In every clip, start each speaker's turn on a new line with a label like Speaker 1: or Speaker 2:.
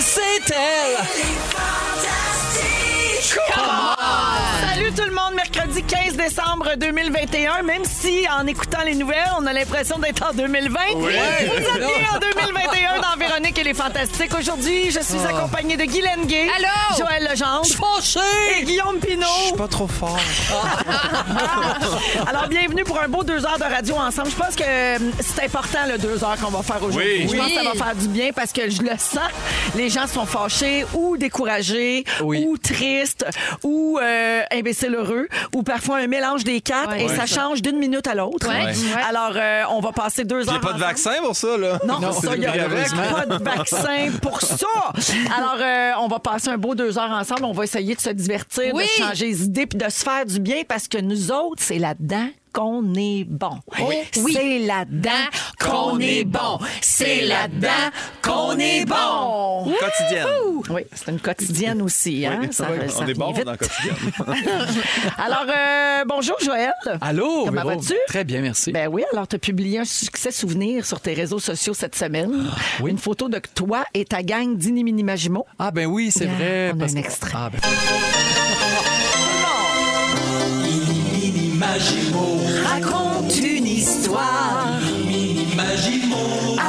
Speaker 1: C'est elle!
Speaker 2: Salut tout le monde, mercredi 15 décembre 2021. Même si en écoutant les nouvelles, on a l'impression d'être en 2020, vous êtes bien en 2021 dans Véronique et les Fantastiques. Aujourd'hui, je suis accompagnée de Guylaine Gay,
Speaker 3: Allô?
Speaker 2: Joël Legendre et
Speaker 1: Fâché!
Speaker 2: Guillaume Pinault.
Speaker 1: Je suis pas trop fort.
Speaker 2: Alors, bienvenue pour un beau deux heures de radio ensemble. Je pense que euh, c'est important le deux heures qu'on va faire aujourd'hui.
Speaker 1: Oui.
Speaker 2: Je pense
Speaker 3: Oui.
Speaker 2: que ça va faire du bien parce que je le sens. Les gens sont fâchés ou découragés
Speaker 1: Oui.
Speaker 2: ou tristes ou euh, imbéciles heureux ou parfois un mélange des quatre
Speaker 3: Ouais.
Speaker 2: et
Speaker 3: Ouais.
Speaker 2: ça change d'une minute à l'autre.
Speaker 3: Ouais. Ouais.
Speaker 2: Alors, euh, on va passer deux
Speaker 4: Il
Speaker 2: heures.
Speaker 4: n'y a pas de
Speaker 2: ensemble.
Speaker 4: vaccin pour ça, là.
Speaker 2: Non, ça, il n'y a pas de vaccin pour ça. Alors, euh, on va passer un beau deux heures ensemble. On va essayer de se divertir,
Speaker 3: Oui.
Speaker 2: de changer les idées, puis de se faire du bien parce que nous autres, c'est là-dedans qu'on est bon.
Speaker 3: Oui.
Speaker 2: C'est là-dedans qu'on est bon. C'est là-dedans qu'on est bon.
Speaker 4: Quotidienne.
Speaker 1: Ah,
Speaker 2: Oui, c'est une quotidienne aussi. Hein? Ça, ça
Speaker 4: on est
Speaker 2: revient
Speaker 4: bon
Speaker 2: vite.
Speaker 4: dans le quotidien.
Speaker 2: Alors, euh, bonjour Joël.
Speaker 1: Allô?
Speaker 2: Comment
Speaker 1: Véro?
Speaker 2: vas-tu?
Speaker 1: Très bien, merci.
Speaker 2: Ben oui, alors tu as publié un succès souvenir sur tes réseaux sociaux cette semaine. Une photo de toi et ta gang d'Iniminimagimo.
Speaker 1: Ah ben oui, c'est
Speaker 2: Regarde,
Speaker 1: vrai.
Speaker 2: on a
Speaker 1: parce
Speaker 2: un
Speaker 1: que-
Speaker 2: extrait.
Speaker 1: Ah ben...
Speaker 2: Raconte une histoire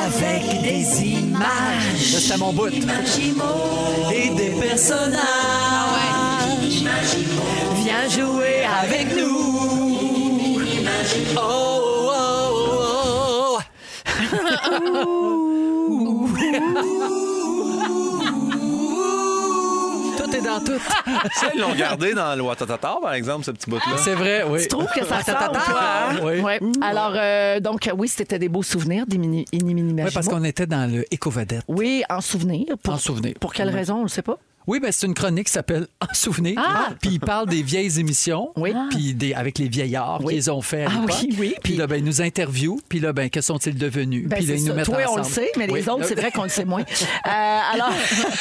Speaker 2: avec des images.
Speaker 1: Là, c'était mon bout.
Speaker 2: et des personnages. Viens jouer avec nous. Oh, oh, oh, oh. Tout est dans tout.
Speaker 4: Ça, ils l'ont gardé dans le Watatata, par exemple, ce petit bout-là.
Speaker 1: C'est vrai, oui.
Speaker 2: Tu trouves que
Speaker 1: Ah,
Speaker 2: ça
Speaker 1: Attends,
Speaker 2: ressemble,
Speaker 1: attends,
Speaker 2: toi, hein?
Speaker 1: Oui. Mm.
Speaker 2: Ouais. Alors, euh, donc, oui, c'était des beaux souvenirs, des mini, inimaginables.
Speaker 1: Oui, parce qu'on était dans le éco-vedette.
Speaker 2: Oui, en souvenir. Pour,
Speaker 1: En souvenir. Mm.
Speaker 2: Pour quelle
Speaker 1: Oui.
Speaker 2: raison, on ne sait pas.
Speaker 1: Oui, ben c'est une chronique qui s'appelle En souvenir.
Speaker 2: Ah!
Speaker 1: Puis il parle des vieilles émissions,
Speaker 2: Oui.
Speaker 1: puis des, avec les vieillards
Speaker 2: Oui.
Speaker 1: qu'ils ont fait à
Speaker 2: Ah
Speaker 1: l'époque.
Speaker 2: oui, oui,
Speaker 1: Puis là, ben, ils nous interviewent, puis là, ben, que sont-ils devenus?
Speaker 2: Ben,
Speaker 1: puis là,
Speaker 2: c'est
Speaker 1: ils nous
Speaker 2: ça.
Speaker 1: mettent
Speaker 2: Toi,
Speaker 1: ensemble.
Speaker 2: on le sait, mais les
Speaker 1: Oui.
Speaker 2: autres, c'est vrai qu'on le sait moins. Euh, alors,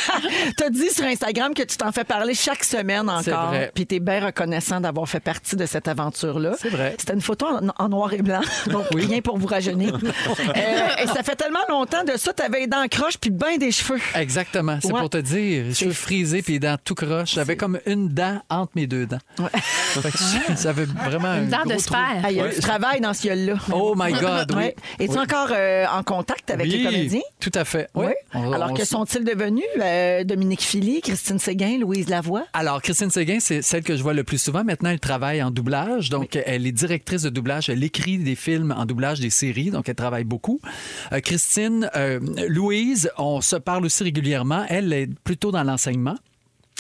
Speaker 2: tu as dit sur Instagram que tu t'en fais parler chaque semaine
Speaker 1: C'est
Speaker 2: encore.
Speaker 1: vrai.
Speaker 2: Puis tu es bien reconnaissant d'avoir fait partie de cette aventure-là.
Speaker 1: C'est vrai.
Speaker 2: C'était une photo en, en noir et blanc, donc rien pour vous rajeunir. Euh, et ça fait tellement longtemps de ça, tu avais les dents croches puis ben des cheveux.
Speaker 1: Exactement, c'est
Speaker 2: Ouais.
Speaker 1: pour te dire. Je suis frisé puis les dents tout croche. J'avais comme une dent entre mes deux dents. Fait que je- J'avais vraiment une
Speaker 3: dent de sphère.
Speaker 2: Ah, Il y a du travail dans ce gueule-là.
Speaker 1: Oh my God, oui.
Speaker 2: Ouais. Es-tu
Speaker 1: Oui.
Speaker 2: encore euh, en contact avec les
Speaker 1: Oui,
Speaker 2: comédiens?
Speaker 1: Tout à fait. Oui.
Speaker 2: Oui.
Speaker 1: On-
Speaker 2: Alors,
Speaker 1: on
Speaker 2: que
Speaker 1: s-
Speaker 2: sont-ils devenus? euh, Dominique Philly, Christine Séguin, Louise Lavoie?
Speaker 1: Alors, Christine Séguin, c'est celle que je vois le plus souvent. Maintenant, elle travaille en doublage. Donc, elle est directrice de doublage. Elle écrit des films en doublage, des séries. Donc, elle travaille beaucoup. Euh, Christine, euh, Louise, on se parle aussi régulièrement. Elle est plutôt dans l'enseignement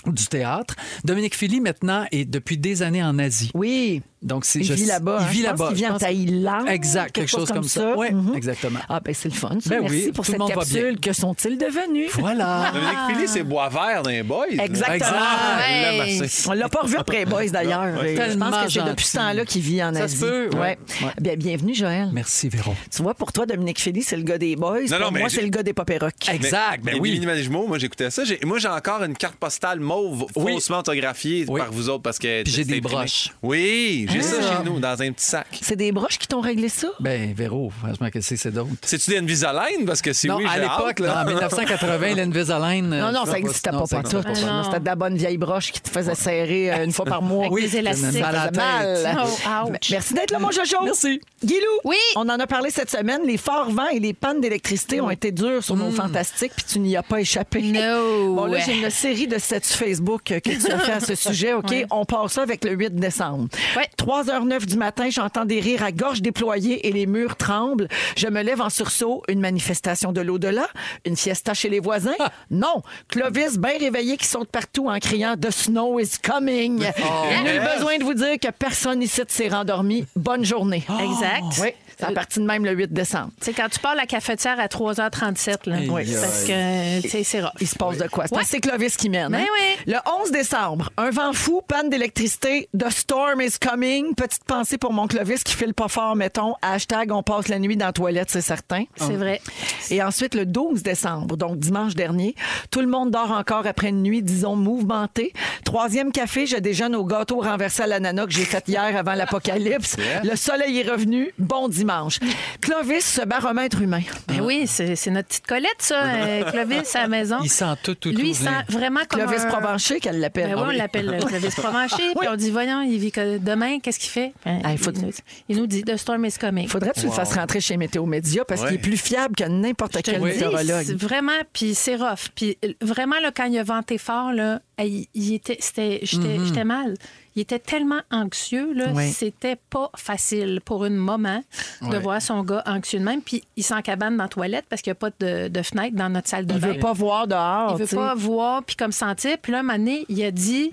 Speaker 1: du théâtre. Dominique Philly, maintenant, est depuis des années en Asie.
Speaker 2: Oui.
Speaker 1: Donc, c'est
Speaker 2: Il
Speaker 1: je-
Speaker 2: vit là-bas. hein.
Speaker 1: Il vit
Speaker 2: Je pense
Speaker 1: là-bas.
Speaker 2: qu'il vit
Speaker 1: Je
Speaker 2: en
Speaker 1: pense-
Speaker 2: Thaïlande.
Speaker 1: Exact, quelque, chose, comme ça. Oui,
Speaker 2: Mhm.
Speaker 1: exactement.
Speaker 2: Ah, ben c'est le fun. ça.
Speaker 1: Ben
Speaker 2: Merci
Speaker 1: oui,
Speaker 2: pour
Speaker 1: tout le
Speaker 2: cette
Speaker 1: monde va
Speaker 2: capsule. Que sont-ils devenus?
Speaker 1: Voilà.
Speaker 4: Dominique Philly, c'est bois vert dans les boys.
Speaker 2: Exactement.
Speaker 1: Exact. ben,
Speaker 4: Il l'aime
Speaker 3: Ouais.
Speaker 4: assez.
Speaker 2: On l'a pas revu après les Boys d'ailleurs. Et Je
Speaker 1: Tellement
Speaker 2: pense que c'est depuis ce
Speaker 1: gentil.
Speaker 2: temps-là qu'il vit en
Speaker 1: Ça
Speaker 2: Asie.
Speaker 1: se peut, ouais.
Speaker 2: Ouais.
Speaker 1: Ouais.
Speaker 2: Bien, bienvenue, Joël.
Speaker 1: Merci, Véron.
Speaker 2: Tu vois, pour toi, Dominique Philly, c'est le gars des Boys.
Speaker 4: Non, non,
Speaker 2: pour
Speaker 4: mais
Speaker 2: moi,
Speaker 4: j'ai-
Speaker 2: c'est le gars des Papérocs.
Speaker 4: Mais-
Speaker 1: Exact, ben
Speaker 4: mais
Speaker 1: oui.
Speaker 4: Minimal Jumeau, moi, j'étais ça. J'ai- Moi, j'ai encore une carte postale mauve
Speaker 1: Oui.
Speaker 4: faussement autographiée
Speaker 1: Oui.
Speaker 4: par vous autres parce que.
Speaker 1: Puis j'ai
Speaker 4: c'était
Speaker 1: des
Speaker 4: imprimé.
Speaker 1: broches. Ah.
Speaker 4: Oui, j'ai ça chez nous, dans un petit sac.
Speaker 2: C'est des broches qui t'ont réglé ça?
Speaker 1: Ben, Véro, franchement, que c'est, c'est d'autres.
Speaker 4: C'est-tu des Invisalign? Parce que si
Speaker 1: non,
Speaker 4: oui,
Speaker 1: à
Speaker 4: j'ai
Speaker 1: l'époque,
Speaker 4: hâte,
Speaker 1: là,
Speaker 4: là.
Speaker 1: en 1980, l'Invisalign. euh,
Speaker 2: Non, non,
Speaker 1: je
Speaker 2: ça
Speaker 1: sais
Speaker 2: n'existait
Speaker 1: non,
Speaker 2: pas,
Speaker 1: ça
Speaker 2: pas
Speaker 1: existait
Speaker 2: ça. Non, C'était de la bonne vieille broche qui te faisait serrer euh, une fois par mois.
Speaker 1: Oui,
Speaker 3: des élastiques.
Speaker 1: ça la
Speaker 2: Ça fait mal.
Speaker 1: tête.
Speaker 3: Oh, ouch.
Speaker 2: Merci d'être là, mon Jojo.
Speaker 1: Merci.
Speaker 2: Guilou,
Speaker 3: Oui.
Speaker 2: on en a parlé cette semaine. Les forts vents et les pannes d'électricité ont été durs sur nos fantastiques, puis tu n'y as pas échappé.
Speaker 3: Mm. No.
Speaker 2: Bon, là, j'ai une série de statuts Facebook euh, que tu as fait à ce sujet. OK, on passe ça avec le 8 décembre.
Speaker 3: Ouais.
Speaker 2: 3h09 du matin, j'entends des rires à gorge déployée et les murs tremblent. Je me lève en sursaut. Une manifestation de l'au-delà? Une fiesta chez les voisins?
Speaker 3: Ah!
Speaker 2: Non. Clovis, bien réveillé, qui saute partout en criant The snow is coming.
Speaker 3: Oh. Oh.
Speaker 2: Nul besoin de vous dire que personne ici ne s'est rendormi. Bonne journée.
Speaker 3: Exact.
Speaker 2: Oui. Ça a parti de même le 8 décembre.
Speaker 3: Tu sais, quand tu pars la cafetière à 3h37, là,
Speaker 1: Oui.
Speaker 3: parce que tu sais, c'est rare.
Speaker 2: Il se passe de quoi? C'est un
Speaker 3: Ouais.
Speaker 2: cycloviste qui mène.
Speaker 3: Ben
Speaker 2: hein?
Speaker 3: oui.
Speaker 2: Le 11 décembre, un vent fou, panne d'électricité, The Storm is coming. Petite pensée pour mon Clovis qui file pas fort, mettons. Hashtag on passe la nuit dans la toilette, c'est certain.
Speaker 3: C'est vrai.
Speaker 2: Et ensuite, le 12 décembre, donc dimanche dernier, tout le monde dort encore après une nuit, disons, mouvementée. Troisième café, je déjeune au gâteau renversé à l'ananas que j'ai fait hier avant l'apocalypse. Le soleil est revenu. Bon dimanche. Clovis, ce baromètre humain.
Speaker 3: Ben oui, c'est c'est notre petite Colette, ça, euh, Clovis, à la maison.
Speaker 1: Il sent tout, tout,
Speaker 3: Lui,
Speaker 1: tout
Speaker 3: il sent
Speaker 1: venir.
Speaker 3: vraiment comme
Speaker 2: Clovis
Speaker 3: un...
Speaker 2: Provencher, qu'elle l'appelle.
Speaker 3: Ben oui,
Speaker 2: Ah
Speaker 3: on
Speaker 2: oui.
Speaker 3: l'appelle le Clovis Provencher. Puis on dit, voyons, il vit que demain, qu'est-ce qu'il fait? Ben,
Speaker 2: Ah, il faut-
Speaker 3: nous- il nous dit, The Storm is coming.
Speaker 2: Faudrait que tu le fasses rentrer chez Météo Média parce qu'il
Speaker 4: Ouais.
Speaker 2: est plus fiable que n'importe
Speaker 3: Je te
Speaker 2: quel
Speaker 3: le dis, c'est
Speaker 2: météorologue.
Speaker 3: vraiment, puis c'est rough. Puis euh, vraiment, là, quand il a venté fort, là, il, il était, c'était, j'étais, j'étais mal. Il était tellement anxieux, là,
Speaker 2: Mhm. Oui.
Speaker 3: c'était pas facile pour une maman de voir son gars anxieux de même. Puis il s'en cabane dans la toilette parce qu'il n'y a pas de, de fenêtre dans notre salle de
Speaker 2: Il
Speaker 3: bain.
Speaker 2: veut pas voir dehors.
Speaker 3: Il
Speaker 2: Ah,
Speaker 3: veut
Speaker 2: tu sais.
Speaker 3: pas voir, puis comme sentir. Puis là, un moment donné, il a dit,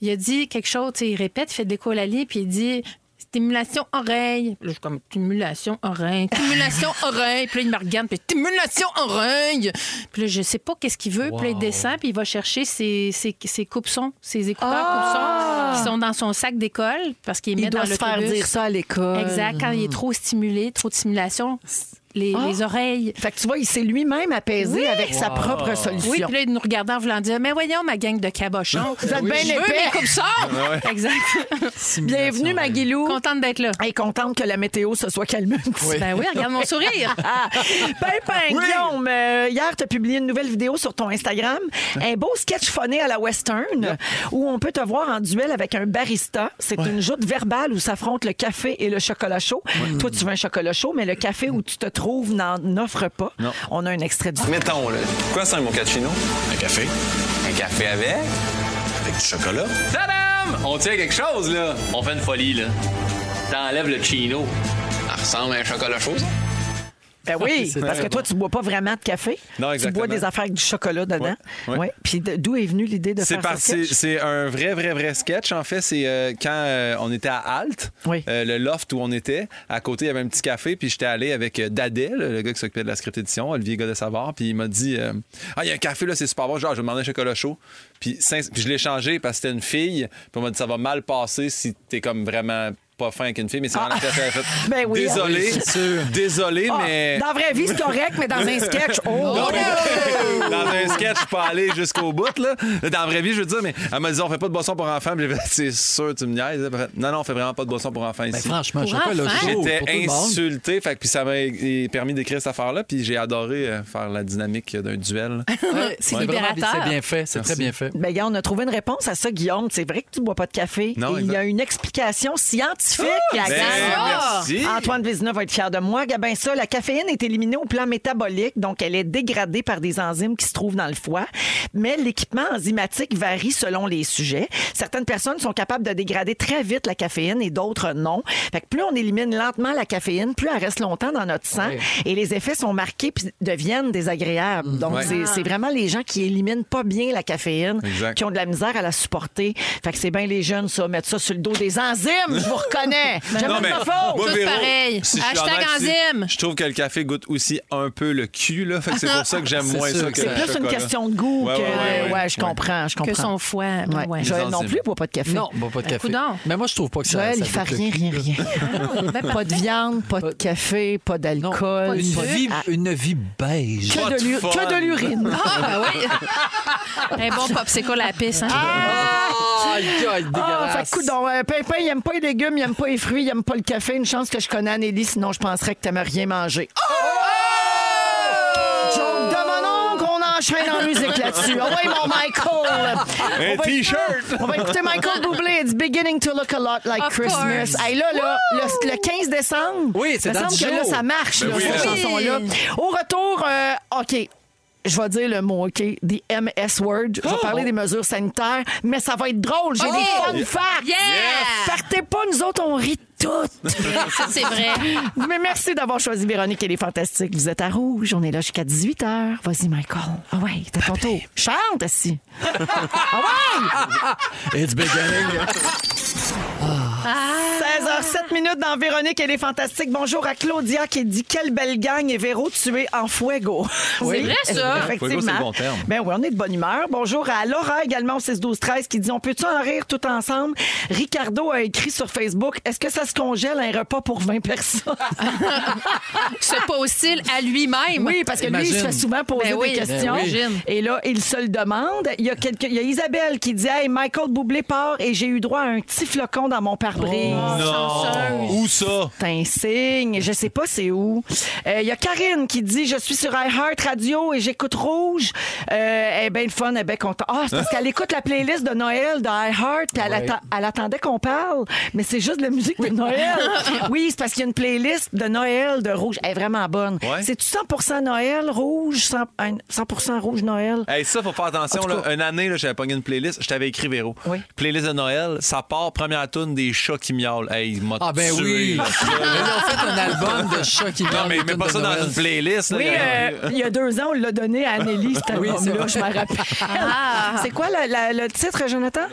Speaker 3: il a dit quelque chose, tu sais, il répète, il fait des colaliers, puis il dit stimulation oreille. Là, je suis comme stimulation oreille, stimulation oreille. Puis là, il me regarde, puis stimulation oreille. Puis là, je sais pas qu'est-ce qu'il veut. Puis là, il descend, puis il va chercher ses, ses, ses coupes-sons, ses écouteurs
Speaker 2: Ah!
Speaker 3: coupes-sons qui sont dans son sac d'école parce qu'il
Speaker 2: Il
Speaker 3: met dans
Speaker 2: doit
Speaker 3: le
Speaker 2: se faire dire ça à l'école.
Speaker 3: Exact. Quand il est trop stimulé, trop de stimulation, les-
Speaker 2: Ah!
Speaker 3: les oreilles
Speaker 2: Fait que tu vois, il s'est lui-même apaisé
Speaker 3: Oui.
Speaker 2: avec sa propre solution.
Speaker 3: oui, puis là, il nous regardait en voulant dire Mais voyons, ma gang de cabochons.
Speaker 2: Vous êtes bien
Speaker 3: Je veux
Speaker 2: épais.
Speaker 3: mes coupes sort. Exact.
Speaker 2: Bienvenue, Maguilou.
Speaker 3: Contente d'être là.
Speaker 2: Et contente que la météo se soit calmée un petit
Speaker 3: Ben oui, regarde mon sourire.
Speaker 2: Ah! Pimpin, Guillaume, euh, hier, tu as publié une nouvelle vidéo sur ton Instagram.
Speaker 4: Hein?
Speaker 2: Un beau sketch phoné à la western où on peut te voir en duel avec un barista. C'est une joute verbale où s'affrontent le café et le chocolat chaud. Toi, tu veux un chocolat chaud, mais le café où tu te trouves n'en offre pas.
Speaker 4: Non. Ah.
Speaker 2: On a un extrait du
Speaker 5: Mettons, là. Quoi, c'est un mochaccino?
Speaker 6: Un café
Speaker 5: Un café avec?
Speaker 6: avec du chocolat.
Speaker 5: Tadam! On tient quelque chose, là. On fait une folie, là. T'enlèves le chino. Ça ressemble à un chocolat chaud, ça?
Speaker 2: Ben oui, parce que toi, tu bois pas vraiment de café.
Speaker 4: Non,
Speaker 2: tu bois
Speaker 4: exactement.
Speaker 2: des affaires avec du chocolat dedans.
Speaker 4: Ouais, ouais.
Speaker 2: Ouais. Puis de- d'où est venue l'idée de
Speaker 4: C'est
Speaker 2: faire
Speaker 4: parti.
Speaker 2: ce sketch?
Speaker 4: C'est un vrai, vrai, vrai sketch. En fait, c'est euh, quand euh, on était à Halte,
Speaker 2: Oui.
Speaker 4: euh, le loft où on était. À côté, il y avait un petit café. Puis j'étais allé avec euh, Dadel, le gars qui s'occupait de la script édition, Olivier Godet Savard. Puis il m'a dit euh, Ah, il y a un café là, c'est super bon. Genre, je vais demander un chocolat chaud. Puis, sin- puis je l'ai changé parce que c'était une fille. Puis on m'a dit Ça va mal passer si t'es comme vraiment pas fin qu'une fille. Mais c'est vraiment la personne qui a fait.
Speaker 2: Ben oui,
Speaker 4: désolé.
Speaker 1: oui, c'est sûr.
Speaker 4: Désolé,
Speaker 2: Ah,
Speaker 4: mais.
Speaker 2: Dans la vraie vie, c'est correct, mais dans un sketch, oh!
Speaker 4: Non, mais dans un sketch, je peux aller jusqu'au bout. Là. Dans la vraie vie, je veux dire, mais elle m'a dit on fait pas de boisson pour enfants. Puis j'ai fait, c'est sûr, tu me niaises. Elle m'a fait, non, non, on fait vraiment pas de boisson pour enfants
Speaker 1: Ben,
Speaker 4: ici.
Speaker 1: franchement,
Speaker 3: Pour
Speaker 1: chocolat
Speaker 3: enfants.
Speaker 1: chaud pour tout
Speaker 4: J'étais
Speaker 1: le monde.
Speaker 4: insulté, fait, que- puis ça m'a é- permis d'écrire cette affaire-là, puis j'ai adoré euh, faire la dynamique d'un duel.
Speaker 2: Ah,
Speaker 1: Ouais, C'est
Speaker 3: Ouais.
Speaker 1: vraiment-
Speaker 3: libérateur.
Speaker 1: c'est bien fait, c'est très bien fait.
Speaker 2: Ben, gars, on a trouvé une réponse à ça, Guillaume. C'est vrai que tu bois pas de café.
Speaker 4: Non,
Speaker 2: Et il y a
Speaker 4: exact.
Speaker 2: une explication scientifique, la
Speaker 4: Ben,
Speaker 2: gang.
Speaker 4: merci.
Speaker 2: Antoine Vézina va être fier de moi. Gabin, ça, la caféine est éliminée au plan métabolique, donc elle est dégradée par des enzymes qui se trouvent dans le foie. Mais l'équipement enzymatique varie selon les sujets. Certaines personnes sont capables de dégrader très vite la caféine et d'autres non. Fait que plus on élimine lentement la caféine, plus elle reste longtemps dans notre sang
Speaker 1: Ouais.
Speaker 2: et les effets sont marqués puis deviennent désagréables. Donc,
Speaker 4: Ouais.
Speaker 2: c'est- c'est vraiment les gens qui éliminent pas bien la caféine
Speaker 4: Exact.
Speaker 2: qui ont de la misère à la supporter. Fait que c'est bien les jeunes, ça, mettre ça sur le dos des enzymes, je vous reconnais. J'aime
Speaker 4: Non, mais
Speaker 2: pas faux.
Speaker 4: moi,
Speaker 3: Tout
Speaker 4: Véro,
Speaker 3: pareil.
Speaker 4: si je suis
Speaker 3: Hashtag
Speaker 4: honnête, si-
Speaker 3: enzyme.
Speaker 4: Je trouve que le café goûte aussi un peu le cul, là. Fait que c'est pour ça que j'aime
Speaker 1: C'est
Speaker 4: moins
Speaker 1: sûr
Speaker 4: ça
Speaker 1: que
Speaker 4: que
Speaker 1: c'est
Speaker 4: le
Speaker 2: C'est plus une
Speaker 4: chocolat.
Speaker 2: question de goût
Speaker 4: Ouais,
Speaker 2: que.
Speaker 4: ouais, ouais, ouais.
Speaker 2: Ouais, je comprends, je comprends.
Speaker 3: Que son foie. ben
Speaker 2: Ouais.
Speaker 3: ouais.
Speaker 2: Joël non
Speaker 4: enzymes.
Speaker 2: plus, il boit pas de café.
Speaker 1: Non, bois pas de
Speaker 3: Ben,
Speaker 1: café.
Speaker 3: coudonc.
Speaker 1: Mais moi, je trouve pas que ça.
Speaker 2: Joël,
Speaker 1: ça
Speaker 2: il fait
Speaker 1: goûte le
Speaker 2: rien,
Speaker 1: cul.
Speaker 2: rien, rien.
Speaker 3: Ben,
Speaker 2: Pas de viande, pas de café, pas
Speaker 1: Non,
Speaker 2: d'alcool.
Speaker 1: une,
Speaker 2: pas-
Speaker 1: vie,
Speaker 2: Ah,
Speaker 1: une vie beige.
Speaker 4: Pas
Speaker 2: Que de
Speaker 4: de
Speaker 2: l'u-
Speaker 4: fun.
Speaker 2: que de l'urine.
Speaker 3: Ah, ben oui. Un bon popsicle à la pisse. Hein?
Speaker 1: Aïe, aïe,
Speaker 2: Ah,
Speaker 1: dégueulasse.
Speaker 2: fait que coudonc, euh, Pimpin, il aime pas les légumes, il aime pas les fruits, il aime pas le café. Une chance que je connais Anneli, sinon je penserais que t'aimes rien manger. Oh! Joke de mon oncle, on enchaîne en musique là-dessus. Ah ouais, mon Michael!
Speaker 4: Un
Speaker 2: On va-
Speaker 4: t-shirt!
Speaker 2: On va écouter Michael Bublé. It's beginning to look a lot like
Speaker 3: Of
Speaker 2: Christmas.
Speaker 3: course.
Speaker 2: Hey, là, là, le, le 15 décembre.
Speaker 1: Oui, c'est
Speaker 2: il me
Speaker 1: dans
Speaker 2: semble
Speaker 1: dix
Speaker 2: que là,
Speaker 1: jours. Ben
Speaker 2: ça marche, là,
Speaker 4: oui,
Speaker 2: cette
Speaker 3: hein.
Speaker 2: chanson-là. Au retour, euh, OK. Je vais dire le mot, OK? The MS word. Je vais
Speaker 1: Oh!
Speaker 2: parler des mesures sanitaires, mais ça va être drôle. J'ai
Speaker 3: Oh!
Speaker 2: des fun facts.
Speaker 3: Yeah!
Speaker 2: Partez pas, nous autres, on rit toutes.
Speaker 3: Ça, c'est vrai.
Speaker 2: mais merci d'avoir choisi Véronique. Elle est fantastique. Vous êtes à rouge. On est là jusqu'à 18 h. Vas-y, Michael. Ah ouais, t'as ton tour. Chante, si. ah ouais!
Speaker 1: It's beginning.
Speaker 2: 16h07 24 minutes dans Véronique et les Fantastiques. Bonjour à Claudia qui dit Quelle belle gang et Véro, tu es en fuego.
Speaker 3: C'est vrai, ça.
Speaker 4: Fuego, c'est le bon terme.
Speaker 2: Ben oui, on est de bonne humeur. Bonjour à Laura également au 6-12-13 qui dit On peut-tu en rire tout ensemble Ricardo a écrit sur Facebook Est-ce que ça se congèle un repas pour 20 personnes
Speaker 3: Ah, Se pose-t-il à lui-même?
Speaker 2: Oui, parce que lui, il se
Speaker 1: Imagine.
Speaker 2: fait souvent poser
Speaker 3: Ben oui,
Speaker 2: des questions.
Speaker 3: ben oui. Imagine.
Speaker 2: Et là, il se le demande. Il y a, quelqu'un- il y a Isabelle qui dit Hey, Michael Boublé part et j'ai eu droit à un petit flocon dans mon pare-brise.
Speaker 3: Oh,
Speaker 4: Où ça?
Speaker 2: C'est un signe. Je sais pas c'est où. Euh, Il y a Karine qui dit Je suis sur iHeart Radio et j'écoute Rouge. Euh, elle est bien fun, elle est bien contente. Ah, c'est parce qu'elle écoute la playlist de Noël de iHeart puis elle, atta- elle attendait qu'on parle, mais c'est juste de la musique de Noël. oui, c'est parce qu'il y a une playlist de Noël de Rouge. Elle est vraiment bonne.
Speaker 4: Ouais.
Speaker 2: C'est-tu 100 Noël, Rouge 100, un- 100% Rouge Noël
Speaker 4: Hey, ça, faut faire attention.
Speaker 2: En tout
Speaker 4: là. Une année, là, j'avais pogné une playlist. Je t'avais écrit, Véro.
Speaker 2: Oui.
Speaker 4: Playlist de Noël, ça part, première tune des chats qui miaulent. Hey, il m'a
Speaker 1: Ah ben
Speaker 4: tué,
Speaker 1: oui!
Speaker 4: là.
Speaker 1: Mais là, on fait un album de chat qui
Speaker 4: Non,
Speaker 1: parle
Speaker 4: mais
Speaker 1: des
Speaker 4: mets pas
Speaker 1: tunes
Speaker 4: ça
Speaker 1: de
Speaker 4: dans
Speaker 1: Noël.
Speaker 4: une playlist. là.
Speaker 2: Oui,
Speaker 4: Il y a-
Speaker 2: euh, il y a deux ans, on l'a donné à Anneli, cet
Speaker 1: Oui, c'est
Speaker 2: album-là,
Speaker 1: vrai.
Speaker 2: je me rappelle.
Speaker 3: Ah.
Speaker 2: C'est quoi la- la- le titre, Jonathan?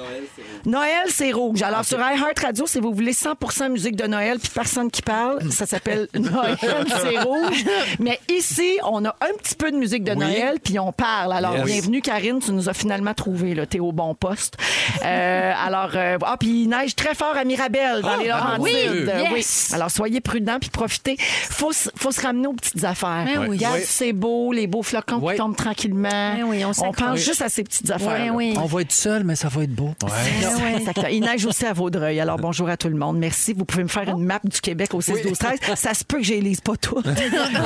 Speaker 2: Noël, c'est rouge. Alors, sur iHeart Radio, si vous voulez 100 musique de Noël, puis personne qui parle, ça s'appelle Noël, c'est rouge. Mais ici, on a un petit peu de musique de Noël, puis on parle. Alors,
Speaker 4: Yes.
Speaker 2: bienvenue, Karine. Tu nous as finalement trouvé. là. T'es au bon poste. Euh, alors, euh, ah, puis il neige très fort à Mirabel, dans les
Speaker 1: ah, mon
Speaker 2: Laurentides.
Speaker 1: Dieu.
Speaker 2: Euh,
Speaker 3: Yes.
Speaker 2: ben oui. Alors, soyez prudents, puis profitez. Faut, s- faut se ramener aux petites affaires.
Speaker 3: Ben oui.
Speaker 2: Regarde,
Speaker 3: Oui.
Speaker 2: c'est beau, les beaux flocons
Speaker 1: Oui.
Speaker 2: qui tombent tranquillement.
Speaker 3: Ben oui, on
Speaker 2: on
Speaker 3: s'accroche.
Speaker 2: pense juste à ces petites affaires.
Speaker 3: Ouais,
Speaker 2: là.
Speaker 3: oui. Eh
Speaker 1: On va être seul, mais ça va être beau.
Speaker 2: Exactement. Il neige aussi à Vaudreuil. Alors, bonjour à tout le monde. Merci. Vous pouvez me faire une map du Québec au 6 12 13 Ça se peut que je les lise pas tout.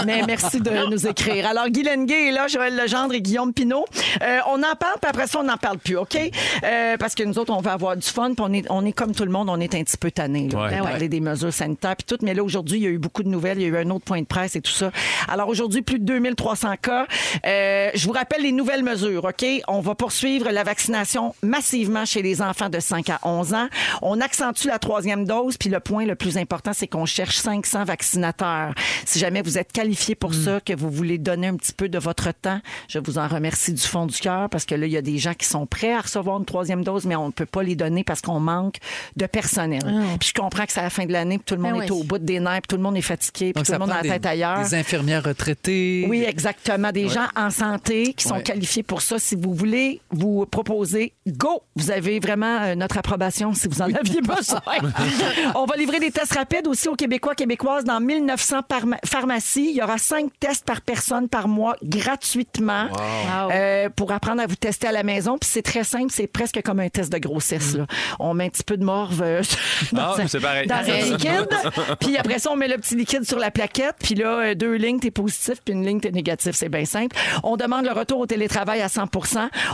Speaker 2: Mais merci de nous écrire. Alors, Guy Lenguet est là, Joël Legendre et Guillaume Pinault. Euh, on en parle, puis après ça, on n'en parle plus, OK? Euh, parce que nous autres, on va avoir du fun, puis on est, on est comme tout le monde, on est un petit peu tannés. là, de
Speaker 4: Ouais.
Speaker 2: parler des mesures sanitaires, puis tout. Mais là, aujourd'hui, il y a eu beaucoup de nouvelles. Il y a eu un autre point de presse et tout ça. Alors, aujourd'hui, plus de 2300 cas. Euh, je vous rappelle les nouvelles mesures, OK? On va poursuivre la vaccination massivement chez les enfants de 5 à 11 ans. On accentue la troisième dose, puis le point le plus important, c'est qu'on cherche 500 vaccinateurs. Si jamais vous êtes qualifié pour
Speaker 1: Mm.
Speaker 2: ça, que vous voulez donner un petit peu de votre temps, je vous en remercie du fond du cœur parce que là, il y a des gens qui sont prêts à recevoir une troisième dose, mais on ne peut pas les donner parce qu'on manque de personnel.
Speaker 1: Ah.
Speaker 2: Puis je comprends que c'est la fin de l'année, puis tout le monde
Speaker 3: Ben
Speaker 2: est
Speaker 3: oui.
Speaker 2: au bout des nerfs, puis tout le monde est fatigué, puis
Speaker 1: Donc,
Speaker 2: tout le
Speaker 1: ça
Speaker 2: monde a
Speaker 1: prend
Speaker 2: la
Speaker 1: des,
Speaker 2: tête ailleurs.
Speaker 1: des infirmières retraitées.
Speaker 2: Oui, exactement. Des gens en santé qui sont
Speaker 1: Ouais.
Speaker 2: qualifiés pour ça. Si vous voulez vous proposer, go! Vous avez vraiment euh, notre approbation si vous en aviez besoin. On va livrer des tests rapides aussi aux Québécois, Québécoises dans 1900 par- pharmacies. Il y aura cinq tests par personne par mois gratuitement euh, pour apprendre à vous tester à la maison. Puis c'est très simple, c'est presque comme un test de grossesse. là. On met un petit peu de morve euh, dans,
Speaker 4: Mm. Ah,
Speaker 2: un-
Speaker 4: c'est pareil.
Speaker 2: dans un
Speaker 3: Pareil.
Speaker 2: liquide. Puis après ça, on met le petit liquide sur la plaquette. Puis là, euh, deux lignes, t'es positif, puis une ligne, t'es négatif. C'est bien simple. On demande le retour au télétravail à 100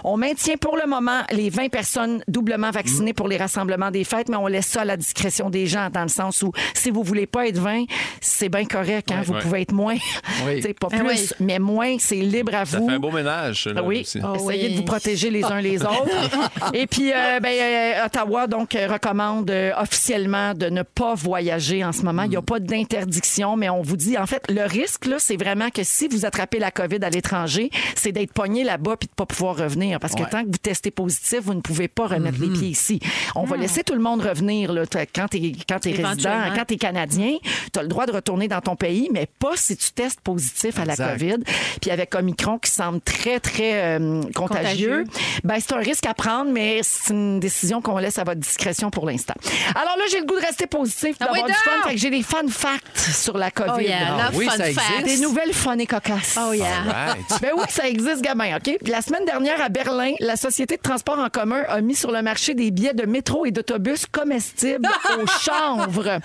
Speaker 2: On maintient pour le moment les 20 personnes doublement vaccinées pour les rassemblements des fêtes, mais on laisse ça à la discrétion des gens, dans le sens où si vous voulez pas être 20, c'est bien correct. Hein? vous
Speaker 4: ouais.
Speaker 2: pouvez être moins.
Speaker 1: Oui.
Speaker 2: Tu sais, pas
Speaker 3: Ah
Speaker 2: plus,
Speaker 3: oui.
Speaker 2: mais moins. C'est libre à
Speaker 4: Ça
Speaker 2: vous.
Speaker 4: fait un beau ménage. là,
Speaker 2: Ah oui,
Speaker 4: aussi.
Speaker 3: Ah
Speaker 2: essayez
Speaker 3: oui.
Speaker 2: de vous protéger les uns les autres. Et puis, euh, ben, euh, Ottawa donc euh, recommande euh, officiellement de ne pas voyager en ce moment. Il n'y a pas d'interdiction, mais on vous dit en fait le risque là, c'est vraiment que si vous attrapez la COVID à l'étranger, c'est d'être pogné là-bas puis de pas pouvoir revenir parce que
Speaker 1: Ouais.
Speaker 2: tant que vous testez positif, vous ne pouvez pas remettre les pieds ici. On va laisser tout le monde revenir là, T'as- quand t'es quand t'es résident,
Speaker 3: Mm. Éventuellement.
Speaker 2: quand t'es canadien, t'as le droit de retourner dans ton pays, mais pas si tu testes positif à la
Speaker 1: Exact.
Speaker 2: COVID. Puis avec Omicron qui semble très, très euh, contagieux,
Speaker 3: Contagieux.
Speaker 2: ben, c'est un risque à prendre, mais c'est une décision qu'on laisse à votre discrétion pour l'instant. Alors là, j'ai le goût de rester positif,
Speaker 3: Ah oui,
Speaker 2: d'avoir du fun.
Speaker 3: donc!
Speaker 2: Fait que j'ai des fun facts sur la COVID.
Speaker 3: Oh yeah,
Speaker 1: Ah
Speaker 3: love
Speaker 1: oui,
Speaker 3: fun
Speaker 1: ça
Speaker 3: facts.
Speaker 2: Des nouvelles fun et cocasses.
Speaker 3: Oh yeah.
Speaker 4: Right.
Speaker 2: Ben oui, ça existe, gamin, OK? Puis La semaine dernière, à Berlin, la Société de transport en commun a mis sur le marché des billets de métro et d'autobus comestibles au chanvre.
Speaker 1: Ah,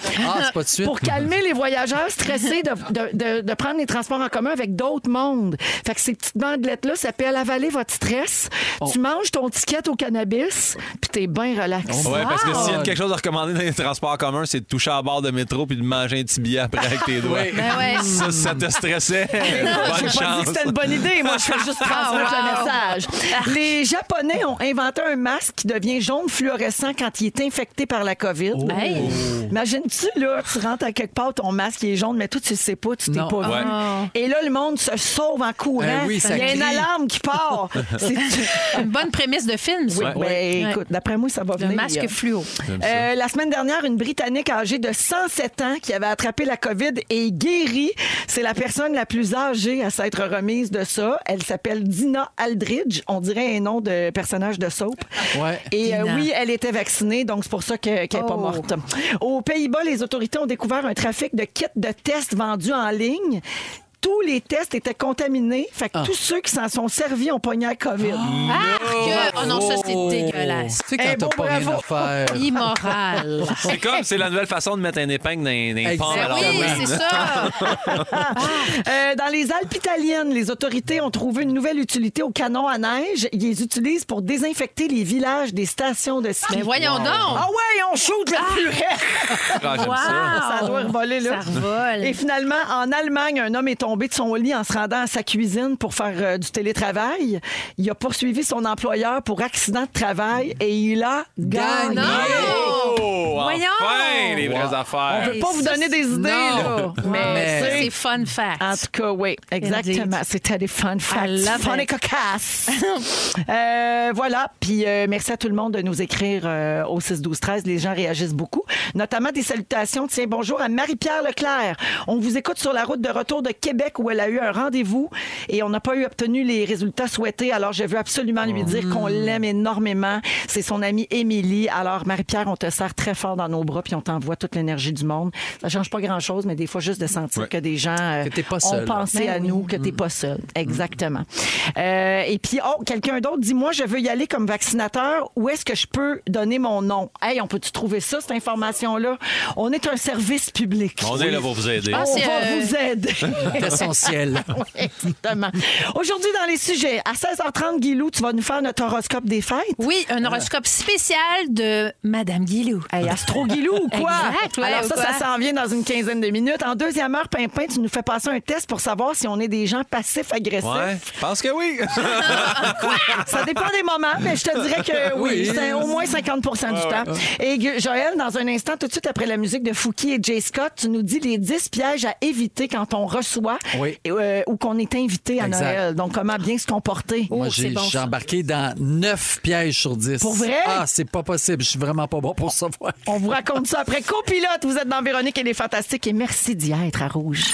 Speaker 1: c'est pas de suite.
Speaker 2: Pour calmer les voyageurs stressés de, de- de- de prendre les transports en commun avec d'autres mondes. Fait que ces petites bandelettes-là s'appellent avaler votre stress.
Speaker 4: Oh.
Speaker 2: Tu manges ton ticket au cannabis, puis t'es bien relax.
Speaker 4: Oh, Ouais, parce que
Speaker 1: Wow.
Speaker 4: s'il y a quelque chose à recommander dans les transports communs, c'est de toucher à la barre de métro puis de manger un petit billet après avec tes doigts.
Speaker 3: Ben ouais.
Speaker 4: Ça, ça te stressait. Bonne chance.
Speaker 2: bonne idée. Moi, je fais juste transmettre
Speaker 3: wow.
Speaker 2: le message. Les Japonais ont inventé un masque qui devient jaune fluorescent quand il est infecté par la COVID.
Speaker 4: Oh.
Speaker 3: Hey.
Speaker 1: Mmh.
Speaker 2: Imagine-tu, là, tu rentres à quelque part, ton masque il est jaune, mais toi, tu le sais pas, tu t'es
Speaker 1: Non.
Speaker 2: pas vu. Et là, le monde se sauve en courant.
Speaker 1: Ben oui, ça
Speaker 2: il y a une
Speaker 1: crie.
Speaker 2: alarme qui part. C'est-
Speaker 3: Une bonne prémisse de film, ça.
Speaker 2: Ben, écoute, d'après moi, ça va
Speaker 3: Le
Speaker 2: venir.
Speaker 3: masque fluo.
Speaker 2: Euh, la Euh, semaine dernière, une Britannique Britannique âgé de 107 ans qui avait attrapé la COVID et est guéri. C'est la personne la plus âgée à s'être remise de ça. Elle s'appelle Dina Aldridge. On dirait un nom de personnage de soap.
Speaker 1: Ouais.
Speaker 2: Et euh,
Speaker 3: Dina.
Speaker 2: oui, elle était vaccinée, donc c'est pour ça que- qu'elle n'est pas
Speaker 3: Oh.
Speaker 2: morte. Aux Pays-Bas, les autorités ont découvert un trafic de kits de tests vendus en ligne. Tous les tests étaient contaminés. Fait que tous ceux qui s'en sont servis ont pogné la COVID.
Speaker 3: Ah, que... Oh non, ça, c'est
Speaker 1: Oh!
Speaker 3: dégueulasse.
Speaker 1: Tu sais, quand
Speaker 2: Eh,
Speaker 1: t'as
Speaker 2: bon,
Speaker 1: pas rien
Speaker 2: bravo.
Speaker 1: à
Speaker 2: Oh.
Speaker 1: faire.
Speaker 3: Immoral.
Speaker 4: C'est comme, c'est la nouvelle façon de mettre un épingle dans les- dans les pommes à
Speaker 2: Ben
Speaker 1: Exactement.
Speaker 4: leur
Speaker 3: Ben oui,
Speaker 4: domaine.
Speaker 3: c'est ça.
Speaker 2: Euh, dans les Alpes italiennes, les autorités ont trouvé une nouvelle utilité aux canons à neige. Ils les utilisent pour désinfecter les villages des stations de ski.
Speaker 3: Mais voyons donc.
Speaker 2: Ah ouais, on shoot le furet!
Speaker 4: Ah, j'aime ça.
Speaker 3: Wow.
Speaker 2: Ça doit revoler, là.
Speaker 3: Ça revole.
Speaker 2: Et finalement, en Allemagne, un homme est tombé de son lit en se rendant à sa cuisine pour faire euh, du télétravail. Il a poursuivi son employeur pour accident de travail et il a gagné.
Speaker 3: Ben Non!
Speaker 4: Oh,
Speaker 3: Voyons.
Speaker 4: enfin, les vraies
Speaker 1: Wow.
Speaker 4: affaires.
Speaker 2: On veut pas vous donner des idées, là.
Speaker 3: Non.
Speaker 2: Mais
Speaker 3: Ça,
Speaker 2: c'est-
Speaker 3: c'est fun fact.
Speaker 2: En tout cas, oui, exactement.
Speaker 3: Indeed.
Speaker 2: C'était des fun facts.
Speaker 3: I love
Speaker 2: Fun
Speaker 3: it.
Speaker 2: et cocasse. Euh, voilà. Puis euh, merci à tout le monde de nous écrire euh, au 6-12-13. Les gens réagissent beaucoup. Notamment des salutations. Tiens, bonjour à Marie-Pierre Leclerc. On vous écoute sur la route de retour de Québec où elle a eu un rendez-vous et on n'a pas eu obtenu les résultats souhaités. Alors, je veux absolument lui dire qu'on
Speaker 3: Mm.
Speaker 2: l'aime énormément. C'est son amie Émilie. Alors, Marie-Pierre, on te serre très fort dans nos bras puis on t'envoie toute l'énergie du monde. Ça change pas grand-chose, mais des fois, juste de sentir
Speaker 4: Ouais.
Speaker 2: que des gens euh,
Speaker 1: Que t'es pas
Speaker 2: ont
Speaker 1: seul. Mm.
Speaker 2: pensé
Speaker 3: Ben
Speaker 2: à nous, que t'es pas seul. Exactement. Euh, et puis, oh, quelqu'un d'autre dit, moi, je veux y aller comme vaccinateur. Où est-ce que je peux donner mon nom? Hey, on peut-tu trouver ça, cette information-là? On est un service public.
Speaker 6: On est là pour vous aider.
Speaker 3: Ah,
Speaker 2: On
Speaker 3: c'est,
Speaker 2: va
Speaker 3: euh,
Speaker 2: vous aider.
Speaker 1: C'est essentiel.
Speaker 2: Oh, Exactement. Aujourd'hui, dans les sujets, à 16h30, Guilou, tu vas nous faire notre horoscope des fêtes.
Speaker 3: Oui, un horoscope spécial de Madame Guilou.
Speaker 2: Hey, Astro Guilou ou quoi?
Speaker 3: Exact, ouais,
Speaker 2: Alors ça,
Speaker 3: ou quoi?
Speaker 2: ça s'en vient dans une quinzaine de minutes. En deuxième heure, Pimpin, tu nous fais passer un test pour savoir si on est des gens passifs-agressifs.
Speaker 4: Ouais, je pense que oui.
Speaker 2: Ça dépend des moments, mais je te dirais que oui,
Speaker 1: Oui.
Speaker 2: c'est au moins 50 du temps. Et Gu- Joël, dans un instant, tout de suite après la musique de Fouki et Jay Scott, tu nous dis les 10 pièges à éviter quand on reçoit
Speaker 1: Oui.
Speaker 2: et, euh, ou qu'on est invité à
Speaker 1: Exact.
Speaker 2: Noël. Donc, comment bien se comporter.
Speaker 1: Moi,
Speaker 3: Oh, c'est
Speaker 1: j'ai
Speaker 3: bon,
Speaker 1: j'ai
Speaker 3: ça.
Speaker 1: embarqué dans 9 pièges sur 10.
Speaker 2: Pour vrai?
Speaker 1: Ah, c'est pas possible. Je suis vraiment pas bon pour savoir.
Speaker 2: On vous raconte ça après. Copilote, vous êtes dans Véronique et les Fantastiques et merci d'y être à Rouge.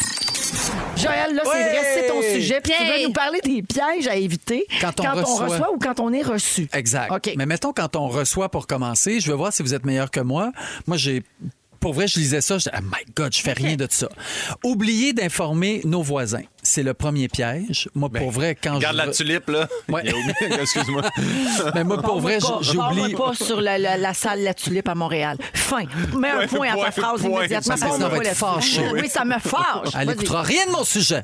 Speaker 2: Joël, là, c'est
Speaker 1: Ouais.
Speaker 2: vrai, c'est ton sujet. Puis tu
Speaker 3: Yay.
Speaker 2: veux nous parler des pièges à éviter
Speaker 1: Quand on reçoit.
Speaker 2: ou quand on est reçu.
Speaker 1: Exact.
Speaker 2: OK.
Speaker 1: Mais mettons, quand on reçoit pour commencer, je veux voir si vous êtes meilleur que moi. Moi, j'ai. Pour vrai, je lisais ça, je disais, Ah, my God, je fais rien de ça. Oubliez d'informer nos voisins. C'est le premier piège. Moi,
Speaker 4: Ben,
Speaker 1: pour vrai, quand
Speaker 6: Regarde
Speaker 1: je.
Speaker 6: la tulipe, là.
Speaker 1: Ouais.
Speaker 6: Il y a oublié- Excuse-moi.
Speaker 1: Mais moi, pour vrai,
Speaker 2: Parle-moi pas-
Speaker 1: j'oublie.
Speaker 2: parle-moi pas sur la, la- la salle La Tulipe à Montréal. Fin. Mets un point à ta
Speaker 6: point,
Speaker 2: phrase
Speaker 6: point.
Speaker 2: immédiatement.
Speaker 1: Ça, ça va
Speaker 2: Parle-moi
Speaker 1: être
Speaker 2: pas
Speaker 1: fâché.
Speaker 2: là-dessus. Oui, ça me fâche.
Speaker 1: Elle
Speaker 2: Vas-y.
Speaker 1: n'écoutera rien de mon sujet.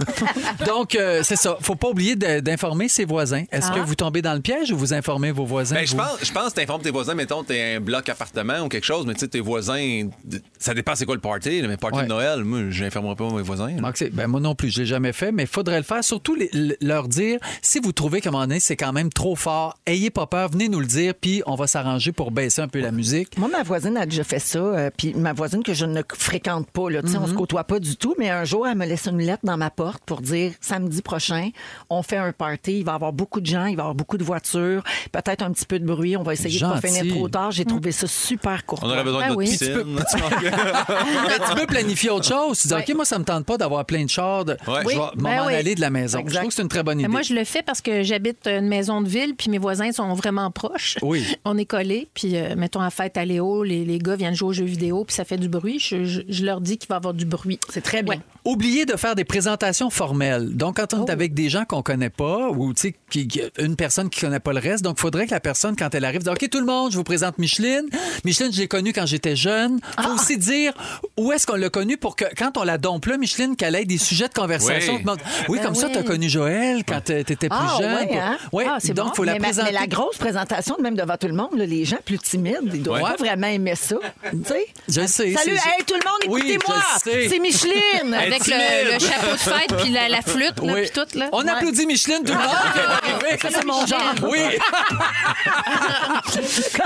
Speaker 1: Donc, euh, c'est ça. Faut pas oublier de- d'informer ses voisins. Est-ce
Speaker 2: Ah.
Speaker 1: que vous tombez dans le piège ou vous informez vos voisins?
Speaker 4: Ben, je
Speaker 1: vous?
Speaker 4: pense, je pense que t'informes tes voisins, mettons, t'es un bloc appartement ou quelque chose, mais tu sais, tes voisins, d- ça dépend c'est quoi le party, là, mais party
Speaker 1: Ouais.
Speaker 4: de Noël, moi, j'informerai pas mes voisins. là.
Speaker 1: Marc, c'est- ben, moi non plus, je l'ai jamais fait, mais faudrait le faire. Surtout les- le- leur dire, si vous trouvez qu'à un moment donné, c'est quand même trop fort, ayez pas peur, venez nous le dire, puis on va s'arranger pour baisser un peu la musique.
Speaker 2: Moi, ma voisine a déjà fait ça. euh, puis ma voisine que je ne fréquente pas, là, tu sais, on se côtoie pas du tout. Mais un jour, elle me laisse une lettre dans ma porte pour dire samedi prochain, on fait un party. Il va y avoir beaucoup de gens, il va y avoir beaucoup de voitures, peut-être un petit peu de bruit. On va essayer de pas
Speaker 1: Gentil.
Speaker 2: finir trop tard. J'ai trouvé ça super court.
Speaker 4: On aurait besoin
Speaker 3: Ben
Speaker 4: de notre
Speaker 3: oui.
Speaker 4: piscine.
Speaker 3: Ah,
Speaker 1: Mais tu peux planifier autre chose. Tu dis, OK, moi, ça me tente pas d'avoir plein de chars, de- je vais
Speaker 4: Oui.
Speaker 1: m'en
Speaker 3: Ben oui.
Speaker 1: aller de la maison. Je trouve que c'est une très bonne idée.
Speaker 3: Mais Ben, Moi, je le fais parce que j'habite une maison de ville, puis mes voisins sont vraiment proches.
Speaker 1: Oui.
Speaker 3: On est collés, puis euh, mettons à fête à Léo, les, les gars viennent jouer aux jeux vidéo, puis ça fait du bruit. Je, je- je leur dis qu'il va y avoir du bruit.
Speaker 2: C'est très bien.
Speaker 3: Ouais.
Speaker 1: Oubliez de faire des présentations formelles. Donc, quand on
Speaker 2: Oh.
Speaker 1: est avec des gens qu'on connaît pas ou tu sais, qui- qui- une personne qui connaît pas le reste, donc faudrait que la personne, quand elle arrive, dise OK, tout le monde, je vous présente Micheline. Micheline, je l'ai connue quand j'étais jeune. Faut
Speaker 2: Ah.
Speaker 1: aussi dire où est-ce qu'on l'a connue pour que quand on la dompe là, Micheline, qu'elle ait des sujets de conversation.
Speaker 4: Oui.
Speaker 1: Tu demandes, oui,
Speaker 3: Ben
Speaker 1: comme ça,
Speaker 3: oui.
Speaker 1: tu as connu Joël quand tu étais plus
Speaker 2: Ah,
Speaker 1: jeune.
Speaker 2: ouais, hein?
Speaker 1: Ouais,
Speaker 3: Ah, c'est
Speaker 1: donc,
Speaker 3: bon.
Speaker 1: faut la
Speaker 2: mais, ma- mais
Speaker 1: présenter.
Speaker 2: la grosse présentation, même devant tout le monde, là, les gens plus timides, ils doivent
Speaker 1: Ouais.
Speaker 2: pas vraiment aimer ça. Tu sais?
Speaker 1: Je le sais.
Speaker 2: Salut,
Speaker 1: c'est-
Speaker 2: hey, tout le monde,
Speaker 1: Oui,
Speaker 2: écoutez-moi!
Speaker 1: je le sais.
Speaker 2: c'est Micheline!
Speaker 3: Avec le, le chapeau de fête, puis la, la flûte, là,
Speaker 1: Oui.
Speaker 3: puis tout. Là.
Speaker 1: On applaudit Micheline, tout le monde. qui est arrivé.
Speaker 2: Ah. Ça, c'est mon genre.
Speaker 1: Oui.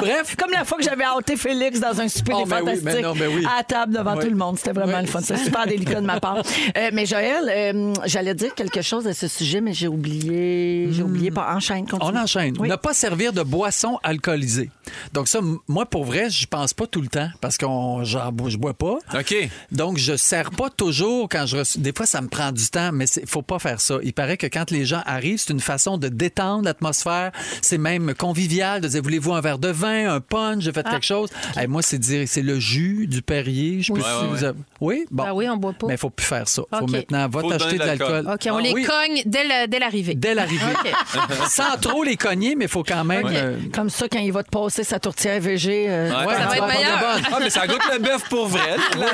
Speaker 1: Bref,
Speaker 2: Comme la fois que j'avais hâté Félix dans un souper
Speaker 1: Oh,
Speaker 2: des
Speaker 1: ben oui,
Speaker 2: fantastiques
Speaker 1: ben non, ben oui.
Speaker 2: à la table devant
Speaker 1: Oui.
Speaker 2: tout le monde. C'était vraiment
Speaker 1: Oui.
Speaker 2: le fun. C'est super délicat de ma part. Euh, mais Joël, euh, j'allais dire quelque chose à ce sujet, mais j'ai oublié. J'ai oublié. Pas enchaîne.
Speaker 1: Hmm. On
Speaker 2: continue.
Speaker 1: enchaîne.
Speaker 2: Oui.
Speaker 1: Ne pas servir de boisson alcoolisée. Donc ça, m- moi, pour vrai, je pense pas tout le temps parce que je bois pas.
Speaker 4: OK.
Speaker 1: Donc je sers pas toujours quand je reçois. Des fois, ça me prend du temps, mais c'est- faut pas faire ça. Il paraît que quand les gens arrivent, c'est une façon de détendre l'atmosphère. C'est même convivial de dire voulez-vous un verre de vin, un punch, j'ai fait
Speaker 3: Ah.
Speaker 1: quelque chose. Eh, moi, c'est dire c'est le jus du Perrier. Je peux
Speaker 3: Oui. Ouais,
Speaker 1: vous- Oui, bon.
Speaker 3: Ah oui, on boit pas.
Speaker 1: Mais faut plus faire ça. Faut
Speaker 3: OK.
Speaker 1: maintenant va
Speaker 4: Faut
Speaker 1: t'acheter
Speaker 4: donner
Speaker 1: de
Speaker 4: de l'alcool.
Speaker 1: l'alcool.
Speaker 3: OK, on
Speaker 1: Ah
Speaker 3: les
Speaker 1: oui,
Speaker 3: cogne dès le- dès l'arrivée.
Speaker 1: dès l'arrivée. Sans trop les cogner, mais faut quand même.
Speaker 3: OK.
Speaker 1: euh,
Speaker 2: Comme ça, quand il va te passer sa tourtière VG. euh,
Speaker 4: Ouais.
Speaker 1: Ouais,
Speaker 3: va
Speaker 1: tu
Speaker 3: être
Speaker 1: vas avoir
Speaker 3: meilleur.
Speaker 1: de bonnes.
Speaker 4: Ah, mais ça goûte le bœuf pour vrai. là.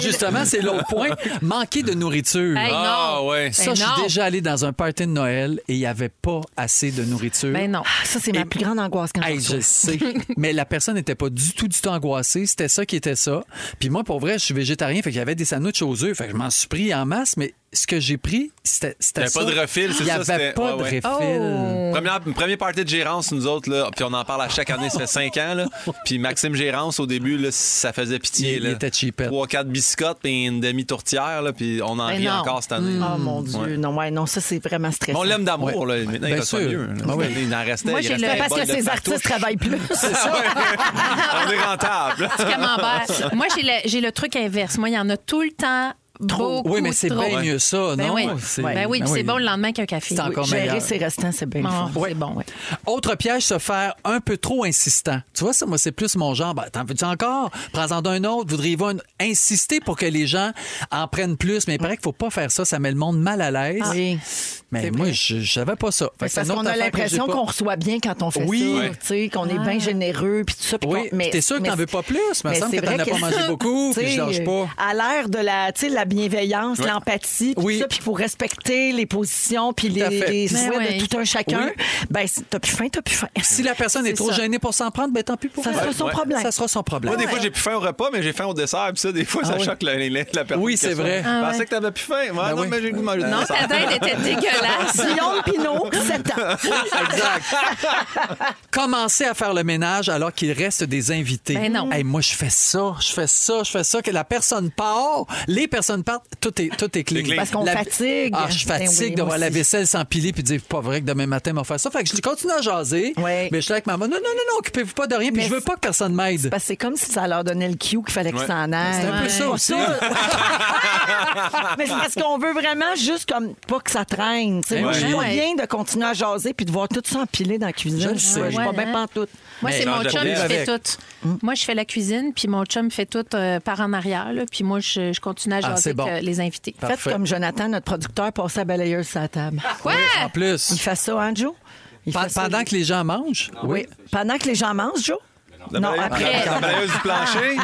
Speaker 1: Justement, c'est l'autre point. Manquer de nourriture.
Speaker 3: Hey,
Speaker 4: Ah,
Speaker 3: non.
Speaker 4: ouais.
Speaker 1: Ça,
Speaker 3: Ben
Speaker 1: je
Speaker 3: non.
Speaker 1: suis déjà allé dans un party de Noël et il n'y avait pas assez de nourriture.
Speaker 3: Ben non.
Speaker 2: ah, Ça, c'est ma
Speaker 1: Et-
Speaker 2: plus grande angoisse quand
Speaker 1: Hey,
Speaker 2: je reçois.
Speaker 1: je sais. Mais la personne n'était pas du tout, du tout angoissée. C'était ça qui était ça. Puis moi, pour vrai, je suis végétarien. Fait qu'il y avait des sandwichs aux œufs. Fait que je m'en suis pris en masse. Mais ce que j'ai pris, c'était
Speaker 4: Il
Speaker 1: c'était
Speaker 4: y avait
Speaker 1: ça.
Speaker 4: pas de refil, c'est
Speaker 1: Il y
Speaker 4: ça,
Speaker 1: avait
Speaker 4: c'était-
Speaker 1: pas
Speaker 4: ouais,
Speaker 1: de
Speaker 4: ouais.
Speaker 3: Oh,
Speaker 1: refil.
Speaker 4: Première, premier party de Gérance, nous autres, là, puis on en parle à chaque année, ça fait cinq ans. Là. Puis Maxime Gérance, au début, là, ça faisait pitié.
Speaker 1: Il-
Speaker 4: là.
Speaker 1: il était cheapette.
Speaker 4: Trois, quatre biscottes, puis une demi-tourtière, là, puis on en
Speaker 3: Ben
Speaker 4: rit
Speaker 3: non.
Speaker 4: encore cette année.
Speaker 2: Oh mon Dieu,
Speaker 4: Hmm. Ouais.
Speaker 2: non, ouais, non, ça c'est vraiment
Speaker 4: Mais
Speaker 2: stressant.
Speaker 4: on l'aime d'amour, là. Maintenant,
Speaker 1: Bien
Speaker 4: il reçoit
Speaker 1: sûr.
Speaker 4: mieux. là.
Speaker 1: Ah oui.
Speaker 4: Il en restait.
Speaker 3: Moi,
Speaker 4: il
Speaker 3: j'ai
Speaker 4: restait
Speaker 3: le-
Speaker 4: un
Speaker 2: Parce
Speaker 4: bol
Speaker 2: que
Speaker 4: de
Speaker 2: ces
Speaker 4: partout.
Speaker 2: artistes travaillent plus.
Speaker 4: on est rentable.
Speaker 3: Petit camembert. Moi, j'ai le, j'ai le truc inverse. Moi, il y en a tout le temps. Trop.
Speaker 1: Oui, mais c'est bien mieux ça,
Speaker 3: Ben
Speaker 1: non?
Speaker 3: oui,
Speaker 1: C'est-
Speaker 3: Ben oui, puis c'est bon le lendemain qu'un café.
Speaker 1: C'est encore
Speaker 2: Gérer
Speaker 1: meilleur.
Speaker 2: ses restants, c'est bien le
Speaker 3: Bon,
Speaker 2: fun.
Speaker 3: C'est bon, ouais.
Speaker 1: Autre piège, se faire un peu trop insistant. Tu vois, ça, moi, c'est plus mon genre. Ben, t'en veux-tu encore? Prends-en d'un autre. Voudriez-vous un- insister pour que les gens en prennent plus? Mais il paraît qu'il faut pas faire ça. Ça met le monde mal à l'aise.
Speaker 2: Ah, Oui.
Speaker 1: Mais
Speaker 2: c'est
Speaker 1: moi, je je savais pas ça. Fait que
Speaker 2: Mais
Speaker 1: c'est
Speaker 2: Parce
Speaker 1: une autre
Speaker 2: qu'on a
Speaker 1: affaire que
Speaker 2: l'impression
Speaker 1: j'ai pas.
Speaker 2: qu'on reçoit bien quand on fait
Speaker 1: Oui.
Speaker 2: ça, tu sais, qu'on est bien généreux, puis tout ça. puis
Speaker 1: Oui,
Speaker 2: qu'on- mais-
Speaker 1: t'es sûr que
Speaker 2: mais-
Speaker 1: t'en veux pas plus? Mais il me semble
Speaker 2: c'est
Speaker 1: que t'en
Speaker 2: vrai
Speaker 1: as pas mangé beaucoup, puis je
Speaker 2: tu sais,
Speaker 1: lâche pas.
Speaker 2: À l'ère de la, tu sais, la bienveillance, l'empathie, puis
Speaker 1: Oui.
Speaker 2: tout ça, puis pour respecter les positions, puis
Speaker 1: à
Speaker 2: les,
Speaker 1: fait.
Speaker 2: les
Speaker 3: Mais
Speaker 2: souhaits
Speaker 3: ouais.
Speaker 2: de tout un chacun,
Speaker 1: Oui.
Speaker 2: ben c'est- t'as plus faim, t'as plus faim.
Speaker 1: Si la personne est,
Speaker 3: C'est
Speaker 1: trop
Speaker 3: ça.
Speaker 1: gênée pour s'en prendre, ben tant pis pour
Speaker 2: Ça
Speaker 1: elle.
Speaker 2: sera son
Speaker 4: Ouais.
Speaker 2: problème.
Speaker 1: Ça sera son problème.
Speaker 4: Moi, des fois, j'ai plus faim au repas, mais j'ai faim au dessert. Puis ça, des fois, ça
Speaker 1: oui.
Speaker 4: choque la, la, la personne.
Speaker 1: Oui,
Speaker 4: qui
Speaker 1: c'est
Speaker 4: reçoit.
Speaker 1: vrai.
Speaker 4: Je
Speaker 1: Ah
Speaker 4: pensais que t'avais plus faim. Ouais,
Speaker 1: Ben
Speaker 4: non,
Speaker 1: oui.
Speaker 4: mais j'ai le goût de manger
Speaker 3: Non,
Speaker 4: du
Speaker 3: ta
Speaker 4: dessert.
Speaker 3: dinde était dégueulasse.
Speaker 2: Guillaume Pinot, 7 ans.
Speaker 1: Exact. Commencer à faire le ménage alors qu'il reste des invités.
Speaker 3: Ben non.
Speaker 1: Hey, moi, je fais ça, je fais ça, je fais ça, que la personne part, les personnes partent, tout est, tout est clean.
Speaker 4: clean.
Speaker 2: Parce qu'on
Speaker 1: La-
Speaker 2: fatigue.
Speaker 1: Ah, je
Speaker 2: Ben oui,
Speaker 1: fatigue de
Speaker 2: moi
Speaker 1: voir la
Speaker 2: aussi.
Speaker 1: vaisselle s'empiler puis de dire, pas vrai que demain matin, on va faire ça. Fait que je continue à jaser.
Speaker 2: Ouais.
Speaker 1: Mais je suis là avec maman. Non, non, non, non, occupez-vous pas de rien. Puis
Speaker 2: Mais
Speaker 1: je veux pas que personne m'aide.
Speaker 2: Parce que c'est comme si ça leur donnait le cue qu'il fallait que
Speaker 4: Ouais.
Speaker 2: ça en aille.
Speaker 1: C'est un peu ça aussi.
Speaker 2: Mais c'est parce qu'on veut vraiment juste comme pas que ça traîne. tu sais. Moi,
Speaker 4: Ouais.
Speaker 2: je suis pas
Speaker 3: Ouais.
Speaker 2: bien de continuer à jaser puis de voir tout s'empiler dans la cuisine.
Speaker 1: Je le sais.
Speaker 2: Je suis
Speaker 3: Ouais,
Speaker 2: pas bien
Speaker 3: hein.
Speaker 2: pantoute.
Speaker 3: Moi,
Speaker 4: Mais
Speaker 3: c'est mon
Speaker 4: genre,
Speaker 3: chum
Speaker 4: je
Speaker 3: qui fait
Speaker 4: avec.
Speaker 3: tout.
Speaker 1: Hmm?
Speaker 3: Moi, je fais la cuisine, puis mon chum fait tout euh, par en arrière, là, puis moi, je, je continue à jaser
Speaker 1: Ah, c'est
Speaker 3: avec
Speaker 1: bon.
Speaker 3: euh, les invités.
Speaker 1: Parfait.
Speaker 2: Faites comme Jonathan, notre producteur, passer à balayeuse sur la table.
Speaker 3: Quoi?
Speaker 1: En plus,
Speaker 2: Il fait ça, hein, Joe? Il
Speaker 1: pe-
Speaker 2: fait ça,
Speaker 1: pendant
Speaker 2: lui.
Speaker 1: que les gens mangent, oui.
Speaker 2: Oui. Pendant que les gens mangent, Joe?
Speaker 4: La balayeuse- Ah,
Speaker 2: après.
Speaker 4: La balayeuse du plancher.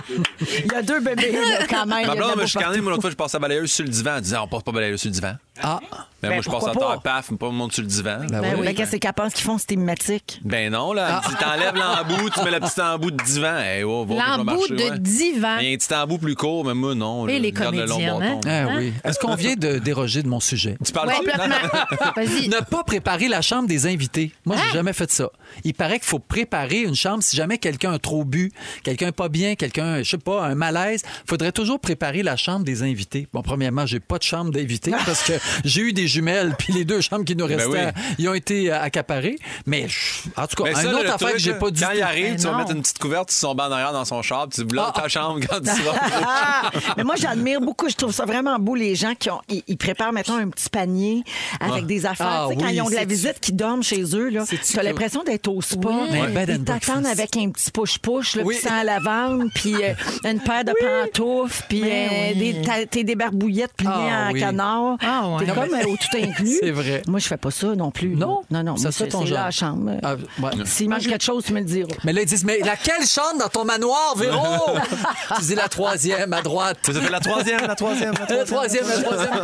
Speaker 2: Il y a deux bébés là, quand même.
Speaker 4: Ma
Speaker 2: Il y en a
Speaker 4: blonde me
Speaker 2: beaucoup
Speaker 4: chicanait, moi, l'autre fois, je passais la balayeuse sur le divan. Elle disait, on passe pas balayeuse sur le divan.
Speaker 1: Ah,
Speaker 4: Mais
Speaker 2: Ben,
Speaker 4: moi, je passe
Speaker 2: pourquoi
Speaker 4: à
Speaker 2: pas?
Speaker 4: terre, paf, pas monte sur le divan.
Speaker 2: partout.
Speaker 1: Ben
Speaker 2: Ben
Speaker 1: oui.
Speaker 2: oui. Ah. Qu'est-ce qu'elles pensent qu'ils font? C'est énigmatique.
Speaker 4: Ben non, là. Tu t'enlèves l'embout, tu mets le petit embout de divan. Hey, oh, va, va
Speaker 3: L'embout
Speaker 4: marcher,
Speaker 3: de
Speaker 4: ouais.
Speaker 3: divan.
Speaker 4: Il y a un petit embout plus court, mais moi, non.
Speaker 3: Et
Speaker 4: je
Speaker 3: les
Speaker 4: garde le long
Speaker 3: comédiennes,
Speaker 4: bâton.
Speaker 1: ah oui.
Speaker 2: Hein?
Speaker 1: Est-ce qu'on vient de déroger de mon sujet?
Speaker 4: Tu parles
Speaker 3: Ouais,
Speaker 4: pas? Ben
Speaker 3: complètement. Vas-y.
Speaker 1: Ne pas préparer la chambre des invités. Moi, j'ai jamais fait ça. Il paraît qu'il faut préparer une chambre si jamais quelqu'un a trop bu, quelqu'un pas bien, quelqu'un, je sais pas, un malaise. Faudrait toujours préparer la chambre des invités. Bon, premièrement, j'ai pas de chambre d'invités parce que j'ai eu des jumelles, puis les deux chambres qui nous restaient,
Speaker 4: Eh ben oui.
Speaker 1: ils ont été euh, accaparées. Mais je- en tout cas,
Speaker 4: Mais
Speaker 1: un
Speaker 4: ça, là,
Speaker 1: autre
Speaker 4: le
Speaker 1: affaire que
Speaker 4: truc,
Speaker 1: j'ai
Speaker 4: là,
Speaker 1: pas du
Speaker 4: Quand
Speaker 1: tout.
Speaker 4: il arrive,
Speaker 3: Ben
Speaker 4: tu vas
Speaker 3: non.
Speaker 4: mettre une petite couverte sur son banc en arrière dans son char, puis tu bloques
Speaker 1: Ah.
Speaker 4: ta chambre quand tu vas.
Speaker 2: Ah! Mais moi, j'admire beaucoup. Je trouve ça vraiment beau, les gens qui ont. Ils, ils préparent, mettons, un petit panier avec des affaires.
Speaker 1: Ah
Speaker 2: Tu sais, quand
Speaker 1: oui,
Speaker 2: ils ont de la
Speaker 1: c'est-tu-
Speaker 2: visite, qui dorment chez eux, là.
Speaker 1: C'est-tu
Speaker 2: T'as
Speaker 1: que-
Speaker 2: l'impression d'être au spa. euh,
Speaker 1: Mais un bed and
Speaker 2: Ils t'attendent
Speaker 1: breakfast.
Speaker 2: avec un petit push-push, là,
Speaker 1: Oui.
Speaker 2: puis sans lavande, puis euh, une paire de pantoufles, puis euh, des- t'as- t'es des barbouillettes pliées
Speaker 1: Ah
Speaker 2: en
Speaker 1: oui.
Speaker 2: canard.
Speaker 3: Ah ouais.
Speaker 2: T'es
Speaker 3: Non,
Speaker 2: comme euh, au tout inclus.
Speaker 1: C'est vrai.
Speaker 2: Moi, je fais pas ça non plus.
Speaker 1: Non?
Speaker 2: Non, non.
Speaker 1: Ça,
Speaker 2: moi,
Speaker 1: c'est
Speaker 2: c'est
Speaker 1: ton
Speaker 2: c'est
Speaker 1: genre.
Speaker 2: la chambre.
Speaker 1: Ah, ouais.
Speaker 2: S'il manque quelque chose, tu me le diras.
Speaker 1: Mais là, ils disent, mais laquelle chambre dans ton manoir, Véro? tu dis la troisième à droite.
Speaker 4: Ça fait la troisième, la troisième, la
Speaker 1: La troisième,
Speaker 4: troisième.
Speaker 1: la troisième.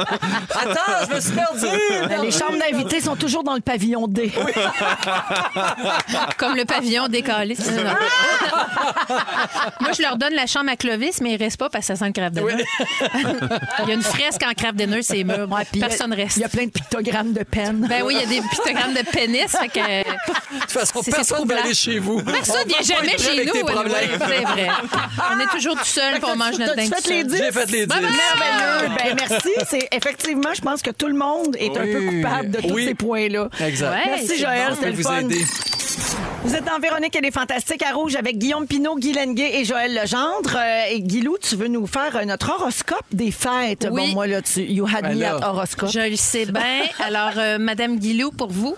Speaker 1: Attends, je me suis
Speaker 2: Mais
Speaker 1: perdu.
Speaker 2: Les chambres d'invités sont toujours dans le pavillon D.
Speaker 3: Comme le pavillon décalé. Non, non. Moi, je leur donne la chambre à Clovis, mais il reste pas parce que ça sent le crave de Il y a une fresque en crave dinner, c'est murs.
Speaker 2: Ouais, puis
Speaker 3: personne reste.
Speaker 2: Il y a plein de pictogrammes de peine.
Speaker 3: Ben oui, il y a des pictogrammes de pénis. Fait que...
Speaker 1: De toute façon,
Speaker 3: C'est- c'est
Speaker 1: personne
Speaker 3: troublant.
Speaker 1: va aller chez vous.
Speaker 3: Personne
Speaker 1: On va
Speaker 3: vient
Speaker 1: pas
Speaker 3: jamais
Speaker 1: être
Speaker 3: chez
Speaker 1: avec
Speaker 3: nous.
Speaker 1: tes
Speaker 3: anyway,
Speaker 1: problèmes.
Speaker 3: c'est vrai. On est toujours tout seul pour manger notre Ah,
Speaker 2: T'as-tu
Speaker 3: dingue.
Speaker 2: fait
Speaker 3: tout
Speaker 2: les
Speaker 3: seul.
Speaker 2: dix?
Speaker 1: J'ai fait les dix.
Speaker 3: Bye-bye!
Speaker 2: Merveilleux. Ben, merci. C'est effectivement, je pense que tout le monde est un
Speaker 1: Oui.
Speaker 2: peu coupable de tous
Speaker 1: Oui.
Speaker 2: ces points-là.
Speaker 1: Exact.
Speaker 3: Ouais.
Speaker 2: Merci
Speaker 3: c'est
Speaker 2: Joël,
Speaker 1: On
Speaker 2: c'était
Speaker 1: peut
Speaker 2: le
Speaker 1: vous
Speaker 2: fun.
Speaker 1: aider.
Speaker 2: Vous êtes dans Véronique, elle est fantastique à rouge avec Guillaume Pinot, Guy Lenguet et Joël Legendre. Euh, et Guilou, tu veux nous faire euh, notre horoscope des fêtes.
Speaker 3: Oui.
Speaker 2: Bon, moi, là, tu, you had
Speaker 1: Ben
Speaker 2: me
Speaker 1: là.
Speaker 2: at horoscope.
Speaker 3: Je le sais bien. Alors, euh, Madame Guilou, pour vous,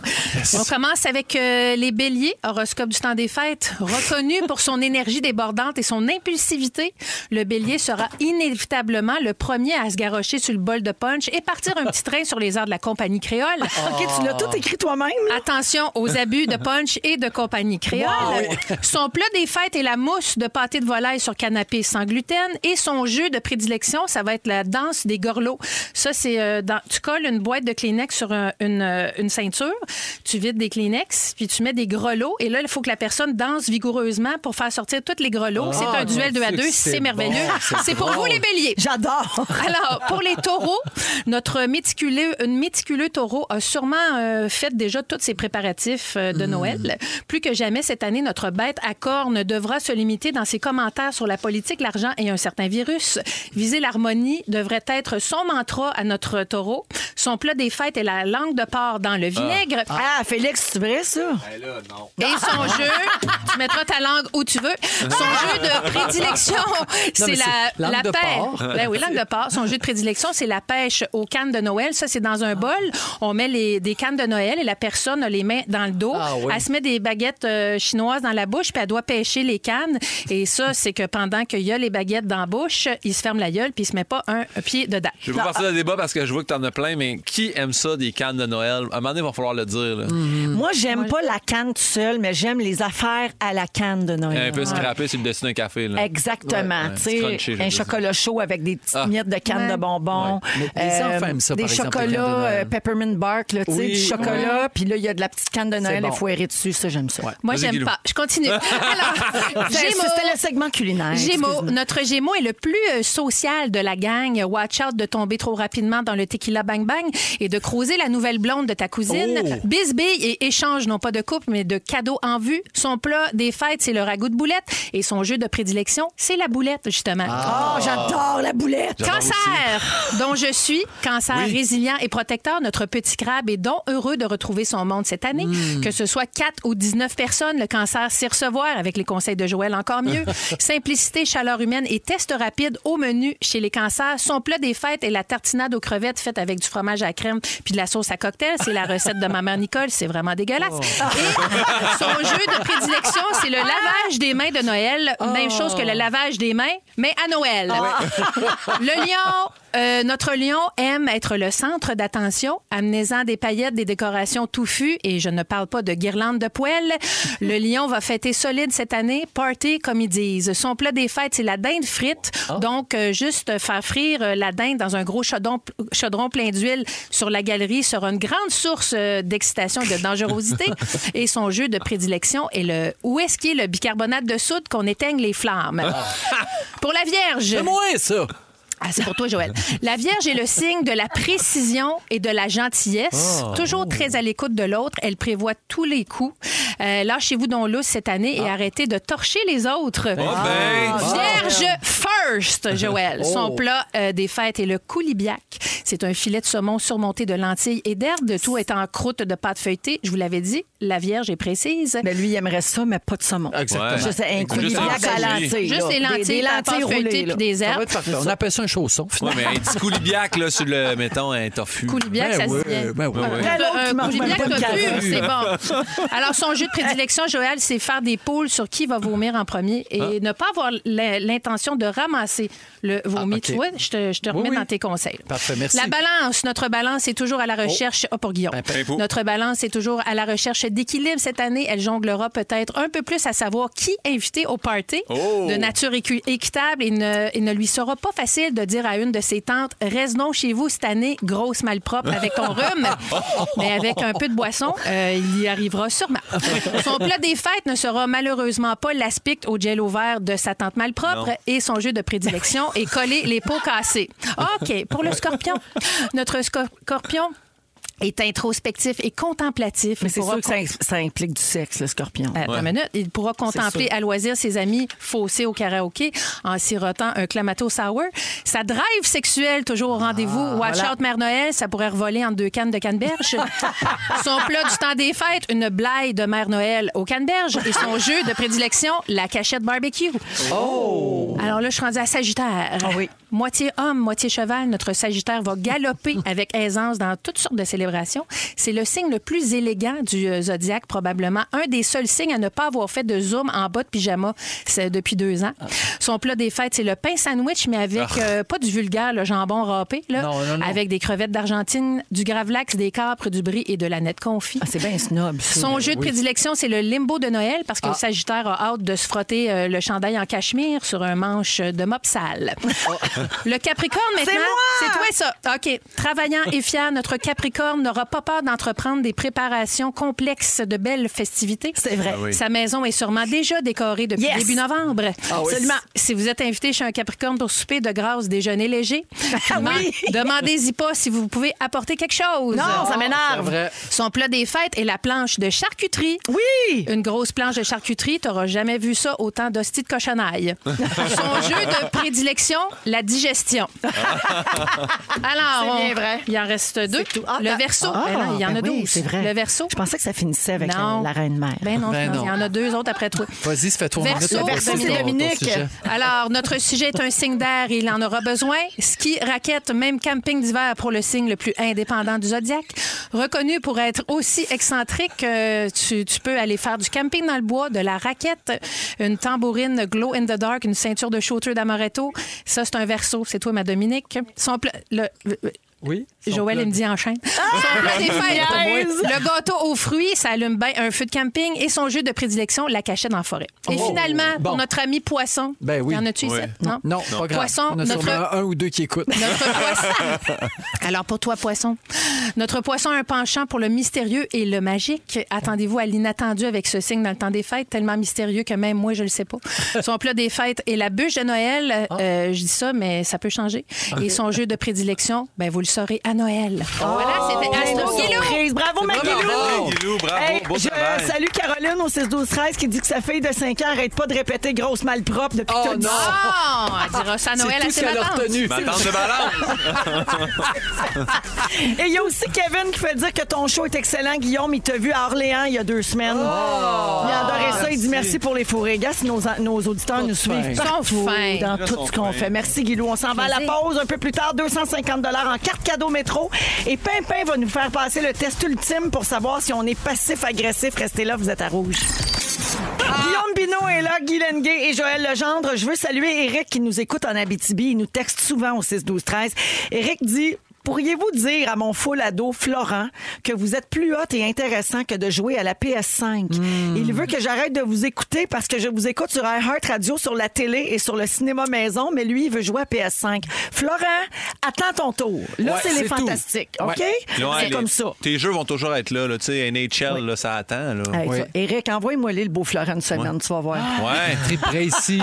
Speaker 3: on commence avec euh, les béliers, horoscope du temps des fêtes. Reconnu pour son énergie débordante et son impulsivité, le bélier sera inévitablement le premier à se garrocher sur le bol de punch et partir un petit train sur les airs de la compagnie créole.
Speaker 2: OK,
Speaker 1: Ah.
Speaker 2: tu l'as tout écrit toi-même. là.
Speaker 3: Attention aux abus de punch et de compagnie créole. Son plat des fêtes est la mousse de pâté de volaille sur canapé sans gluten. Et son jeu de prédilection, ça va être la danse des gorlots. Ça, c'est euh, dans- tu colles une boîte de Kleenex sur un- une, euh, une ceinture, tu vides des Kleenex, puis tu mets des grelots. Et là, il faut que la personne danse vigoureusement pour faire sortir toutes les grelots. c'est un
Speaker 1: Ah, mon
Speaker 3: duel de à
Speaker 1: Dieu,
Speaker 3: deux,
Speaker 1: c'est
Speaker 3: c'est
Speaker 1: bon,
Speaker 3: merveilleux.
Speaker 1: c'est
Speaker 3: c'est pour vous,
Speaker 1: drôle.
Speaker 3: les béliers.
Speaker 2: J'adore.
Speaker 3: Alors, pour les taureaux, notre méticuleux, une méticuleux taureau a sûrement euh, fait déjà tous ses préparatifs euh,
Speaker 2: Hmm.
Speaker 3: de Noël. Plus que jamais, cette année, notre bête à cornes devra se limiter dans ses commentaires sur la politique, l'argent et un certain virus. Viser l'harmonie devrait être son mantra à notre taureau. Son plat des fêtes est la langue de porc dans le vinaigre.
Speaker 2: Ah, Félix, c'est vrai, ça?
Speaker 3: Et son jeu, tu mettras ta langue où tu veux. Son jeu de prédilection, c'est
Speaker 1: mais
Speaker 3: la,
Speaker 1: c'est langue
Speaker 3: la
Speaker 1: de
Speaker 3: pêche.
Speaker 1: porc.
Speaker 3: Ben oui, langue de porc. Son jeu de prédilection, c'est la pêche aux cannes de Noël. Ça, c'est dans un bol. On met les, des cannes de Noël et la personne a les mains dans le dos.
Speaker 1: Ah oui.
Speaker 3: Elle se met des baguettes euh, chinoises dans la bouche, puis elle doit pêcher les cannes. Et ça, c'est que pendant qu'il y a les baguettes dans la bouche, il se ferme la gueule, puis il se met pas un pied dedans.
Speaker 4: Je vais pas partir dans le débat parce que je vois que t'en as plein, mais qui aime ça des cannes de Noël? À un moment donné, il va falloir le dire. là.
Speaker 1: Mm,
Speaker 2: Moi, j'aime pas la canne tout seul, mais j'aime les affaires à la canne de Noël.
Speaker 4: Un peu scrappé sur le dessus d'un café. Là.
Speaker 2: Exactement.
Speaker 4: Ouais.
Speaker 2: Tu
Speaker 4: C'est
Speaker 2: sais,
Speaker 4: crunchy, je veux
Speaker 2: un
Speaker 4: dire.
Speaker 2: chocolat chaud avec des petites
Speaker 4: Ah.
Speaker 2: miettes de canne de bonbons. Euh,
Speaker 1: Ouais. Mais les enfants aiment ça,
Speaker 2: Des
Speaker 1: par exemple, les
Speaker 2: chocolats
Speaker 1: cannes de Noël.
Speaker 2: euh, peppermint bark, là, tu sais,
Speaker 1: Oui,
Speaker 2: du chocolat. Puis là, il y a de la petite canne de Noël
Speaker 1: bon.
Speaker 2: effoirée dessus. Ça, j'aime ça.
Speaker 3: Moi,
Speaker 4: Vas-y,
Speaker 3: j'aime
Speaker 4: Guilou.
Speaker 3: pas. Je continue. Alors,
Speaker 2: C'est-
Speaker 3: Gémeaux.
Speaker 2: C'était le segment culinaire.
Speaker 3: Gémeaux,
Speaker 2: excuse-moi.
Speaker 3: notre Gémeaux est le plus euh, social de la gang. Watch out de tomber trop rapidement dans le tequila bang bang et de croiser la nouvelle blonde de ta cousine. Bisbille et échange, non pas de couple, mais de cadeaux en vue. Son plat des fêtes, c'est le ragoût de boulette et son jeu de prédilection, c'est la boulette, justement.
Speaker 2: Oh, j'adore la boulette.
Speaker 3: Cancer, dont je suis, cancer résilient et protecteur, notre petit crabe est donc heureux de retrouver son monde cette année. Que ce soit 4 ou 19 personnes, le cancer sait recevoir avec les conseils de Joël encore mieux. Simplicité, chaleur humaine et test rapide au menu chez les cancers. Son plat des fêtes est la tartinade aux crevettes faite avec du fromage à la crème puis de la sauce à cocktail. C'est la recette de ma mère Nicole, c'est vraiment dégueulasse. Et son jeu de prédilection, c'est le lavage des mains de Noël. Même chose que le lavage des mains, mais à Noël. Le lion, euh, notre lion aime être le centre d'attention, amenaisant des paillettes, des décorations touffues, et je ne parle pas de guirlandes de poêle. Le lion va fêter solide cette année, party comme ils disent. Son plat des fêtes, c'est la dinde frite. Donc, euh, juste faire frire euh, la dinde dans un gros chaudron, chaudron plein d'huile sur la galerie sera une grande source euh, d'excitation et de dangerosité. et son jeu de prédilection est le où est-ce qu'il est le bicarbonate de soude qu'on éteigne les flammes. Pour la Vierge.
Speaker 1: C'est moins ça.
Speaker 3: Ah, c'est pour toi, Joël. La Vierge est le signe de la précision et de la gentillesse. Toujours très à l'écoute de l'autre, elle prévoit tous les coups. Euh, Lâchez-vous dans l'eau cette année et arrêtez de torcher les autres.
Speaker 4: Ah, ben!
Speaker 3: Vierge first, Joël. Son
Speaker 1: Oh.
Speaker 3: plat euh, des fêtes est le coulibiac. C'est un filet de saumon surmonté de lentilles et d'herbes. De tout est en croûte de pâte feuilletée. Je vous l'avais dit, la Vierge est précise.
Speaker 2: Mais Ben, lui, il aimerait ça, mais pas de saumon.
Speaker 1: Exactement.
Speaker 2: Je sais, un
Speaker 4: Juste
Speaker 2: coup de
Speaker 4: un
Speaker 2: biac à
Speaker 4: coulis.
Speaker 2: lentilles.
Speaker 3: Juste
Speaker 2: là.
Speaker 3: des lentilles,
Speaker 2: des
Speaker 3: de la
Speaker 2: lentilles
Speaker 3: pâte feuilletée
Speaker 2: roulées. là.
Speaker 3: puis des
Speaker 1: Ça va
Speaker 3: herbes.
Speaker 1: être parfait. On appelle ça un chausson,
Speaker 4: Ouais,
Speaker 1: finalement.
Speaker 4: mais un petit coulibiac là, sur le, mettons, un tofu.
Speaker 3: Coulibiac,
Speaker 1: Ben
Speaker 3: ça
Speaker 1: oui,
Speaker 3: se vient.
Speaker 1: ben oui.
Speaker 4: Ouais.
Speaker 2: Après l'autre,
Speaker 3: Un
Speaker 2: tu manges
Speaker 3: coulis
Speaker 2: même
Speaker 3: blanc
Speaker 2: pas de
Speaker 3: t'as
Speaker 2: carotte.
Speaker 3: vu, c'est bon. Alors, son jeu de prédilection, Joël, c'est faire des poules sur qui va vomir en premier et ne pas avoir l'in- l'intention de ramasser le vomi.
Speaker 1: Ah, ok.
Speaker 3: Tu vois, je te, je te remets
Speaker 1: oui.
Speaker 3: dans tes conseils.
Speaker 1: Parfait, merci.
Speaker 3: La balance, notre balance est toujours à la recherche... Ah, pour Guillaume.
Speaker 4: pimpou.
Speaker 3: Notre balance est toujours à la recherche d'équilibre cette année. Elle jonglera peut-être un peu plus à savoir qui inviter au party
Speaker 4: Oh.
Speaker 3: de nature équi- équitable et ne, il ne lui sera pas facile de dire à une de ses tantes Reste donc chez vous cette année, grosse malpropre avec ton rhume. Mais avec un peu de boisson, euh, il y arrivera sûrement. Son plat des fêtes ne sera malheureusement pas l'aspic au gel au vert de sa tante malpropre et son jeu de prédilection et coller les peaux cassées. OK, pour le scorpion. Notre scor- scorpion est introspectif et contemplatif.
Speaker 2: Mais
Speaker 3: Il
Speaker 2: c'est
Speaker 3: pourra
Speaker 2: sûr que ça, im- ça implique du sexe, le scorpion.
Speaker 3: Euh, Attends une minute. Il pourra contempler à loisir ses amis faussés au karaoké en sirotant un clamato sour. Sa drive sexuelle, toujours au rendez-vous. Watch
Speaker 2: voilà.
Speaker 3: out, Mère Noël, ça pourrait revoler entre deux cannes de canneberge. son plat du temps des fêtes, une blague de Mère Noël au canneberge. Et son jeu de prédilection, la cachette barbecue. Oh! Alors là, je suis rendue à Sagittaire.
Speaker 2: Ah oui.
Speaker 3: Moitié homme, moitié cheval, notre Sagittaire va galoper avec aisance dans toutes sortes de célébrations. C'est le signe le plus élégant du euh, zodiaque, probablement. Un des seuls signes à ne pas avoir fait de zoom en bas de pyjama c'est depuis deux ans. Son plat des fêtes, c'est le pain sandwich, mais avec
Speaker 2: Ah.
Speaker 3: euh, pas du vulgaire, le jambon râpé, là,
Speaker 1: Non, non, non.
Speaker 3: avec des crevettes d'Argentine, du gravlax, des capres, du brie et de la nette confit.
Speaker 2: Ah, c'est bien snob. ça. Ah.
Speaker 3: Son jeu de prédilection, c'est le limbo de Noël parce que le Sagittaire a hâte de se frotter euh, le chandail en cachemire sur un manche de mop sale.
Speaker 2: Oh.
Speaker 3: Le Capricorne, maintenant, c'est toi ça. OK. Travaillant et fier, notre Capricorne n'aura pas peur d'entreprendre des préparations complexes de belles festivités.
Speaker 2: C'est vrai.
Speaker 6: Ah oui.
Speaker 3: Sa maison est sûrement déjà décorée depuis
Speaker 2: Yes. Ah
Speaker 3: début novembre.
Speaker 2: oui.
Speaker 3: Absolument. Si vous êtes invité chez un Capricorne pour souper, de grâce, déjeuner léger.
Speaker 2: Ah oui.
Speaker 3: Demandez-y pas si vous pouvez apporter quelque chose.
Speaker 2: Non, ça m'énerve.
Speaker 1: Vrai.
Speaker 3: Son plat des fêtes est la planche de charcuterie.
Speaker 2: Oui!
Speaker 3: Une grosse planche de charcuterie, t'auras jamais vu ça autant d'hosties de cochonaille. Son jeu de prédilection, la digestion. Alors,
Speaker 2: C'est bien
Speaker 3: on-
Speaker 2: vrai.
Speaker 3: il en reste deux.
Speaker 2: tout. Ah,
Speaker 3: le
Speaker 2: t'as-
Speaker 3: verso,
Speaker 2: Ah,
Speaker 3: ben non, il y en a
Speaker 2: ben oui,
Speaker 3: douze.
Speaker 2: c'est vrai.
Speaker 3: Le verso,
Speaker 2: Je pensais que ça finissait avec la,
Speaker 3: Non.
Speaker 2: la reine mère.
Speaker 3: ben non,
Speaker 1: Ben
Speaker 3: je pense, il y
Speaker 1: non.
Speaker 3: en a deux autres après trois.
Speaker 1: Vas-y, se fait toi
Speaker 3: Verso, Verso, c'est
Speaker 2: Dominique.
Speaker 3: Alors, notre sujet est un signe d'air et il en aura besoin. Ski, raquette, même camping d'hiver pour le signe le plus indépendant du zodiaque. Reconnu pour être aussi excentrique, euh, tu, tu peux aller faire du camping dans le bois, de la raquette, une tambourine glow in the dark, une ceinture de chauteur d'amaretto. Ça, c'est un verso. C'est toi, ma Dominique. Son pla- le-
Speaker 1: Oui.
Speaker 3: Joël, il me dit enchaîne. Son
Speaker 1: Ah!
Speaker 3: plat des fêtes. Le gâteau aux fruits, ça allume bien un feu de camping et son jeu de prédilection, la cachette en forêt. Et
Speaker 1: Oh.
Speaker 3: finalement,
Speaker 1: Bon.
Speaker 3: pour notre ami Poisson,
Speaker 1: Ben oui.
Speaker 3: y en a-tu
Speaker 6: Ouais.
Speaker 3: ici? Non.
Speaker 1: Non, pas grave.
Speaker 3: Poisson,
Speaker 1: On a
Speaker 3: notre-
Speaker 1: sûrement un ou deux qui écoutent.
Speaker 3: Notre poisson. Alors pour toi, poisson. Notre poisson a un penchant pour le mystérieux et le magique. Attendez-vous à l'inattendu avec ce signe dans le temps des fêtes, tellement mystérieux que même moi, je le sais pas. Son plat des fêtes et la bûche de Noël. euh, je dis ça, mais ça peut changer. Et son jeu de prédilection, ben vous le saurez à Noël. voilà, c'était Astro Guilou.
Speaker 2: Surprise. Bravo, Maguilou!
Speaker 1: bravo.
Speaker 4: Guilou, bravo,
Speaker 2: Hey,
Speaker 4: beau
Speaker 2: je
Speaker 4: travail.
Speaker 2: salue Caroline au 6-12-13 qui dit que sa fille de 5 ans arrête pas de répéter grosse malpropre depuis
Speaker 1: Oh,
Speaker 2: que t'as dit
Speaker 1: non.
Speaker 2: ça.
Speaker 3: Ah, elle dira ça à Noël
Speaker 1: c'est
Speaker 3: à
Speaker 1: tout ce
Speaker 3: ses
Speaker 1: qu'elle a
Speaker 3: vacances.
Speaker 1: retenu.
Speaker 4: Ma tante de balance.
Speaker 2: Et il y a aussi Kevin qui fait dire que ton show est excellent, Guillaume. Il t'a vu à Orléans il y a deux semaines. il a adoré ça. Il dit merci pour les fourrés. Gars, si nos, nos auditeurs nous suivent
Speaker 3: fins.
Speaker 2: partout
Speaker 3: Sont fins.
Speaker 2: dans
Speaker 4: Ils
Speaker 2: tout
Speaker 4: sont
Speaker 2: ce qu'on
Speaker 4: fins.
Speaker 2: fait. Merci, Guilou. On s'en va à la
Speaker 3: Plaisir.
Speaker 2: pause. Un peu plus tard, 250 en carte cadeau métro. Et Pimpin va nous faire passer le test ultime pour savoir si on est passif-agressif. Restez là, vous êtes à rouge. Guillaume Binot est là, Guy Lenguet et Joël Legendre. Je veux saluer Eric qui nous écoute en Abitibi. Il nous texte souvent au 6-12-13. Eric dit... Pourriez-vous dire à mon full ado Florent que vous êtes plus hot et intéressant que de jouer à la PS5?
Speaker 1: Hmm.
Speaker 2: Il veut que j'arrête de vous écouter parce que je vous écoute sur iHeart Radio, sur la télé et sur le cinéma maison, mais lui, il veut jouer à PS5. Florent, attends ton tour. Là,
Speaker 1: Ouais,
Speaker 2: c'est les
Speaker 1: c'est tout.
Speaker 2: fantastiques.
Speaker 1: Ouais.
Speaker 2: OK?
Speaker 4: Là,
Speaker 2: C'est
Speaker 4: les-
Speaker 2: comme ça.
Speaker 4: Tes jeux vont toujours être là, là tu sais, NHL, là, ça attend. Là.
Speaker 2: Hey,
Speaker 1: Oui.
Speaker 2: ça- Eric, envoie-moi le beau Florent une semaine, tu vas voir.
Speaker 1: Ah,
Speaker 4: Ouais.
Speaker 1: Très précis.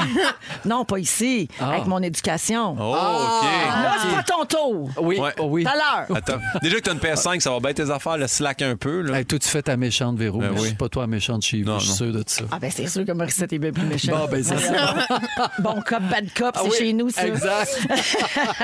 Speaker 2: Non, pas ici. Avec mon éducation.
Speaker 4: Oh, OK.
Speaker 2: Là, c'est pas ton tour.
Speaker 1: Oui,
Speaker 4: Ouais.
Speaker 1: oh oui.
Speaker 2: Tout à l'heure.
Speaker 4: Attends. Déjà que t'as une PS5, ça va bien tes affaires, le slack un peu. Là.
Speaker 1: Hey, toi, tu fais ta méchante, Véro.
Speaker 4: Ben
Speaker 1: mais
Speaker 4: oui.
Speaker 1: Je suis pas toi la méchante chez vous,
Speaker 4: Non,
Speaker 1: je suis
Speaker 4: non.
Speaker 1: sûr de ça.
Speaker 2: Ah, ben, c'est sûr que Morissette est bien plus méchant.
Speaker 1: Bon, ben, c'est ça. Ah
Speaker 2: Bon cop, bad cop, c'est
Speaker 1: Oui,
Speaker 2: chez nous, ça.
Speaker 1: Exact.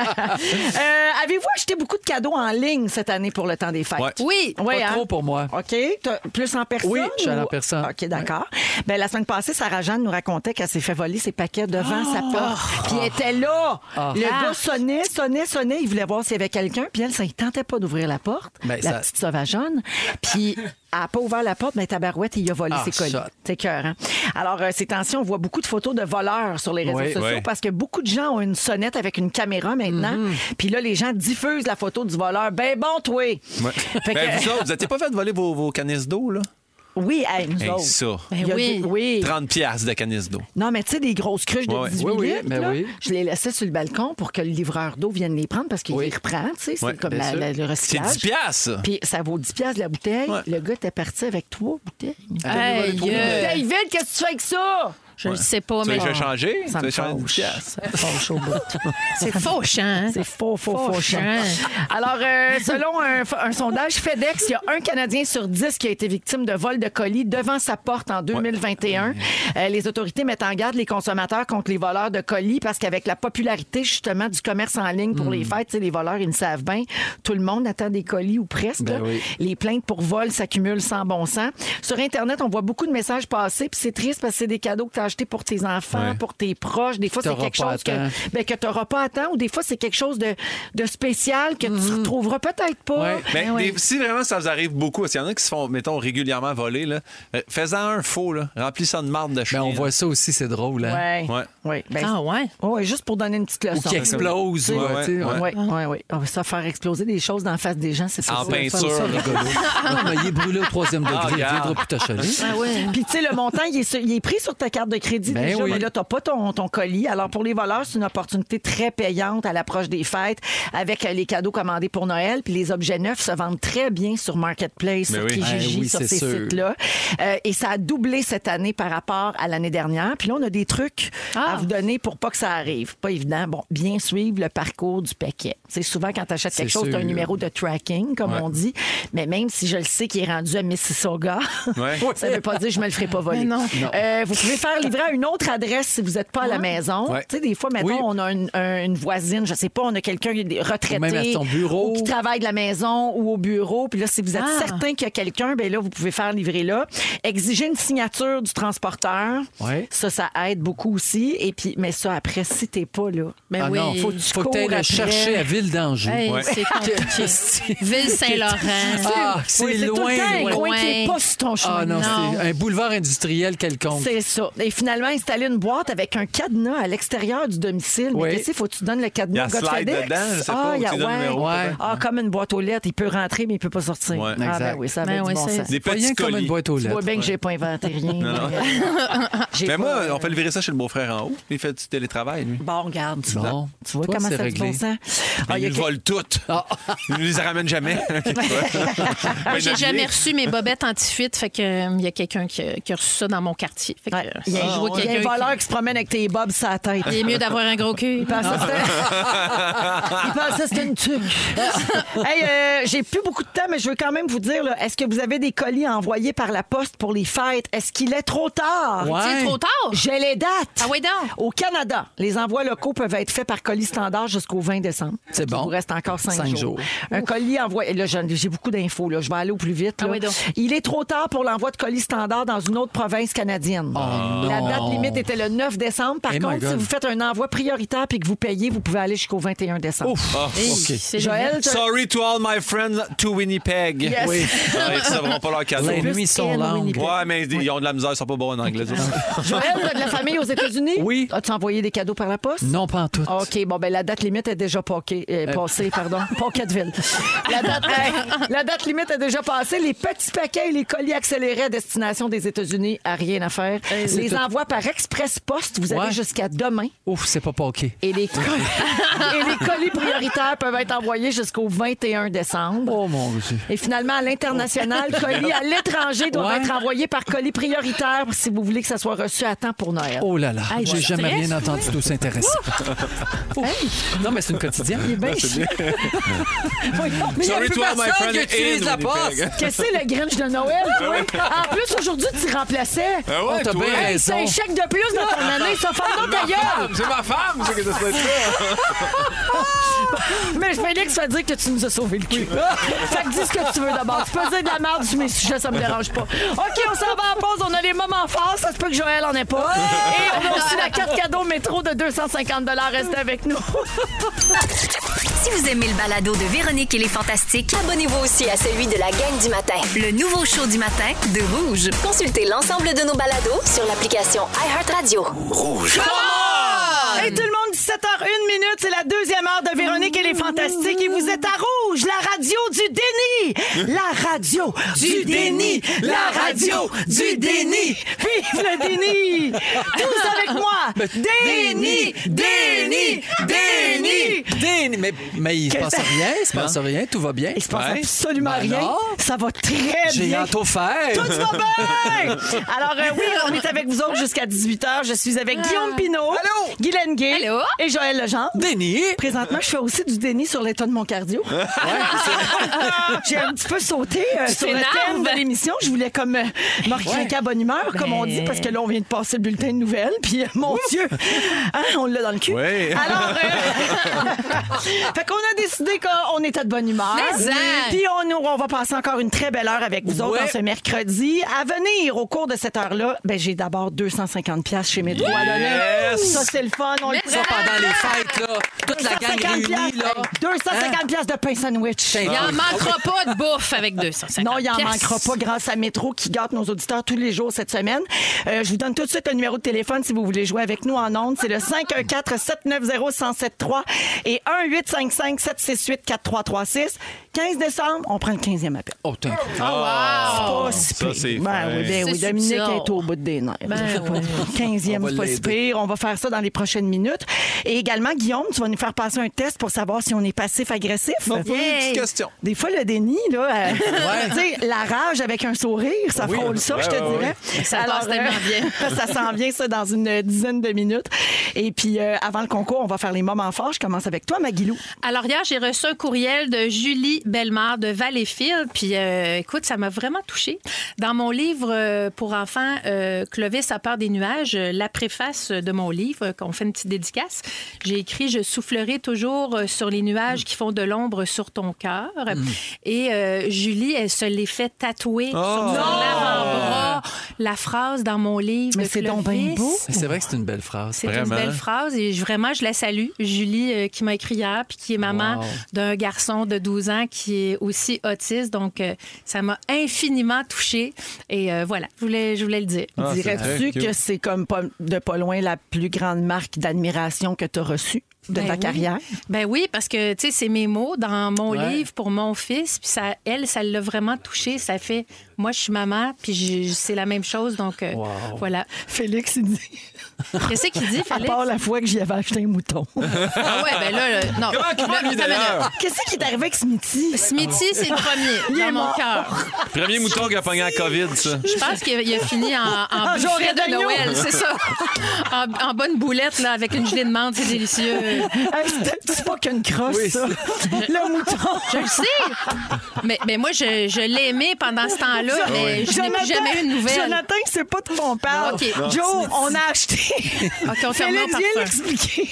Speaker 2: Euh, Avez-vous acheté beaucoup de cadeaux en ligne cette année pour le temps des fêtes?
Speaker 4: Ouais.
Speaker 3: Oui.
Speaker 2: Oui,
Speaker 1: Pas trop pour moi.
Speaker 2: OK. T'as- Plus en personne?
Speaker 1: Oui, je suis allée en
Speaker 2: ou-
Speaker 1: personne.
Speaker 2: OK, d'accord. Ben, la semaine passée, Sarah Jeanne nous racontait qu'elle s'est fait voler ses paquets devant sa
Speaker 1: Oh!
Speaker 2: porte. Puis elle était là.
Speaker 1: Ah!
Speaker 2: Le gars sonnait, sonnait, sonnait. Il voulait voir s'il y avait quelqu'un. Puis elle, ça ne tentait pas d'ouvrir la porte.
Speaker 1: Ben,
Speaker 2: la
Speaker 1: ça-
Speaker 2: petite sauvageonne. Puis elle n'a pas ouvert la porte, mais Tabarouette, il a volé
Speaker 1: Ah,
Speaker 2: ses colis.
Speaker 1: shot.
Speaker 2: C'est cœur, hein? Alors, euh, ces temps-ci, on voit beaucoup de photos de voleurs sur les réseaux
Speaker 1: Oui,
Speaker 2: sociaux
Speaker 4: oui.
Speaker 2: parce que beaucoup de gens ont une sonnette avec une caméra maintenant.
Speaker 4: Mhm.
Speaker 2: Puis là, les gens diffusent la photo du voleur. Ben bon, toi! Fait que-
Speaker 4: Ben, vous autres, vous n'étiez pas fait voler vos, vos canisses d'eau, là?
Speaker 2: oui, hey, nous
Speaker 4: Hey,
Speaker 2: autres.
Speaker 4: ça.
Speaker 2: Il y a
Speaker 3: oui.
Speaker 2: des- oui.
Speaker 4: 30 piastres de canisses d'eau.
Speaker 2: Non, mais tu sais, des grosses cruches de
Speaker 4: Ouais, ben ouais.
Speaker 2: 18
Speaker 1: Oui, oui,
Speaker 2: litres,
Speaker 1: mais
Speaker 2: là,
Speaker 1: oui.
Speaker 2: je les laissais sur le balcon pour que le livreur d'eau vienne les prendre parce qu'il
Speaker 1: Oui.
Speaker 2: les reprend, tu sais, c'est
Speaker 4: Ouais,
Speaker 2: comme
Speaker 1: bien
Speaker 2: la-
Speaker 1: sûr.
Speaker 2: la- le
Speaker 4: C'est
Speaker 2: recyclage.
Speaker 4: 10 piastres, ça.
Speaker 2: Puis ça vaut 10 piastres la bouteille.
Speaker 4: Ouais. Ah,
Speaker 2: Le gars était parti avec trois bouteilles.
Speaker 3: Aïe, euh,
Speaker 2: Bouteille vide, qu'est-ce que tu fais avec ça?
Speaker 3: Je ne sais pas,
Speaker 4: Tu
Speaker 3: mais.
Speaker 4: veux que je change?
Speaker 2: Ça
Speaker 4: Tu
Speaker 2: me
Speaker 4: veux changer de
Speaker 2: fâche.
Speaker 4: pièce?
Speaker 2: Ça me fâche au bout.
Speaker 3: C'est faux, hein?
Speaker 2: C'est faux, faux, faux.
Speaker 3: Faux
Speaker 2: chien.
Speaker 3: chien.
Speaker 2: Alors, euh, selon un, un sondage FedEx, il y a un Canadien sur dix qui a été victime de vol de colis devant sa porte en 2021. Euh, les autorités mettent en garde les consommateurs contre les voleurs de colis parce qu'avec la popularité, justement, du commerce en ligne pour
Speaker 1: Hmm.
Speaker 2: les fêtes, tu sais, les voleurs, ils le savent bien. Tout le monde attend des colis ou presque.
Speaker 1: Ben
Speaker 2: là.
Speaker 1: oui.
Speaker 2: Les plaintes pour vol s'accumulent sans bon sens. Sur Internet, on voit beaucoup de messages passer, puis c'est triste parce que c'est des cadeaux que tu as achetés pour tes enfants,
Speaker 1: Ouais.
Speaker 2: pour tes proches. Des fois, c'est
Speaker 1: T'auras
Speaker 2: quelque
Speaker 1: pas
Speaker 2: chose
Speaker 1: à temps.
Speaker 2: que ben, que tu n'auras pas à temps ou des fois c'est quelque chose de, de spécial que tu
Speaker 1: Mhm.
Speaker 2: retrouveras peut-être pas.
Speaker 1: Ouais.
Speaker 4: Mais
Speaker 2: Ben oui.
Speaker 4: des- si vraiment ça vous arrive beaucoup, s'il y en a qui se font, mettons, régulièrement voler, là, euh, fais-en un faux, là, remplis ça de marde
Speaker 2: Ben,
Speaker 4: de
Speaker 1: Mais
Speaker 4: chien.
Speaker 1: Ben, on
Speaker 4: là.
Speaker 1: voit ça aussi, c'est drôle. Hein?
Speaker 2: Ouais.
Speaker 4: Ouais.
Speaker 2: Ouais. Ben,
Speaker 3: Ah, ouais.
Speaker 2: oh, ouais, juste pour donner une petite
Speaker 1: Ou
Speaker 2: leçon.
Speaker 1: qui explose.
Speaker 4: Ouais,
Speaker 1: ou,
Speaker 4: ouais,
Speaker 1: tu sais,
Speaker 4: ouais.
Speaker 2: Oui, oui, oui. On va ça faire exploser des choses dans la face des gens, c'est ça.
Speaker 4: En peinture.
Speaker 1: Ça, rigolo. Non, mais il est brûlé au troisième degré.
Speaker 4: Ah,
Speaker 1: il
Speaker 4: regarde.
Speaker 1: viendra plus te chaler.
Speaker 2: Puis tu sais, le montant, il est, sur- il est pris sur ta carte de crédit
Speaker 1: Ben
Speaker 2: déjà,
Speaker 1: oui.
Speaker 2: mais là, t'as pas ton, ton colis. Alors pour les voleurs, c'est une opportunité très payante à l'approche des fêtes avec euh, les cadeaux commandés pour Noël. Puis les objets neufs se vendent très bien sur Marketplace,
Speaker 4: Mais
Speaker 2: sur
Speaker 4: oui.
Speaker 2: Kijiji,
Speaker 1: Ben oui,
Speaker 2: sur
Speaker 1: c'est
Speaker 2: ces
Speaker 1: sûr.
Speaker 2: sites-là. Euh, et ça a doublé cette année par rapport à l'année dernière. Puis là, on a des trucs à
Speaker 3: Ah.
Speaker 2: vous donner pour pas que ça arrive. Pas évident. Bon, bien suivre le parcours du paquet. C'est souvent quand t'achètes quelque
Speaker 1: C'est
Speaker 2: chose, t'as un
Speaker 1: sûr.
Speaker 2: numéro de tracking, comme on dit. Mais même si je le sais qu'il est rendu à Mississauga,
Speaker 4: Ouais.
Speaker 2: ça veut pas dire que je me le ferai pas voler.
Speaker 3: Mais non.
Speaker 2: Euh, vous pouvez faire livrer à une autre adresse si vous n'êtes pas à la maison.
Speaker 1: Ouais.
Speaker 2: Tu sais, des fois, mettons,
Speaker 1: Oui.
Speaker 2: on a une, un- une voisine, je sais pas, on a quelqu'un qui est retraité.
Speaker 1: Ou même à son bureau.
Speaker 2: ou qui travaille de la maison ou au bureau. Puis là, si vous êtes
Speaker 3: Ah.
Speaker 2: certain qu'il y a quelqu'un, ben là, vous pouvez faire livrer là. Exiger une signature du transporteur.
Speaker 1: Ouais.
Speaker 2: Ça, ça aide beaucoup aussi. Et puis, mais ça, après, si t'es pas là.
Speaker 3: Ben
Speaker 1: Ah
Speaker 3: oui.
Speaker 1: non,
Speaker 2: Faut
Speaker 1: faut,
Speaker 2: que tu
Speaker 1: que tu ailles
Speaker 2: Eh cours
Speaker 1: le
Speaker 2: après.
Speaker 1: chercher à Ville d'Anjou.
Speaker 3: Hey,
Speaker 4: Ouais.
Speaker 3: C'est compliqué. Ville-Saint-Laurent.
Speaker 1: Ah, c'est
Speaker 2: Oui, tout
Speaker 1: loin.
Speaker 2: le temps un
Speaker 3: loin.
Speaker 2: coin qui est pas sur ton chemin.
Speaker 1: Ah non,
Speaker 3: Non.
Speaker 1: c'est un boulevard industriel quelconque.
Speaker 2: C'est ça. Et finalement, installer une boîte avec un cadenas à l'extérieur du domicile. Mais
Speaker 1: Oui.
Speaker 2: qu'est-ce qu'il faut que tu donnes le
Speaker 4: Il y a
Speaker 2: cadenas
Speaker 4: un
Speaker 2: au gars de
Speaker 4: slide
Speaker 2: FedEx?
Speaker 4: dedans, je sais
Speaker 2: ah,
Speaker 4: pas,
Speaker 2: il y a,
Speaker 4: tu donnes le numéro,
Speaker 2: ouais.
Speaker 1: peut-être.
Speaker 2: Ah, comme une boîte aux lettres. Il peut rentrer, mais il peut pas sortir.
Speaker 4: Ouais.
Speaker 2: Ah, ben
Speaker 1: Exact.
Speaker 2: oui, ça avait
Speaker 3: Ben
Speaker 2: du
Speaker 3: oui,
Speaker 2: bon
Speaker 3: c'est-
Speaker 2: sens.
Speaker 4: Des
Speaker 1: Pas
Speaker 4: petits
Speaker 1: rien comme une
Speaker 4: colis.
Speaker 1: boîte aux
Speaker 2: Tu vois
Speaker 1: lettres.
Speaker 2: bien que j'ai pas inventé rien.
Speaker 4: non.
Speaker 2: J'ai
Speaker 4: Mais
Speaker 2: pas,
Speaker 4: moi,
Speaker 2: euh,
Speaker 4: on fait livrer ça chez le beau-frère en haut. Il fait du télétravail, lui.
Speaker 2: Bon, regarde, tu vois,
Speaker 1: Bon,
Speaker 2: tu vois
Speaker 1: toi,
Speaker 2: comment
Speaker 1: c'est
Speaker 2: ça a du bon
Speaker 1: réglé.
Speaker 2: sens. Ah,
Speaker 4: Mais
Speaker 2: il y
Speaker 4: il
Speaker 2: a
Speaker 4: le
Speaker 2: quel-
Speaker 4: vole toutes. Il ne les ramène jamais.
Speaker 3: Moi,
Speaker 4: Moi,
Speaker 3: j'ai jamais reçu mes bobettes anti-fuite, fait que euh, il y a quelqu'un qui, a- qui a reçu ça dans mon quartier. Fait que,
Speaker 2: Ouais, Il y a
Speaker 3: euh, je vois
Speaker 2: un- il y a un
Speaker 3: quelqu'un
Speaker 2: voleur
Speaker 3: qui-
Speaker 2: qui se promène avec tes bobs sur la
Speaker 4: Ah,
Speaker 2: tête.
Speaker 3: Il est mieux d'avoir un gros cul. Ah.
Speaker 2: Il pensait que c'était- Il pensait que c'était une tuque. Hey, euh, j'ai plus beaucoup de temps, mais je veux quand même vous dire, là, est-ce que vous avez des colis envoyés par la poste pour les fêtes? Est-ce qu'il est trop tard?
Speaker 1: Ouais.
Speaker 3: C'est trop tard.
Speaker 2: J'ai les dates.
Speaker 3: Ah oui, donc.
Speaker 2: Au Canada, les envois locaux peuvent être faits par colis standard jusqu'au 20 décembre.
Speaker 1: C'est
Speaker 2: Il
Speaker 1: bon.
Speaker 2: vous reste encore cinq,
Speaker 1: Cinq
Speaker 2: jours.
Speaker 1: jours.
Speaker 2: Un colis envoyé... Là, j'en- j'ai beaucoup d'infos. là. Je vais aller au plus vite. là.
Speaker 3: Ah oui, donc.
Speaker 2: Il est trop tard pour l'envoi de colis standard dans une autre province canadienne. La date
Speaker 1: Oh, non.
Speaker 2: limite était le 9 décembre. Par
Speaker 1: Eh my
Speaker 2: contre, si
Speaker 1: God.
Speaker 2: vous faites un envoi prioritaire puis que vous payez, vous pouvez aller jusqu'au 21 décembre.
Speaker 3: Hey,
Speaker 1: OK.
Speaker 3: c'est
Speaker 2: Joël, t'as-
Speaker 4: Sorry to all my friends to Winnipeg.
Speaker 2: Yes.
Speaker 1: Oui.
Speaker 4: Ah, ils ne recevront pas leur cadeau.
Speaker 1: Les nuits sont
Speaker 2: elle,
Speaker 1: longues.
Speaker 4: Ouais, mais ils ils ont de la misère, ils sont pas bons en anglais. ça.
Speaker 2: Joël, t'as de la famille aux États-Unis?
Speaker 1: Oui.
Speaker 2: As-tu envoyé des cadeaux par la poste?
Speaker 1: Non, pas en tout.
Speaker 2: OK, bon, ben la date limite est déjà poquée- euh, passée, pardon. Pocketville. La date, la- la date limite est déjà passée. Les petits paquets et les colis accélérés à destination des États-Unis, à rien à faire. les
Speaker 1: Eh, c'est tout.
Speaker 2: envois par Express Post, vous avez
Speaker 1: Ouais.
Speaker 2: jusqu'à demain.
Speaker 1: Ouf, c'est pas OK.
Speaker 2: Et les, colis, et les colis prioritaires peuvent être envoyés jusqu'au 21 décembre.
Speaker 1: Oh mon Dieu.
Speaker 2: Et finalement, à l'international, colis à l'étranger doivent
Speaker 1: Ouais.
Speaker 2: être envoyés par colis prioritaire si vous voulez que ça soit reçu à temps pour Noël.
Speaker 1: Oh là là,
Speaker 3: Hey,
Speaker 1: j'ai
Speaker 3: je
Speaker 1: jamais
Speaker 3: stresse,
Speaker 1: rien entendu d'aussi intéressant. Ouf. Non, mais c'est une quotidienne.
Speaker 2: Ben,
Speaker 1: Mais il y a
Speaker 4: Sorry
Speaker 1: plus
Speaker 4: to all my
Speaker 1: personne
Speaker 4: friends
Speaker 1: qui utilise
Speaker 4: in
Speaker 1: la
Speaker 4: Winnipeg.
Speaker 1: poste.
Speaker 2: Qu'est-ce que c'est le Grinch de Noël? En plus, aujourd'hui, tu remplaçais.
Speaker 4: Ah
Speaker 1: Oh,
Speaker 4: ouais,
Speaker 1: t'as
Speaker 4: toi.
Speaker 1: bien
Speaker 2: Hey,
Speaker 1: raison.
Speaker 2: c'est un chèque de plus dans ton année, ça fait un autre d'ailleurs.
Speaker 4: C'est ma femme, c'est que ça se fait ça.
Speaker 2: Mais Félix va dire que tu nous as sauvé le cul. fait que dis ce que tu veux d'abord. Tu peux dire de la merde sur mes sujets, ça me dérange pas. OK, on s'en va en pause. On a les moments forts. Ça se peut que Joël en ait pas. Et on a aussi la carte cadeau métro de 250 Restez avec nous.
Speaker 7: Si vous aimez le balado de Véronique et les Fantastiques,
Speaker 8: Abonnez-vous aussi à celui de la gang du matin.
Speaker 7: le nouveau show du matin de Rouge.
Speaker 8: Consultez l'ensemble de nos balados sur l'application iHeartRadio.
Speaker 9: Rouge.
Speaker 2: Hey, tout le monde, 17h01 minute, c'est la deuxième heure de Véronique et les Fantastiques et vous êtes à Rouge, la radio du déni. La radio du déni. La radio du déni. Vive le déni. Tous avec moi. Déni, déni, déni.
Speaker 1: Déni! Mais, mais il se
Speaker 2: Quel-
Speaker 1: passe rien, il se passe rien, tout va bien.
Speaker 2: Hein? Il se passe
Speaker 4: Ouais.
Speaker 2: absolument
Speaker 1: Ben
Speaker 2: rien.
Speaker 1: non.
Speaker 2: Ça va très
Speaker 1: J'ai
Speaker 2: bien.
Speaker 1: bientôt fait.
Speaker 2: Tout va bien! Alors, euh, oui, on est avec vous autres jusqu'à 18h. Je suis avec Guillaume Pinault,
Speaker 1: Allô?
Speaker 2: Guylaine Gay
Speaker 3: Allô?
Speaker 2: et Joël Legendre.
Speaker 1: Déni!
Speaker 2: Présentement, je fais aussi du déni sur l'état de mon cardio. J'ai un petit peu sauté euh, sur le thème
Speaker 3: t'énerves.
Speaker 2: de l'émission. Je voulais comme euh, me recrinquer à bonne humeur, comme on dit, parce que là, on vient de passer le bulletin de nouvelles. Puis, euh, mon Dieu, hein, on l'a dans le cul.
Speaker 4: Ouais.
Speaker 2: Alors, euh, fait qu'on a décidé qu'on était de bonne humeur.
Speaker 3: Mais ça.
Speaker 2: Puis, on, on va passer encore une très belle heure avec vous autres
Speaker 1: Ouais.
Speaker 2: en ce mercredi. À venir, au cours de cette heure-là, ben, j'ai d'abord 250 pièces chez mes trois Ça, c'est le fun. On le
Speaker 1: Ça, pendant les fêtes, là, toute la gang
Speaker 2: 250
Speaker 1: réunie, là. Hein?
Speaker 2: piastres. 250 piastres de pain sandwich.
Speaker 3: Il en manquera pas de bouffe avec 250
Speaker 2: Non, il n'en
Speaker 3: piastres.
Speaker 2: manquera pas grâce à Métro qui gâte nos auditeurs tous les jours cette semaine. Euh, je vous donne tout de suite le numéro de téléphone si vous voulez jouer avec nous en ondes. C'est le 514-790-1073 et 1-855-768-4336. 15 décembre, on prend le 15e appel.
Speaker 1: Oh, t'as-
Speaker 4: Ah,
Speaker 1: Oh.
Speaker 2: pas si
Speaker 4: ça,
Speaker 2: pire.
Speaker 4: c'est
Speaker 2: Ben
Speaker 4: fin.
Speaker 2: oui, ben
Speaker 3: C'est
Speaker 2: oui, Dominique
Speaker 3: subtil.
Speaker 2: est au bout des nerfs.
Speaker 3: Ben
Speaker 2: C'est pas-
Speaker 3: oui.
Speaker 2: 15e,
Speaker 1: On va
Speaker 2: c'est pas si
Speaker 1: l'aider.
Speaker 2: pire. On va faire ça dans les prochaines minutes. Et également, Guillaume, tu vas nous faire passer un test pour savoir si on est passif-agressif.
Speaker 4: Non, pas une petite question.
Speaker 2: Des fois, le déni, là, euh, tu sais, la rage avec un sourire, ça
Speaker 4: Oui.
Speaker 2: frôle ça,
Speaker 4: Ouais,
Speaker 2: je te
Speaker 4: ouais, ouais.
Speaker 2: dirais. euh,
Speaker 3: Ça passe tellement bien.
Speaker 2: ça s'en vient, ça, dans une dizaine de minutes. Et puis, euh, avant le concours, on va faire les moments forts. Je commence avec toi, Maguilou.
Speaker 3: Alors hier, j'ai reçu un courriel de Julie Bellemare de Valleyfield. Puis euh, écoute, ça m'a vraiment touchée. Dans mon livre euh, pour enfants, euh, Clovis à part des nuages, euh, la préface de mon livre, euh, qu'on fait une petite dédicace, j'ai écrit « Je soufflerai toujours euh, sur les nuages qui font de l'ombre sur ton cœur
Speaker 2: Mm.
Speaker 3: Et euh, Julie, elle se l'est fait
Speaker 2: Oh!
Speaker 3: tatouer sur son avant-bras. La phrase dans mon livre
Speaker 2: Mais
Speaker 3: de
Speaker 2: c'est donc
Speaker 3: Clovis.
Speaker 2: bien beau.
Speaker 1: Mais C'est vrai que c'est une belle phrase.
Speaker 3: C'est une
Speaker 4: Vraiment.
Speaker 3: belle phrase et je- vraiment, je la salue. Julie, euh, qui m'a écrit hier, puis qui est maman
Speaker 1: Wow.
Speaker 3: d'un garçon de 12 ans qui est aussi autiste. Donc, euh, ça m'a infiniment touchée. Et euh, voilà, je voulais, je voulais le dire.
Speaker 4: Ah, c'est
Speaker 2: Dirais-tu
Speaker 4: très cute.
Speaker 2: que c'est comme pas- de pas loin la plus grande marque d'admiration que tu as reçue de
Speaker 3: Ben
Speaker 2: ta
Speaker 3: oui.
Speaker 2: carrière?
Speaker 3: Ben oui, parce que, tu sais, c'est mes mots dans mon
Speaker 1: Ouais.
Speaker 3: livre pour mon fils. Puis ça, elle, ça l'a vraiment touchée. Ça fait, moi, je suis maman, puis je- c'est la même chose. Donc, euh,
Speaker 1: Wow.
Speaker 3: voilà.
Speaker 2: Félix, il dit,
Speaker 3: Qu'est-ce qu'il dit,
Speaker 2: à
Speaker 3: Félix?
Speaker 2: part la fois que j'y avais acheté un mouton.
Speaker 3: Ah ouais, ben là, là, non. Là, ça me-
Speaker 2: Ah, Qu'est-ce qui est arrivé avec Smithy?
Speaker 3: Smithy, c'est le premier
Speaker 2: est
Speaker 3: dans mon
Speaker 2: mort.
Speaker 3: cœur.
Speaker 4: Premier mouton qui a pogné la COVID, ça.
Speaker 3: Je pense qu'il a- il a fini en, en
Speaker 2: En
Speaker 3: buffet
Speaker 2: journée
Speaker 3: de
Speaker 2: d'agneau.
Speaker 3: Noël, c'est ça. En, en bonne boulette, là, avec une gelée de menthe, c'est délicieux.
Speaker 2: Hey, C'était c'est pas qu'une crosse,
Speaker 1: Oui,
Speaker 2: ça. Le mouton.
Speaker 3: Je le sais. Mais, mais moi, je, je l'ai aimé pendant ce temps-là,
Speaker 4: Ah
Speaker 3: mais je n'ai plus jamais eu de nouvelles.
Speaker 2: Jonathan, c'est pas de quoi on parle.
Speaker 3: Ok. Non.
Speaker 2: Joe, on a acheté.
Speaker 3: OK, on termine
Speaker 2: Félix,
Speaker 3: par
Speaker 2: viens
Speaker 3: ça.
Speaker 2: l'expliquer.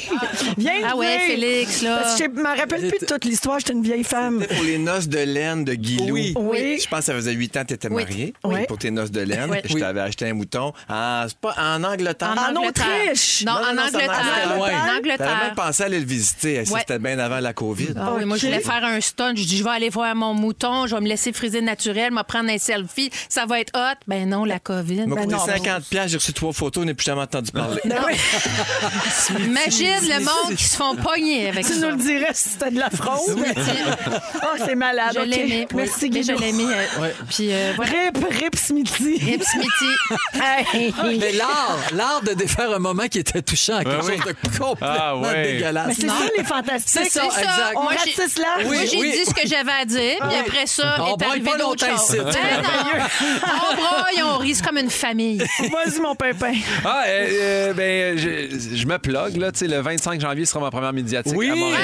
Speaker 2: Viens
Speaker 3: Ah
Speaker 2: le
Speaker 3: ouais,
Speaker 2: dire.
Speaker 3: Félix, là.
Speaker 2: Parce que je me rappelle plus de toute l'histoire, j'étais une vieille femme.
Speaker 6: Pour les noces de laine de Guilou.
Speaker 1: Oui.
Speaker 2: Oui.
Speaker 6: Je pense que ça faisait 8 ans que tu étais
Speaker 3: Oui.
Speaker 6: marié.
Speaker 2: Oui.
Speaker 6: Pour tes noces de laine,
Speaker 3: Oui.
Speaker 6: je t'avais acheté un mouton. En, c'est pas, en Angleterre.
Speaker 2: En Autriche.
Speaker 3: Non,
Speaker 6: Non, non,
Speaker 3: en
Speaker 6: non, c'est en
Speaker 3: Angleterre.
Speaker 6: Angleterre.
Speaker 3: En
Speaker 6: T'avais même
Speaker 3: Angleterre.
Speaker 6: pensé aller le visiter. Ça,
Speaker 3: Ouais.
Speaker 6: C'était bien avant la COVID.
Speaker 3: Ah oui, moi, je voulais faire un stunt. Je dis, je vais aller voir mon mouton, je vais me laisser friser naturel, me prendre un selfie, ça va être hot. Ben non, la COVID.
Speaker 6: Il m'a
Speaker 3: Ben
Speaker 6: coûté
Speaker 3: non.
Speaker 6: 50 pièces, j'ai reçu trois photos, je n'ai plus jamais entendu parler.
Speaker 2: Ben
Speaker 3: Imagine le monde qui se font pogner avec
Speaker 2: Tu
Speaker 3: ça.
Speaker 2: nous le dirais si c'était de la fraude. oh, c'est malade.
Speaker 3: Je
Speaker 2: ok.
Speaker 3: l'ai aimé.
Speaker 2: Merci,
Speaker 3: Mais
Speaker 2: Guy.
Speaker 3: je l'ai aimé. euh, Puis euh, voilà.
Speaker 2: Rip, rip, Smithy.
Speaker 3: Rip Smithy.
Speaker 2: Hey.
Speaker 1: Mais l'art, l'art de défaire un moment qui était touchant à quelque
Speaker 4: oui.
Speaker 1: chose de complètement
Speaker 4: Ah ouais.
Speaker 2: Mais
Speaker 1: dégueulasse.
Speaker 2: c'est ça, les fantastiques.
Speaker 1: C'est ça,
Speaker 3: C'est ça.
Speaker 1: exact.
Speaker 2: On
Speaker 3: Moi, j'ai-
Speaker 2: ratisse là.
Speaker 3: Moi,
Speaker 1: Oui,
Speaker 3: j'ai
Speaker 1: oui.
Speaker 3: dit ce que j'avais à dire, puis après ça,
Speaker 1: On
Speaker 3: est
Speaker 1: broye
Speaker 3: arrivé
Speaker 1: pas
Speaker 3: d'autres
Speaker 1: longtemps
Speaker 3: choses.
Speaker 1: ici.
Speaker 3: Ben non. on broye, on rit, c'est comme une famille.
Speaker 2: Vas-y, mon pimpin.
Speaker 4: Ah, euh, euh, ben, je, je me plug, là. Tu sais, le 25 janvier sera ma première médiatique
Speaker 1: Oui.
Speaker 4: à Montréal.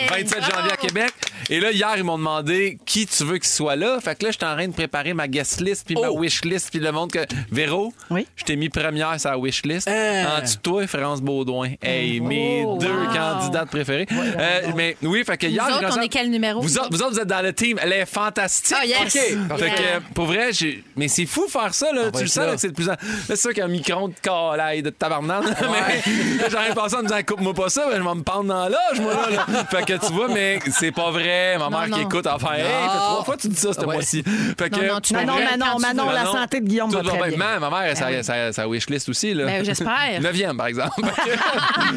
Speaker 3: Hey!
Speaker 4: 27 janvier à Québec. Et là, hier, ils m'ont demandé qui tu veux qu'il soit là. Fait que là, je suis en train de préparer ma guest list, puis ma
Speaker 1: Oh.
Speaker 4: wish list, puis le monde que. Véro,
Speaker 2: Oui.
Speaker 4: je t'ai mis première sur la wish list.
Speaker 1: Hein.
Speaker 4: En dessous de toi, France Baudouin. Hey, mes
Speaker 3: Oh,
Speaker 4: deux
Speaker 3: wow.
Speaker 4: candidates préférées. Euh, mais oui, fait que hier,
Speaker 3: autres,
Speaker 4: j'ai
Speaker 3: on
Speaker 4: commencé à-
Speaker 3: est quel numéro?
Speaker 4: Vous autres, vous autres, vous êtes dans le team. Elle est fantastique.
Speaker 3: Ah, yes.
Speaker 4: OK. Fait que,
Speaker 3: Yeah.
Speaker 4: pour vrai, j'ai- mais c'est fou faire ça, là.
Speaker 1: va
Speaker 4: tu le
Speaker 1: être
Speaker 4: sens,
Speaker 1: là.
Speaker 4: là, que c'est de plus en. là, C'est sûr qu'un micron de calaille de tabarnak, là, mais là, j'arrive pas ça en me disant coupe-moi pas ça, ben, je vais me pendre dans l'âge, moi, là, là. Fait que tu vois, mais c'est pas vrai. Hey, ma
Speaker 3: Non,
Speaker 4: mère
Speaker 3: non.
Speaker 4: qui écoute, elle va faire Hey, fait trois fois que tu dis ça ce
Speaker 1: Ouais.
Speaker 4: mois-ci. Fait
Speaker 3: Non,
Speaker 4: que,
Speaker 3: non, tu
Speaker 4: pour
Speaker 3: m'as
Speaker 2: Manon,
Speaker 4: vrai,
Speaker 3: Quand
Speaker 2: Manon,
Speaker 3: tu
Speaker 2: Manon,
Speaker 3: veux,
Speaker 2: la
Speaker 4: Manon,
Speaker 2: santé de Guillaume
Speaker 4: Tout
Speaker 2: va très
Speaker 4: va bien.
Speaker 2: bien. Ben
Speaker 4: Ma ma mère, sa, sa, sa wishlist aussi. Là.
Speaker 3: Ben, j'espère.
Speaker 4: Neuvième, par exemple. Fait que-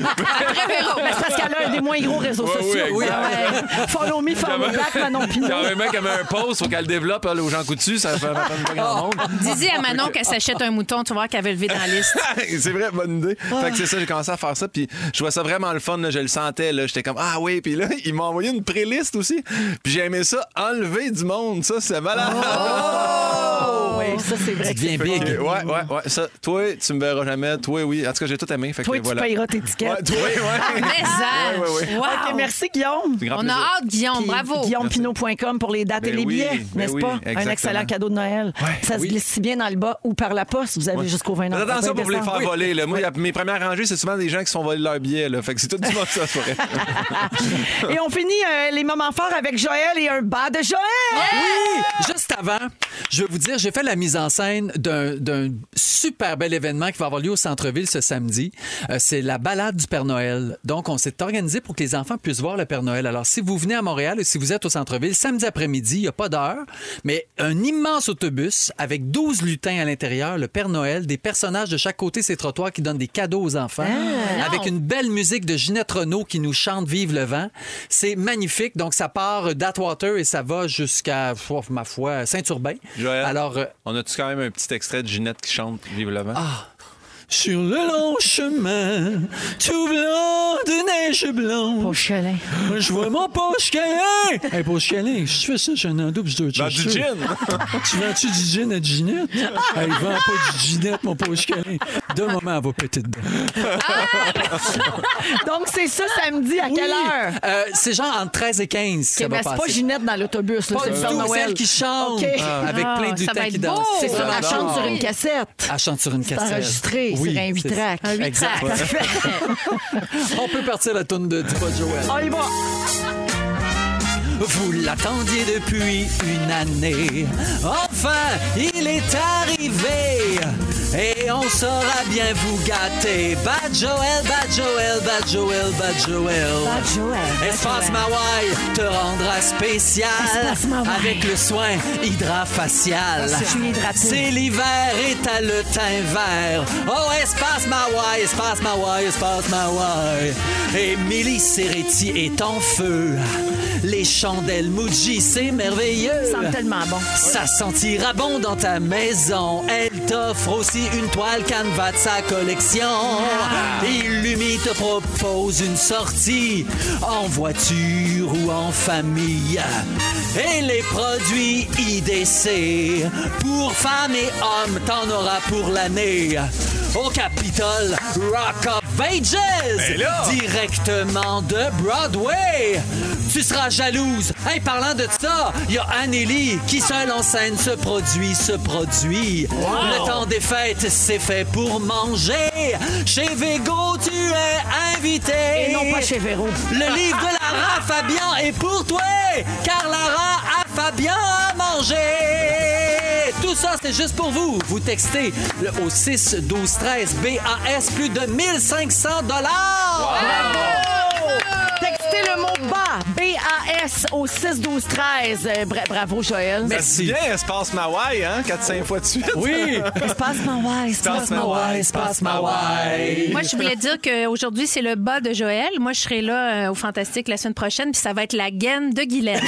Speaker 3: Après, Véro.
Speaker 2: Ben, c'est parce qu'elle a un des moins gros réseaux
Speaker 4: Ouais,
Speaker 2: sociaux.
Speaker 4: oui, exact.
Speaker 2: Ah ouais. Follow me, follow back, Manon Pinot.
Speaker 4: Quand un mec a mis un post, faut qu'elle le développe là, aux gens coutus, ça fait pas pas grand monde.
Speaker 3: Dis-y à Manon qu'elle s'achète un mouton, tu vois, qu'elle avait levé dans la liste.
Speaker 4: c'est vrai, bonne idée. Fait que c'est ça, j'ai commencé à faire ça, puis je trouvais ça vraiment le fun, là, je le sentais, là, j'étais comme ah oui, puis là, il m'a envoyé une préliste aussi, puis j'ai aimé ça, enlever du monde, ça c'est malade.
Speaker 2: Oh, oui, ça, c'est vrai.
Speaker 1: Tu
Speaker 2: que
Speaker 1: deviens
Speaker 4: Fait
Speaker 1: big.
Speaker 4: que, ouais, ouais, ouais, ça, toi, tu me verras jamais, toi, oui. En tout cas, j'ai tout aimé, fait
Speaker 2: Toi,
Speaker 4: que
Speaker 2: tu
Speaker 4: voilà.
Speaker 2: payeras tes tickets. Ah,
Speaker 4: Ouais, toi, ouais.
Speaker 3: Mais
Speaker 4: Ouais, ouais, ouais.
Speaker 3: Wow.
Speaker 2: OK, merci, Guillaume.
Speaker 4: C'est grand
Speaker 3: On a
Speaker 4: plaisir.
Speaker 3: hâte, Guillaume.
Speaker 2: Puis
Speaker 3: Bravo.
Speaker 2: GuillaumePinot.com pour les dates et
Speaker 4: Ben
Speaker 2: les
Speaker 4: oui,
Speaker 2: billets,
Speaker 4: ben
Speaker 2: n'est-ce
Speaker 4: oui,
Speaker 2: pas? Un
Speaker 4: exactement.
Speaker 2: excellent cadeau de Noël. ça se
Speaker 4: oui.
Speaker 2: glisse si bien dans le bas ou par la poste. Vous avez jusqu'au 20
Speaker 4: Faites
Speaker 2: novembre.
Speaker 4: attention pour vous les faire
Speaker 2: décembre.
Speaker 4: voler. Là. Moi, la- mes premières rangées, c'est souvent des gens qui se font voler leurs billets. Là. Fait que c'est tout du monde ça, se ferait.
Speaker 2: Et on finit euh, les moments forts avec Joël et un bas de Joël.
Speaker 1: Oui! Juste avant, je vais vous dire, j'ai fait la mise en scène d'un- d'un super bel événement qui va avoir lieu au centre-ville ce samedi. Euh, c'est la balade du Père Noël. Donc, on s'est organisé pour que les enfants puissent voir le Père Noël. Alors, si vous venez à Montréal et si vous êtes au centre-ville, samedi après-midi, il n'y a pas d'heure, mais un immense autobus avec 12 lutins à l'intérieur, le Père Noël, des personnages de chaque côté de ces trottoirs qui donnent des cadeaux aux enfants, avec une belle musique de Ginette Renault qui nous chante Vive le vent. C'est magnifique. Donc, ça part d'Atwater et ça va jusqu'à, oh, ma foi, Saint-Urbain.
Speaker 4: Joël.
Speaker 1: Alors, euh,
Speaker 4: On a-tu quand même un petit extrait de Ginette qui chante Vive le vent?
Speaker 2: Ah.
Speaker 1: sur le long chemin, tout blanc de neige blanche,
Speaker 3: Pochelin.
Speaker 1: je vois mon poche câlin. Hey, poche câlin, je fais ça, j'ai un double, je dois être
Speaker 4: Dans du
Speaker 1: chanceux.
Speaker 4: gin!
Speaker 1: Tu vends-tu du gin à Ginette? Elle vend pas du Ginette, mon pauvre câlin. D'un moment, elle va péter dedans.
Speaker 2: Donc, c'est ça samedi à quelle heure?
Speaker 1: Euh, c'est genre entre 13 et 15 que ça va
Speaker 2: Ok, ben, c'est
Speaker 1: passer.
Speaker 2: pas Ginette dans l'autobus, là,
Speaker 1: Pas
Speaker 2: c'est
Speaker 1: du
Speaker 2: le Père
Speaker 1: tout, c'est
Speaker 2: Noël.
Speaker 1: elle qui Oh, chante
Speaker 2: Ok.
Speaker 1: euh, avec
Speaker 3: Ah,
Speaker 1: plein de
Speaker 3: ça va
Speaker 1: lutins
Speaker 3: être
Speaker 1: qui
Speaker 3: beau.
Speaker 1: dansent.
Speaker 2: C'est ça,
Speaker 3: Ah,
Speaker 2: elle chante
Speaker 3: non.
Speaker 2: sur une cassette.
Speaker 1: Elle chante sur une cassette.
Speaker 2: enregistré sur un huit
Speaker 1: c'est-
Speaker 2: tracks.
Speaker 3: Un huit
Speaker 1: Exact.
Speaker 3: tracks.
Speaker 1: On peut partir la tourne de du Bas Joël.
Speaker 2: On y va.
Speaker 1: Vous l'attendiez depuis une année. Enfin, il est arrivé. Et on saura bien vous gâter. Bad Joël, Bad Joël, Bad Joël, Bad Joël.
Speaker 8: Bad Joël.
Speaker 1: Espace Mawai te rendra spécial
Speaker 8: Espace Mawai.
Speaker 1: avec le soin hydrafacial.
Speaker 8: Je suis hydratée.
Speaker 1: C'est l'hiver et t'as le teint vert. Oh, Espace Mawai, Espace Mawai, Espace Mawai. Émilie Serretti est en feu. Les chandelles Muji, c'est merveilleux.
Speaker 2: Ça sent tellement bon.
Speaker 1: Ça sentira bon dans ta maison. Elle t'offre aussi une toile Canva de sa collection. Illumi te propose une sortie en voiture ou en famille. Et les produits IDC pour femmes et hommes, t'en auras pour l'année. euh, Au Capitole, Rock Up Pages, directement de Broadway. Tu seras jalouse. Hey, parlant de ça, il y a Anneli qui seule en scène se produit, se produit. Le temps des fêtes, c'est fait pour manger. Chez Vego, tu es invité.
Speaker 2: Et non pas chez Véro.
Speaker 1: Le livre de Lara à Fabian est pour toi, car Lara a Fabian à manger. Tout ça, c'est juste pour vous. Vous textez le, au 6 12 13 BAS plus de 1500 dollars.
Speaker 2: Textez le mot bas, B-A-S, au 6-12-13. Euh, bra- bravo, Joël.
Speaker 4: C'est bien, Espace Mawai, hein? 4-5 fois de suite.
Speaker 1: Oui.
Speaker 2: Espace Mawai,
Speaker 4: Espace
Speaker 2: espace Mawai.
Speaker 4: Mawai, Espace Mawai.
Speaker 3: Moi, je voulais dire qu'aujourd'hui, c'est le bas de Joël. Moi, je serai là euh, au Fantastique la semaine prochaine, puis ça va être la gaine de Guylaine.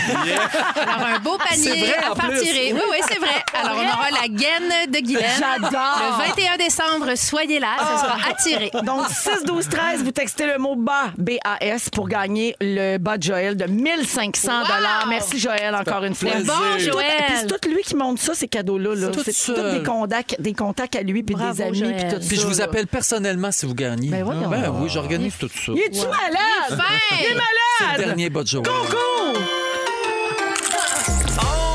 Speaker 3: Alors, un beau
Speaker 1: C'est
Speaker 3: panier
Speaker 1: vrai, en
Speaker 3: à faire
Speaker 1: plus.
Speaker 3: tirer. Oui, oui, c'est vrai. Alors, on aura la gaine de Guylaine.
Speaker 2: J'adore.
Speaker 3: Le 21 décembre, soyez là, ça sera attiré.
Speaker 1: Ah.
Speaker 2: Donc, 6, 12, 13, vous textez le mot bas, B-A-S, pour gagner le bas de Joël de 1500 dollars. Merci, Joël, encore une fois.
Speaker 3: Mais bon,
Speaker 2: Tout-
Speaker 3: Joël.
Speaker 2: puis c'est tout lui qui monte ça, ces cadeaux-là. là.
Speaker 1: C'est tout
Speaker 2: C'est
Speaker 1: ça.
Speaker 2: tous des contacts, des contacts à lui, puis
Speaker 3: Bravo,
Speaker 2: des amis,
Speaker 3: Joël.
Speaker 2: puis tout ça.
Speaker 1: Puis je vous
Speaker 2: là.
Speaker 1: appelle personnellement si vous gagnez.
Speaker 2: Ben voyons.
Speaker 1: Ben oui, j'organise tout ça.
Speaker 2: Il est-tu malade?
Speaker 3: Ben,
Speaker 1: C'est le
Speaker 2: Malade!
Speaker 1: dernier bas de Joël.
Speaker 2: Coucou!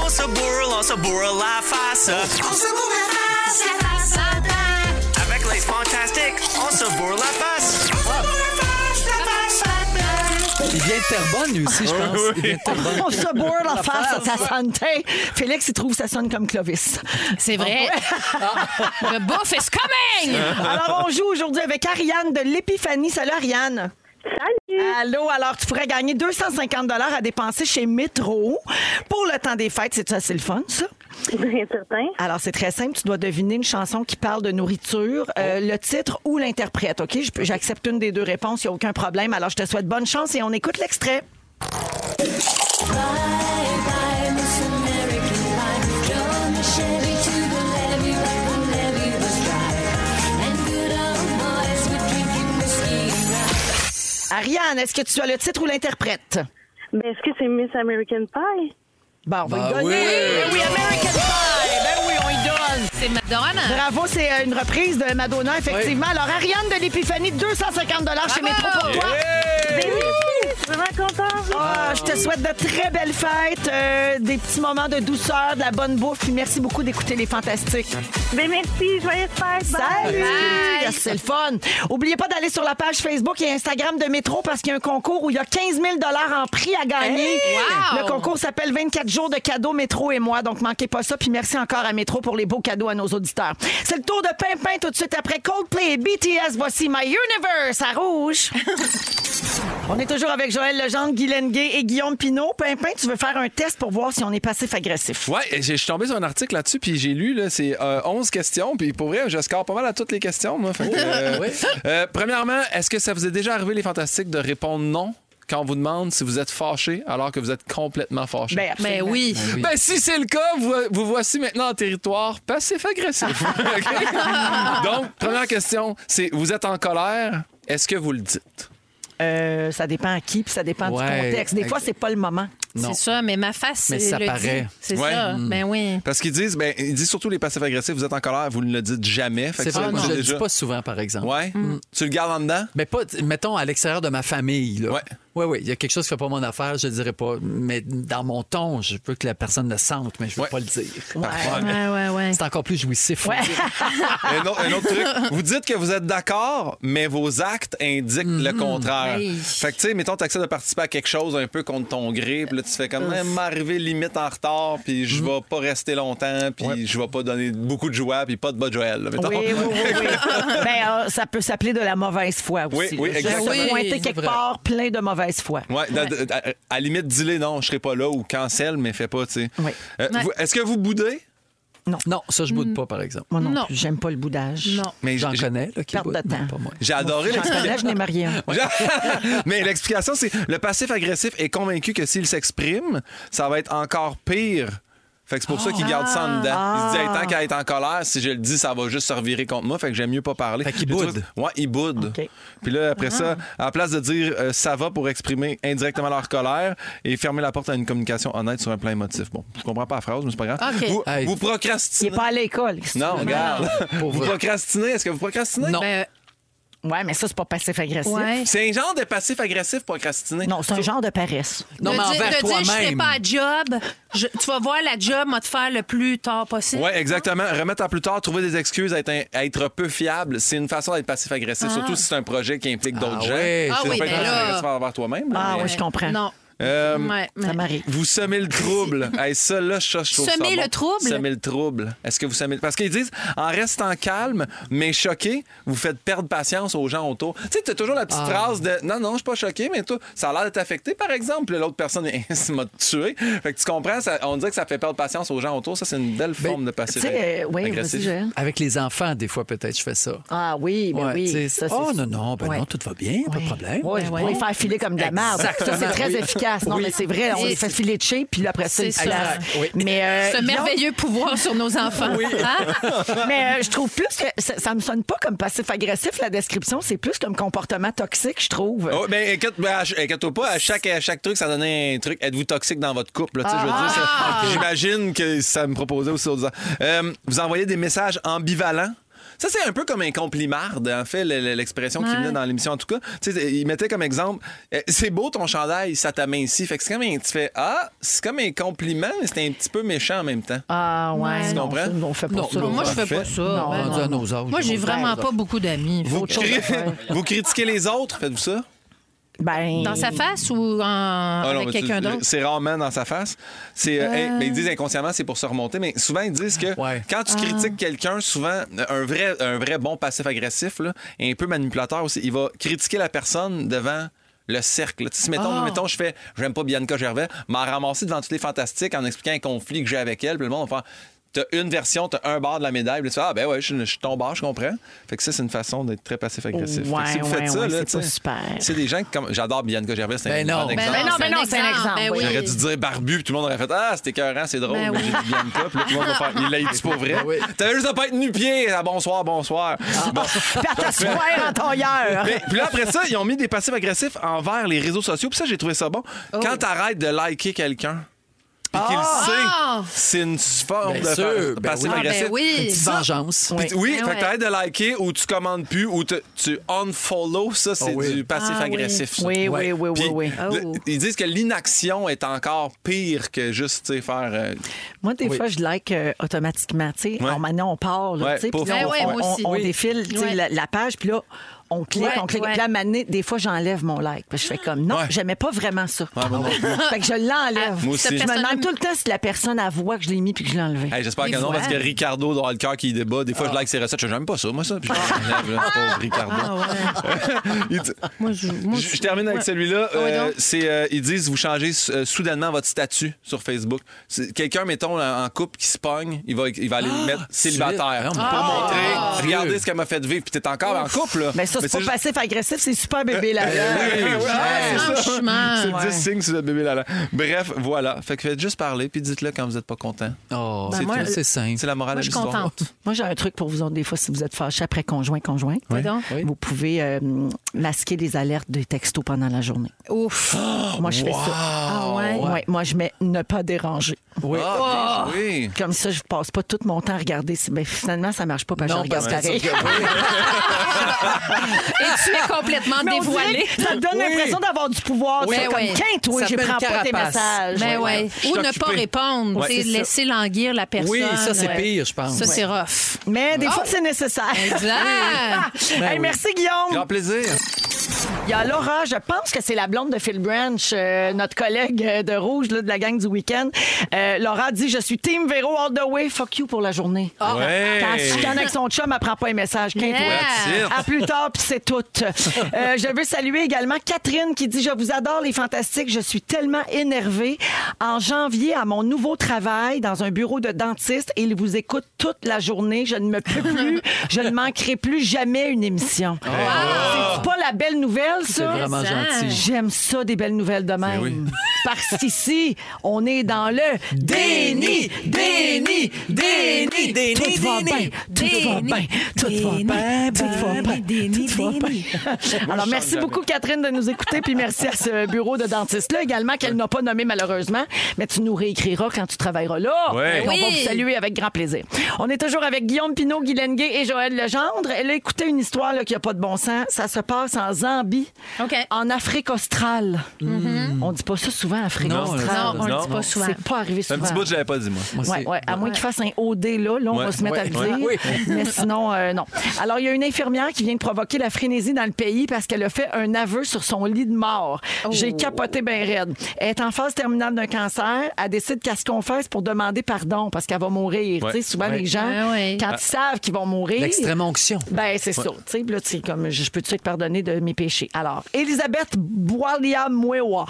Speaker 10: On se Oh, bourre, on se bourre la face.
Speaker 9: On se Oh, bourre la face, la face,
Speaker 10: Avec les fantastiques, on se bourre la face.
Speaker 9: on se bourre la face, la face, la face.
Speaker 1: Il vient de Terrebonne, lui aussi, je pense. Il vient de Terrebonne.
Speaker 2: On se bourre la face à sa santé. Félix, il trouve que ça sonne comme Clovis. Ah,
Speaker 3: c'est vrai.
Speaker 1: Ah,
Speaker 3: Le bouffe is coming!
Speaker 2: Alors, on joue aujourd'hui avec Ariane de l'Épiphanie. Salut, Ariane.
Speaker 11: Salut!
Speaker 2: Allô, alors tu pourrais gagner 250 à dépenser chez Metro pour le temps des fêtes. C'est ça, c'est le fun, ça?
Speaker 11: Bien certain.
Speaker 2: Alors, c'est très simple. Tu dois deviner une chanson qui parle de nourriture,
Speaker 11: Oh.
Speaker 2: euh, le titre ou l'interprète, OK? Je peux- J'accepte une des deux réponses, il n'y a aucun problème. Alors, je te souhaite bonne chance et on écoute l'extrait. Ariane, est-ce que tu as le titre ou l'interprète?
Speaker 11: Mais est-ce que c'est Miss American Pie?
Speaker 2: Bon,
Speaker 1: Bah
Speaker 2: on va
Speaker 6: Ben
Speaker 1: Ah
Speaker 2: y donner.
Speaker 6: oui.
Speaker 2: Ben oui, American Pie! Ben oui, on y donne!
Speaker 3: C'est Madonna.
Speaker 2: Bravo, c'est euh, une reprise de Madonna, effectivement. Alors, Ariane de l'Épiphanie, 250
Speaker 3: Ah!
Speaker 2: chez Métro pour toi.
Speaker 11: Je suis vraiment contente.
Speaker 2: Ah, je te souhaite de très belles fêtes, euh, des petits moments de douceur, de la bonne bouffe. Puis merci beaucoup d'écouter les Fantastiques.
Speaker 11: Ben merci, joyeuse fête. Bye.
Speaker 2: Salut! Yes, c'est le fun. Oubliez pas d'aller sur la page Facebook et Instagram de Métro parce qu'il y a un concours où il y a 15 000 en prix à gagner.
Speaker 3: Wow!
Speaker 2: Le concours s'appelle 24 jours de cadeaux Métro et moi. Donc, manquez pas ça. Puis merci encore à Métro pour les beaux cadeaux à nos auditeurs. C'est le tour de Pimpin tout de suite après Coldplay et BTS. Voici My Universe à rouge. on est toujours avec Joël Legendre, Guylaine Gay et Guillaume Pinault. Pimpin, tu veux faire un test pour voir si on est passif-agressif.
Speaker 4: Ouais, et j'ai- je suis tombé sur un article là-dessus, puis j'ai lu, là, c'est euh, 11 questions, puis pour vrai, je score pas mal à toutes les questions. moi, fait que, euh, euh, premièrement, est-ce que ça vous est déjà arrivé, les fantastiques, de répondre non quand on vous demande si vous êtes fâché alors que vous êtes complètement fâché?
Speaker 2: Ben,
Speaker 3: Ben
Speaker 2: absolument.
Speaker 3: oui.
Speaker 4: Ben, si c'est le cas, vous, vous voici maintenant en territoire passif-agressif. OK? Donc, première question, c'est vous êtes en colère, est-ce que vous le dites?
Speaker 2: Euh, ça dépend à qui, puis ça dépend
Speaker 1: Ouais.
Speaker 2: du contexte. Des fois, c'est pas le moment.
Speaker 1: Non.
Speaker 3: C'est ça, mais ma face,
Speaker 1: Mais
Speaker 3: c'est
Speaker 1: ça
Speaker 3: le
Speaker 1: paraît.
Speaker 3: dit. C'est
Speaker 4: Ouais.
Speaker 3: ça. Ben oui.
Speaker 4: Parce qu'ils disent, ben, ils disent surtout les passifs-agressifs, vous êtes en colère, vous ne le dites jamais. Fait que
Speaker 1: C'est
Speaker 4: ça,
Speaker 1: vrai,
Speaker 4: moi,
Speaker 1: je
Speaker 4: j'ai
Speaker 1: le dis
Speaker 4: déjà-
Speaker 1: pas souvent, Mm. par exemple.
Speaker 4: Ouais. Tu le gardes en dedans?
Speaker 1: Mais pas, mettons, à l'extérieur de ma famille. Là.
Speaker 4: Ouais.
Speaker 1: Oui, oui. Il y a quelque chose qui fait pas mon affaire, je le dirais pas. Mais dans mon ton, je veux que la personne le sente, mais je veux
Speaker 4: Ouais.
Speaker 1: pas le dire.
Speaker 4: Parfois.
Speaker 3: Ouais, ouais, ouais.
Speaker 1: Mm. C'est encore plus jouissif.
Speaker 2: Ouais.
Speaker 4: un, autre, un autre truc. Vous dites que vous êtes d'accord, mais vos actes indiquent le contraire.
Speaker 3: Hey.
Speaker 4: Fait que, tu sais, mettons, t'acceptes de participer à quelque chose un peu contre ton gré, puis là, tu fais quand même arriver limite en retard, puis je vais pas rester longtemps, puis je vais pas donner beaucoup de joie, puis pas de bas de Joël, là, mettons.
Speaker 2: Oui, oui, oui. oui. ben, euh, ça peut s'appeler de la mauvaise foi aussi.
Speaker 4: Oui, oui,
Speaker 2: là.
Speaker 4: exactement.
Speaker 2: Je vais
Speaker 3: Oui,
Speaker 2: pointer
Speaker 3: c'est
Speaker 2: quelque
Speaker 1: vrai.
Speaker 2: part plein de mauvaise foi.
Speaker 4: Ouais, d- d- à, à la limite, dis-les non, je serai pas là ou cancel, mais fais pas, tu sais.
Speaker 2: Oui.
Speaker 4: Euh,
Speaker 3: Ouais.
Speaker 4: vous- Est-ce que vous boudez?
Speaker 1: Non, ça, je
Speaker 2: Mm.
Speaker 1: boude pas, par exemple.
Speaker 2: Moi non,
Speaker 3: Non.
Speaker 2: plus, j'aime pas le boudage.
Speaker 3: Non.
Speaker 4: Mais
Speaker 1: J'en
Speaker 4: j-
Speaker 1: connais, là, qui
Speaker 2: Perte de
Speaker 1: boudent, mais
Speaker 2: temps.
Speaker 1: pas moi.
Speaker 4: j'ai adoré
Speaker 2: J'en
Speaker 4: l'expérience.
Speaker 2: connais, je n'ai marié un.
Speaker 4: Mais l'explication, c'est le passif agressif est convaincu que s'il s'exprime, ça va être encore pire. Fait que c'est pour ça qu'il garde ça en dedans. Il se dit, Hey, tant qu'à être en colère, si je le dis, ça va juste se revirer contre moi. Fait que j'aime mieux pas parler.
Speaker 1: Fait qu'il
Speaker 4: J'ai
Speaker 1: boude.
Speaker 4: trouvé- Ouais, il boude.
Speaker 2: OK.
Speaker 4: Puis là, après ça, à la place de dire euh, ça va pour exprimer indirectement leur colère et fermer la porte à une communication honnête sur un plan émotif. Bon, je comprends pas la phrase, mais c'est pas grave.
Speaker 3: OK.
Speaker 4: Vous,
Speaker 1: Hey.
Speaker 4: vous
Speaker 2: Il
Speaker 4: procrastinez.
Speaker 2: n'est pas à l'école. ici.
Speaker 4: Non, regarde. vous
Speaker 1: Pauvre.
Speaker 4: procrastinez. Est-ce que vous procrastinez?
Speaker 1: Non.
Speaker 3: Ben,
Speaker 2: Ouais, mais ça, c'est pas passif-agressif.
Speaker 3: ouais.
Speaker 4: C'est un genre de passif agressif procrastiner.
Speaker 2: Non, c'est un genre de paresse.
Speaker 1: Non,
Speaker 3: de
Speaker 1: mais
Speaker 3: dire-
Speaker 1: envers
Speaker 3: de dire, je serai
Speaker 1: toi-même.
Speaker 3: pas à job. Je- tu vas voir la job, m'a te faire le plus tard possible.
Speaker 4: Oui, exactement. Remettre à plus tard, trouver des excuses, être, un- être peu fiable, c'est une façon d'être passif-agressif,
Speaker 2: Ah.
Speaker 4: surtout si c'est un projet qui implique d'autres
Speaker 1: Ah
Speaker 4: gens.
Speaker 1: ouais.
Speaker 3: Ah
Speaker 4: c'est
Speaker 3: oui,
Speaker 4: pas
Speaker 3: ben
Speaker 4: être
Speaker 3: là.
Speaker 4: passif-agressif envers toi-même. hein.
Speaker 2: Ah
Speaker 4: mais-
Speaker 2: oui, je comprends.
Speaker 3: Non.
Speaker 4: Euh,
Speaker 3: Ouais, mais-
Speaker 2: Ça m'arrive.
Speaker 4: Vous semez le trouble. hey, ça, là, je, je trouve ça
Speaker 3: Semer
Speaker 4: bon.
Speaker 3: le trouble?
Speaker 4: Semer le trouble. Est-ce que vous semez... Parce qu'ils disent, en restant calme, mais choqué, vous faites perdre patience aux gens autour. Tu sais, t'as toujours la
Speaker 2: Ah.
Speaker 4: petite phrase de « Non, non, je suis pas choqué, mais toi, ça a l'air d'être affecté, par exemple. » Puis l'autre personne, « Ça m'a tué. » Fait que tu comprends, ça- on dirait que ça fait perdre patience aux gens autour. Ça, c'est une belle forme de
Speaker 2: Tu
Speaker 4: passif
Speaker 2: sais, euh, oui, vas-y,
Speaker 4: agressif.
Speaker 2: Joël.
Speaker 1: Avec les enfants, des fois, peut-être, je fais ça.
Speaker 2: Ah oui, mais
Speaker 1: Ouais, tu sais,
Speaker 2: oui. ça, c'est-
Speaker 1: oh non, non, ben
Speaker 2: Ouais.
Speaker 1: non, tout va bien, pas de problème.
Speaker 2: Oui,
Speaker 3: Ben
Speaker 2: pour les
Speaker 3: ouais.
Speaker 2: faire filer comme de la merde. Ça,
Speaker 1: Exactement,
Speaker 2: c'est très
Speaker 1: oui.
Speaker 2: efficace. Non,
Speaker 1: Oui.
Speaker 2: mais c'est vrai, on
Speaker 3: Et
Speaker 2: les fait
Speaker 3: c'est-
Speaker 2: filer de chez, puis là, après ça,
Speaker 3: C'est
Speaker 2: ils se
Speaker 3: ça.
Speaker 2: placent.
Speaker 1: Oui.
Speaker 2: Mais, euh,
Speaker 3: Ce
Speaker 2: Guillaume,
Speaker 3: merveilleux pouvoir sur nos enfants. Hein?
Speaker 2: Mais euh, je trouve plus que ça, ça me sonne pas comme passif-agressif, la description. C'est plus comme comportement toxique, je trouve.
Speaker 4: Oh, ben, écoute, ben, à ch- inquiète-toi pas, à chaque, à chaque truc, ça donnait un truc. Êtes-vous toxique dans votre couple? là, tu sais, je veux dire,
Speaker 2: Ah!
Speaker 4: ça- J'imagine que ça me proposait aussi en disant. Euh, vous envoyez des messages ambivalents. Ça, c'est un peu comme un complimarde, en fait, le- le- l'expression qui
Speaker 3: Ouais.
Speaker 4: venait dans l'émission, en tout cas. Tu sais, il mettait comme exemple, euh, c'est beau ton chandail, ça t'amincit. Fait que c'est comme un, tu fais, ah, c'est comme un compliment, mais c'était un petit peu méchant en même temps.
Speaker 2: Ah ouais.
Speaker 3: Ouais. Tu
Speaker 2: non,
Speaker 4: comprends?
Speaker 2: ça, on fait pas
Speaker 1: Non,
Speaker 2: ça.
Speaker 1: non,
Speaker 3: Moi, je fais pas ça.
Speaker 2: Non,
Speaker 3: Ben,
Speaker 2: non,
Speaker 1: Rendu à nos âges,
Speaker 3: Moi, j'ai
Speaker 1: mon
Speaker 3: vraiment
Speaker 1: père,
Speaker 3: pas beaucoup d'amis.
Speaker 4: Vous,
Speaker 2: autre chose
Speaker 4: cri-
Speaker 2: à faire.
Speaker 4: vous critiquez les autres, faites-vous ça?
Speaker 2: Ben,
Speaker 3: Dans sa face ou en...
Speaker 4: Ah non,
Speaker 3: avec
Speaker 4: mais tu-
Speaker 3: quelqu'un d'autre?
Speaker 4: C'est rarement dans sa face. C'est, euh, hey, mais ils disent inconsciemment, c'est pour se remonter. Mais souvent, ils disent que
Speaker 1: Ouais.
Speaker 4: quand
Speaker 2: Ah.
Speaker 4: tu critiques quelqu'un, souvent, un vrai, un vrai bon passif-agressif, là, et un peu manipulateur aussi, il va critiquer la personne devant le cercle. là. Tu sais, Si, mettons,
Speaker 12: Ah.
Speaker 4: mettons, je fais J'aime pas Bianca Gervais, m'en ramasser devant tous les fantastiques en expliquant un conflit que j'ai avec elle. Puis le monde va faire T'as une version, t'as un bar de la médaille. Puis là, tu fais Ah, ben ouais, je suis- je suis ton bar, je comprends. Fait que ça, c'est une façon d'être très passif-agressif. Fait que
Speaker 2: Ouais,
Speaker 4: si vous
Speaker 2: ouais,
Speaker 4: faites ça,
Speaker 2: ouais,
Speaker 4: là,
Speaker 2: c'est
Speaker 4: tu sais,
Speaker 2: pas super.
Speaker 4: C'est des gens qui, comme. J'adore Bianca Gervais, c'est
Speaker 2: Ben
Speaker 4: un
Speaker 2: non.
Speaker 4: bon
Speaker 2: Ben
Speaker 4: exemple.
Speaker 2: non, ben non, c'est un exemple.
Speaker 3: Ben oui.
Speaker 4: J'aurais dû dire barbu, puis tout le monde aurait fait Ah, c'était écœurant, c'est drôle,
Speaker 3: Ben
Speaker 4: mais
Speaker 3: oui.
Speaker 4: j'ai dit Bianca, puis là, tout le monde va faire Il l'a dit pour vrai.
Speaker 1: Ben
Speaker 4: T'avais juste à pas être nu-pied. Ah, bonsoir, bonsoir. Bon.
Speaker 2: à t'asseoir en tailleur.
Speaker 4: Mais- Puis là, après ça, ils ont mis des passifs agressifs envers les réseaux sociaux, puis ça, j'ai trouvé ça bon. Quand t'arrêtes de liker quelqu'un, puis qu'il
Speaker 9: Ah!
Speaker 3: Ah!
Speaker 4: sait, c'est une forme
Speaker 1: Bien sûr,
Speaker 4: de fa-
Speaker 1: ben
Speaker 4: passif
Speaker 1: oui. Ah, ben
Speaker 4: agressif.
Speaker 1: oui. Une petite
Speaker 4: Ça,
Speaker 1: vengeance.
Speaker 4: puis-
Speaker 1: Oui.
Speaker 4: oui,
Speaker 1: Ben
Speaker 4: fait
Speaker 1: ouais.
Speaker 4: que t'arrêtes de liker ou tu commandes plus ou te- tu unfollow, ça, c'est
Speaker 1: Ah oui.
Speaker 4: du passif
Speaker 2: Ah oui.
Speaker 4: agressif. ça.
Speaker 2: Oui, oui, oui, oui,
Speaker 4: Puis
Speaker 2: oui.
Speaker 4: le-
Speaker 2: Oh.
Speaker 4: Ils disent que l'inaction est encore pire que juste tu sais, faire. euh,
Speaker 2: Moi, des
Speaker 4: Oui.
Speaker 2: fois, je like euh, automatiquement. tu sais.
Speaker 4: Ouais.
Speaker 2: Alors maintenant, on part. Là,
Speaker 4: Ouais,
Speaker 2: tu sais,
Speaker 4: pouf,
Speaker 2: puis là,
Speaker 4: pouf,
Speaker 2: on,
Speaker 4: ouais,
Speaker 2: on-
Speaker 4: moi aussi.
Speaker 2: on
Speaker 4: Oui.
Speaker 2: défile tu sais,
Speaker 4: Ouais.
Speaker 2: la, la page, puis là, on clique,
Speaker 3: Ouais,
Speaker 2: on clique.
Speaker 3: ouais.
Speaker 2: Puis là, à un moment donné, des fois, j'enlève mon like. Puis je fais comme, non, j'aimais pas vraiment ça.
Speaker 4: Ouais, moi non plus.
Speaker 2: fait que je l'enlève.
Speaker 4: Ah, Moi cette aussi.
Speaker 2: Je me
Speaker 4: personne-là
Speaker 2: demande tout le temps si la personne a voit que je l'ai mis puis que je l'ai enlevé.
Speaker 4: Hey, J'espère que non, parce que Ricardo doit avoir le cœur qui débat. Des fois, je like ses recettes. Je fais, J'aime pas ça, moi, ça. Puis je l'enlève, là, pauvre Ricardo. Il dit- je, je termine avec
Speaker 3: ouais.
Speaker 4: celui-là.
Speaker 3: Ah ouais,
Speaker 4: Euh,
Speaker 3: donc.
Speaker 4: c'est, euh, ils disent vous changez euh, soudainement votre statut sur Facebook. C'est- Quelqu'un, mettons, en en couple qui se pogne, il va, il va aller le mettre célibataire.
Speaker 1: Ah,
Speaker 4: Pour
Speaker 1: mon
Speaker 4: montrer,
Speaker 2: Dieu.
Speaker 4: regardez ce qu'elle m'a fait vivre, puis t'es encore en couple. Là.
Speaker 2: Mais Ben, ça, c'est pas
Speaker 4: juste- Euh,
Speaker 2: passif-agressif, c'est super bébé là.
Speaker 4: Oui, oui, oui.
Speaker 2: Eh Ah,
Speaker 4: c'est
Speaker 2: franchement,
Speaker 4: ça.
Speaker 2: ouais.
Speaker 4: C'est 10 signes sur le bébé là Bref, voilà. Fait que faites juste parler, puis dites-le quand vous n'êtes pas content.
Speaker 1: Oh,
Speaker 2: Ben, moi,
Speaker 4: tout.
Speaker 2: c'est
Speaker 1: simple.
Speaker 4: C'est la morale
Speaker 2: Moi,
Speaker 4: de
Speaker 2: je suis
Speaker 4: l'histoire.
Speaker 2: contente. Moi, j'ai un truc pour vous autres. Des fois, si vous êtes fâchés après conjoint, conjoint,
Speaker 4: Oui. Donc?
Speaker 2: vous pouvez euh, masquer les alertes des textos pendant la journée. Ouf! moi, je fais
Speaker 3: wow!
Speaker 2: ça.
Speaker 3: Ah ouais?
Speaker 2: Ouais, Moi, je mets ne pas déranger.
Speaker 1: Oui.
Speaker 4: Ah,
Speaker 2: Oh!
Speaker 4: bien joué.
Speaker 2: Comme ça, je passe pas tout mon temps à regarder. si- Mais finalement, ça marche pas parce que je
Speaker 1: Non,
Speaker 2: regarde
Speaker 1: parce que
Speaker 2: pareil.
Speaker 1: ça,
Speaker 3: Et tu es complètement
Speaker 2: Mais on dirait
Speaker 3: dévoilé.
Speaker 2: que Ça te donne l'impression d'avoir du pouvoir.
Speaker 3: Oui.
Speaker 2: Tu fais
Speaker 3: Ben
Speaker 2: comme,
Speaker 3: ouais.
Speaker 2: Quinte, oui,
Speaker 3: Ça
Speaker 2: je
Speaker 3: s'appelle
Speaker 2: prends pas tes
Speaker 3: carapace.
Speaker 2: messages.
Speaker 3: Ben ouais.
Speaker 2: Je suis
Speaker 3: Ou ne
Speaker 2: occupée.
Speaker 3: pas répondre.
Speaker 2: Ouais,
Speaker 3: c'est
Speaker 2: c'est ça.
Speaker 3: laisser languir la personne.
Speaker 2: Oui, ça, c'est pire,
Speaker 1: je pense.
Speaker 3: Ça, c'est
Speaker 2: Ouais.
Speaker 3: rough.
Speaker 2: Mais des
Speaker 3: Oh!
Speaker 2: fois, c'est nécessaire.
Speaker 3: Exact.
Speaker 2: Oui.
Speaker 3: Ben
Speaker 2: Hey,
Speaker 3: oui.
Speaker 2: Merci, Guillaume.
Speaker 4: Grand plaisir.
Speaker 2: Il y a Laura, je pense que c'est la blonde de Phil Branch, euh, notre collègue euh, de Rouge, là, de la gang du week-end. Euh, Laura dit Je suis Team Véro all the way, fuck you pour la journée.
Speaker 9: Ah. Ouais.
Speaker 2: Quand elle se chicane avec son chum, elle prend pas un message. Quinte,
Speaker 9: Yeah.
Speaker 2: ouais.
Speaker 9: That's it.
Speaker 2: À plus tard, puis c'est tout. Euh, je veux saluer également Catherine qui dit Je vous adore, les fantastiques, je suis tellement énervée. En janvier, à mon nouveau travail, dans un bureau de dentiste, ils vous écoutent toute la journée. Je ne me peux plus, je ne manquerai plus jamais une émission. C'est pas la belle nouvelle, ça?
Speaker 9: C'est vraiment gentil.
Speaker 2: J'aime ça, des belles nouvelles de même. Parce qu'ici, on est dans le déni, déni, déni, déni, tout va bien, tout va bien, tout va bien, tout va bien, tout va bien. Alors, merci beaucoup, Catherine, de nous écouter, puis merci à ce bureau de dentiste-là également, qu'elle n'a pas nommé malheureusement, mais tu nous réécriras quand tu travailleras là.
Speaker 9: Ouais.
Speaker 2: Et On va
Speaker 9: Oui.
Speaker 2: vous saluer avec grand plaisir. On est toujours avec Guillaume Pinot, Guy Lenguet et Joël Legendre. Elle a écouté une histoire là, qui n'a pas de bon sens. Ça se passe en Zambie, en Afrique australe. On dit pas ça souvent, Afrique
Speaker 4: Non,
Speaker 2: australe.
Speaker 4: non, on le dit Non. pas souvent.
Speaker 2: C'est pas arrivé
Speaker 4: C'est un
Speaker 2: souvent.
Speaker 4: petit bout que j'avais pas dit, moi.
Speaker 2: Ouais, ouais, à moins qu'il fasse un OD là, là on
Speaker 4: Ouais.
Speaker 2: va se mettre à le
Speaker 4: Ouais.
Speaker 2: dire.
Speaker 4: Ouais.
Speaker 2: Mais sinon, euh, non. Alors, il y a une infirmière qui vient de provoquer la frénésie dans le pays parce qu'elle a fait un aveu sur son lit de mort. J'ai capoté bien raide. Elle est en phase terminale d'un cancer. Elle décide qu'elle se confesse pour demander pardon parce qu'elle va mourir.
Speaker 1: Ouais.
Speaker 2: Tu sais, souvent,
Speaker 1: Ouais.
Speaker 2: les gens,
Speaker 1: Ouais, ouais.
Speaker 2: quand
Speaker 1: Ah.
Speaker 2: ils savent qu'ils vont mourir...
Speaker 1: L'extrême onction.
Speaker 2: Ben, c'est
Speaker 1: Ouais.
Speaker 2: ça. Tu sais, puis là, tu sais, comme, je peux-tu être pardonné de mes péchés? Alors, Elisabeth Boilia-Mouewa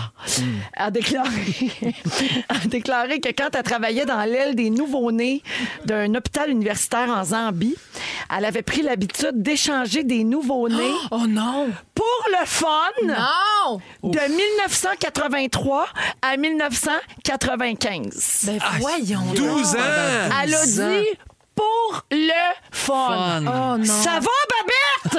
Speaker 2: a déclaré, a déclaré que quand elle travaillait dans l'aile des nouveaux-nés d'un hôpital universitaire en Zambie, elle avait pris l'habitude d'échanger des nouveaux-nés.
Speaker 3: Ah!
Speaker 2: Oh non! Pour le fun!
Speaker 3: Non!
Speaker 2: De 1983 à 1995. Ben
Speaker 3: voyons donc.
Speaker 9: 12 ans!
Speaker 2: Elle a
Speaker 9: 12 ans.
Speaker 2: dit pour le fun.
Speaker 3: Fun. Oh non.
Speaker 2: Ça va,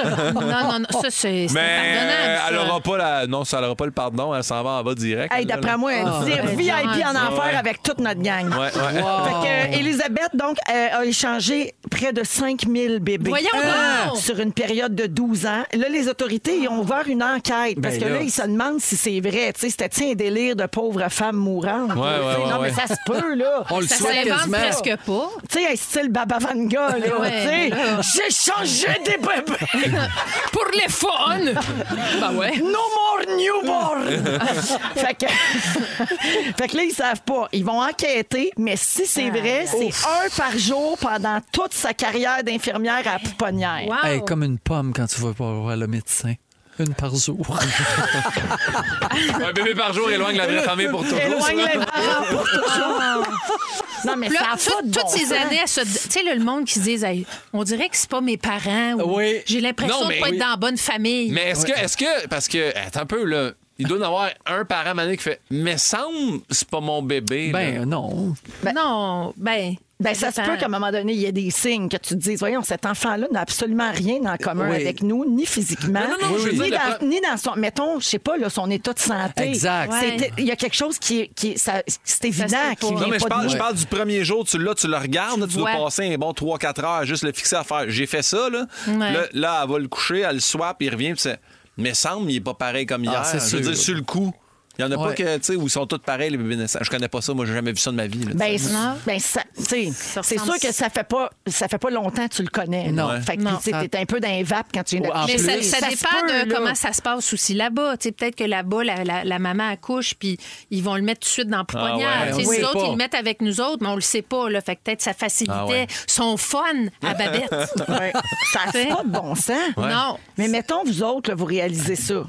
Speaker 2: Babette?
Speaker 3: non, non, non, ça, c'est c'est
Speaker 4: Mais
Speaker 3: impardonnable.
Speaker 4: euh,
Speaker 3: ça.
Speaker 4: elle aura pas la. Non, ça n'aura pas le pardon, elle s'en va en bas direct.
Speaker 2: Hey,
Speaker 4: elle, là,
Speaker 2: d'après
Speaker 4: là.
Speaker 2: moi,
Speaker 3: Ah.
Speaker 2: c'est VIP en
Speaker 4: Ah,
Speaker 2: enfer
Speaker 4: ouais.
Speaker 2: avec toute notre gang.
Speaker 4: Ouais, ouais. Wow.
Speaker 3: Oh.
Speaker 2: Fait que, euh, Elisabeth, donc, euh, a échangé près de 5000 bébés
Speaker 3: Voyons
Speaker 2: Euh,
Speaker 3: donc!
Speaker 2: sur une période de 12 ans. Là, les autorités ils ont ouvert une enquête parce
Speaker 3: Ben
Speaker 2: que là,
Speaker 3: là.
Speaker 2: ils se demandent si c'est vrai. Tu sais, c'était un délire de pauvre femme mourante.
Speaker 3: Ouais, ouais,
Speaker 2: Tu sais, non,
Speaker 3: ouais,
Speaker 2: mais
Speaker 3: ouais.
Speaker 2: ça se peut, là.
Speaker 3: On le Ça souhaite s'invente quasiment. presque pas.
Speaker 2: Tu sais, un style Baba Vanga, là.
Speaker 3: Ouais,
Speaker 2: tu sais,
Speaker 3: mais là.
Speaker 2: j'ai changé des bébés.
Speaker 3: Pour les fun! ben ouais.
Speaker 2: No more newborn! fait, que... fait que là, ils savent pas. Ils vont enquêter, mais si c'est vrai, c'est un par jour pendant toute sa carrière d'infirmière à la pouponnière.
Speaker 1: Hey, comme une pomme quand tu vas pas voir le médecin. Une par jour.
Speaker 4: Un bébé par jour éloigne la vraie famille pour toujours.
Speaker 2: Éloigne
Speaker 4: ça.
Speaker 2: les parents pour toujours. Non, mais
Speaker 3: Ah. Là,
Speaker 2: ça a
Speaker 3: tout-
Speaker 2: pas de
Speaker 3: toutes
Speaker 2: bon
Speaker 3: ces
Speaker 2: sens.
Speaker 3: années, à se- tu sais, là, le monde qui se dit, Hey, on dirait que c'est pas mes parents. ou
Speaker 1: Oui.
Speaker 3: J'ai l'impression
Speaker 4: Non,
Speaker 3: de
Speaker 4: mais
Speaker 3: pas
Speaker 4: oui.
Speaker 3: être dans la bonne famille.
Speaker 4: Mais est-ce que, est-ce que, parce que, attends un peu, là, il doit y en avoir un parent mané qui fait, mais semble, c'est pas mon bébé. là.
Speaker 1: Ben non.
Speaker 3: non, ben.
Speaker 2: Ben, ça se
Speaker 3: dépend.
Speaker 2: peut qu'à un moment donné, il y ait des signes que tu te dises, voyons, cet enfant-là n'a absolument rien en commun
Speaker 1: Oui.
Speaker 2: avec nous, ni physiquement,
Speaker 4: Non, non, non, je veux
Speaker 2: ni,
Speaker 4: dire,
Speaker 2: dans,
Speaker 4: le-
Speaker 2: ni dans son, mettons, je sais pas, là, son état de santé.
Speaker 1: Exact.
Speaker 2: C'est-
Speaker 3: Ouais.
Speaker 2: Il y a quelque chose qui est, qui est- ça- c'est évident,
Speaker 3: se peut
Speaker 2: qui
Speaker 3: pas.
Speaker 2: vient
Speaker 4: Non, mais je
Speaker 2: pas
Speaker 4: parle,
Speaker 2: de
Speaker 4: je
Speaker 2: nous.
Speaker 4: parle du premier jour, tu l'as, tu le regardes, là, tu dois
Speaker 3: vois.
Speaker 4: passer un bon 3-4 heures à juste le fixer à faire. J'ai fait ça, là.
Speaker 3: Ouais.
Speaker 4: Là, là, elle va le coucher, elle le swap, il revient, puis c'est. Mais semble, il est pas pareil comme hier.
Speaker 1: c'est
Speaker 4: Je veux
Speaker 1: sûr.
Speaker 4: dire, sur le coup. Il y en a pas
Speaker 1: Ouais.
Speaker 4: que, tu sais, où ils sont tous pareils, les bébés naissants. Je connais pas ça, moi, j'ai jamais vu ça de ma vie. là, tu
Speaker 2: Ben,
Speaker 4: sais.
Speaker 3: Non.
Speaker 2: ben, ça, tu sais,
Speaker 3: Ça
Speaker 2: c'est sûr
Speaker 3: ressemble-
Speaker 2: que ça fait pas ça fait pas longtemps que tu le connais.
Speaker 1: Non.
Speaker 2: là. Fait que
Speaker 3: Non.
Speaker 2: tu sais, t'es un peu dans les vapes quand tu viens de
Speaker 1: Ouais, en
Speaker 3: Mais
Speaker 1: plus.
Speaker 3: ça, ça
Speaker 2: se
Speaker 3: dépend
Speaker 2: peut,
Speaker 3: de
Speaker 2: là.
Speaker 3: comment ça se passe aussi là-bas. Tu sais, Peut-être que là-bas, la, la- la maman accouche, puis ils vont le mettre tout de suite dans le
Speaker 4: Ah
Speaker 3: pouponnière.
Speaker 4: ouais,
Speaker 3: Tu
Speaker 1: on
Speaker 3: sais,
Speaker 1: le sait
Speaker 3: nous autres,
Speaker 1: pas.
Speaker 3: ils le mettent avec nous autres, mais on le sait pas. Là. Fait que peut-être ça facilitait
Speaker 4: Ah ouais.
Speaker 3: son fun à Babette.
Speaker 2: Ouais. Ça
Speaker 3: Tu sais?
Speaker 2: n'a pas de bon sens.
Speaker 3: Ouais. Non.
Speaker 2: Mais mettons, vous autres, là, vous réalisez ça.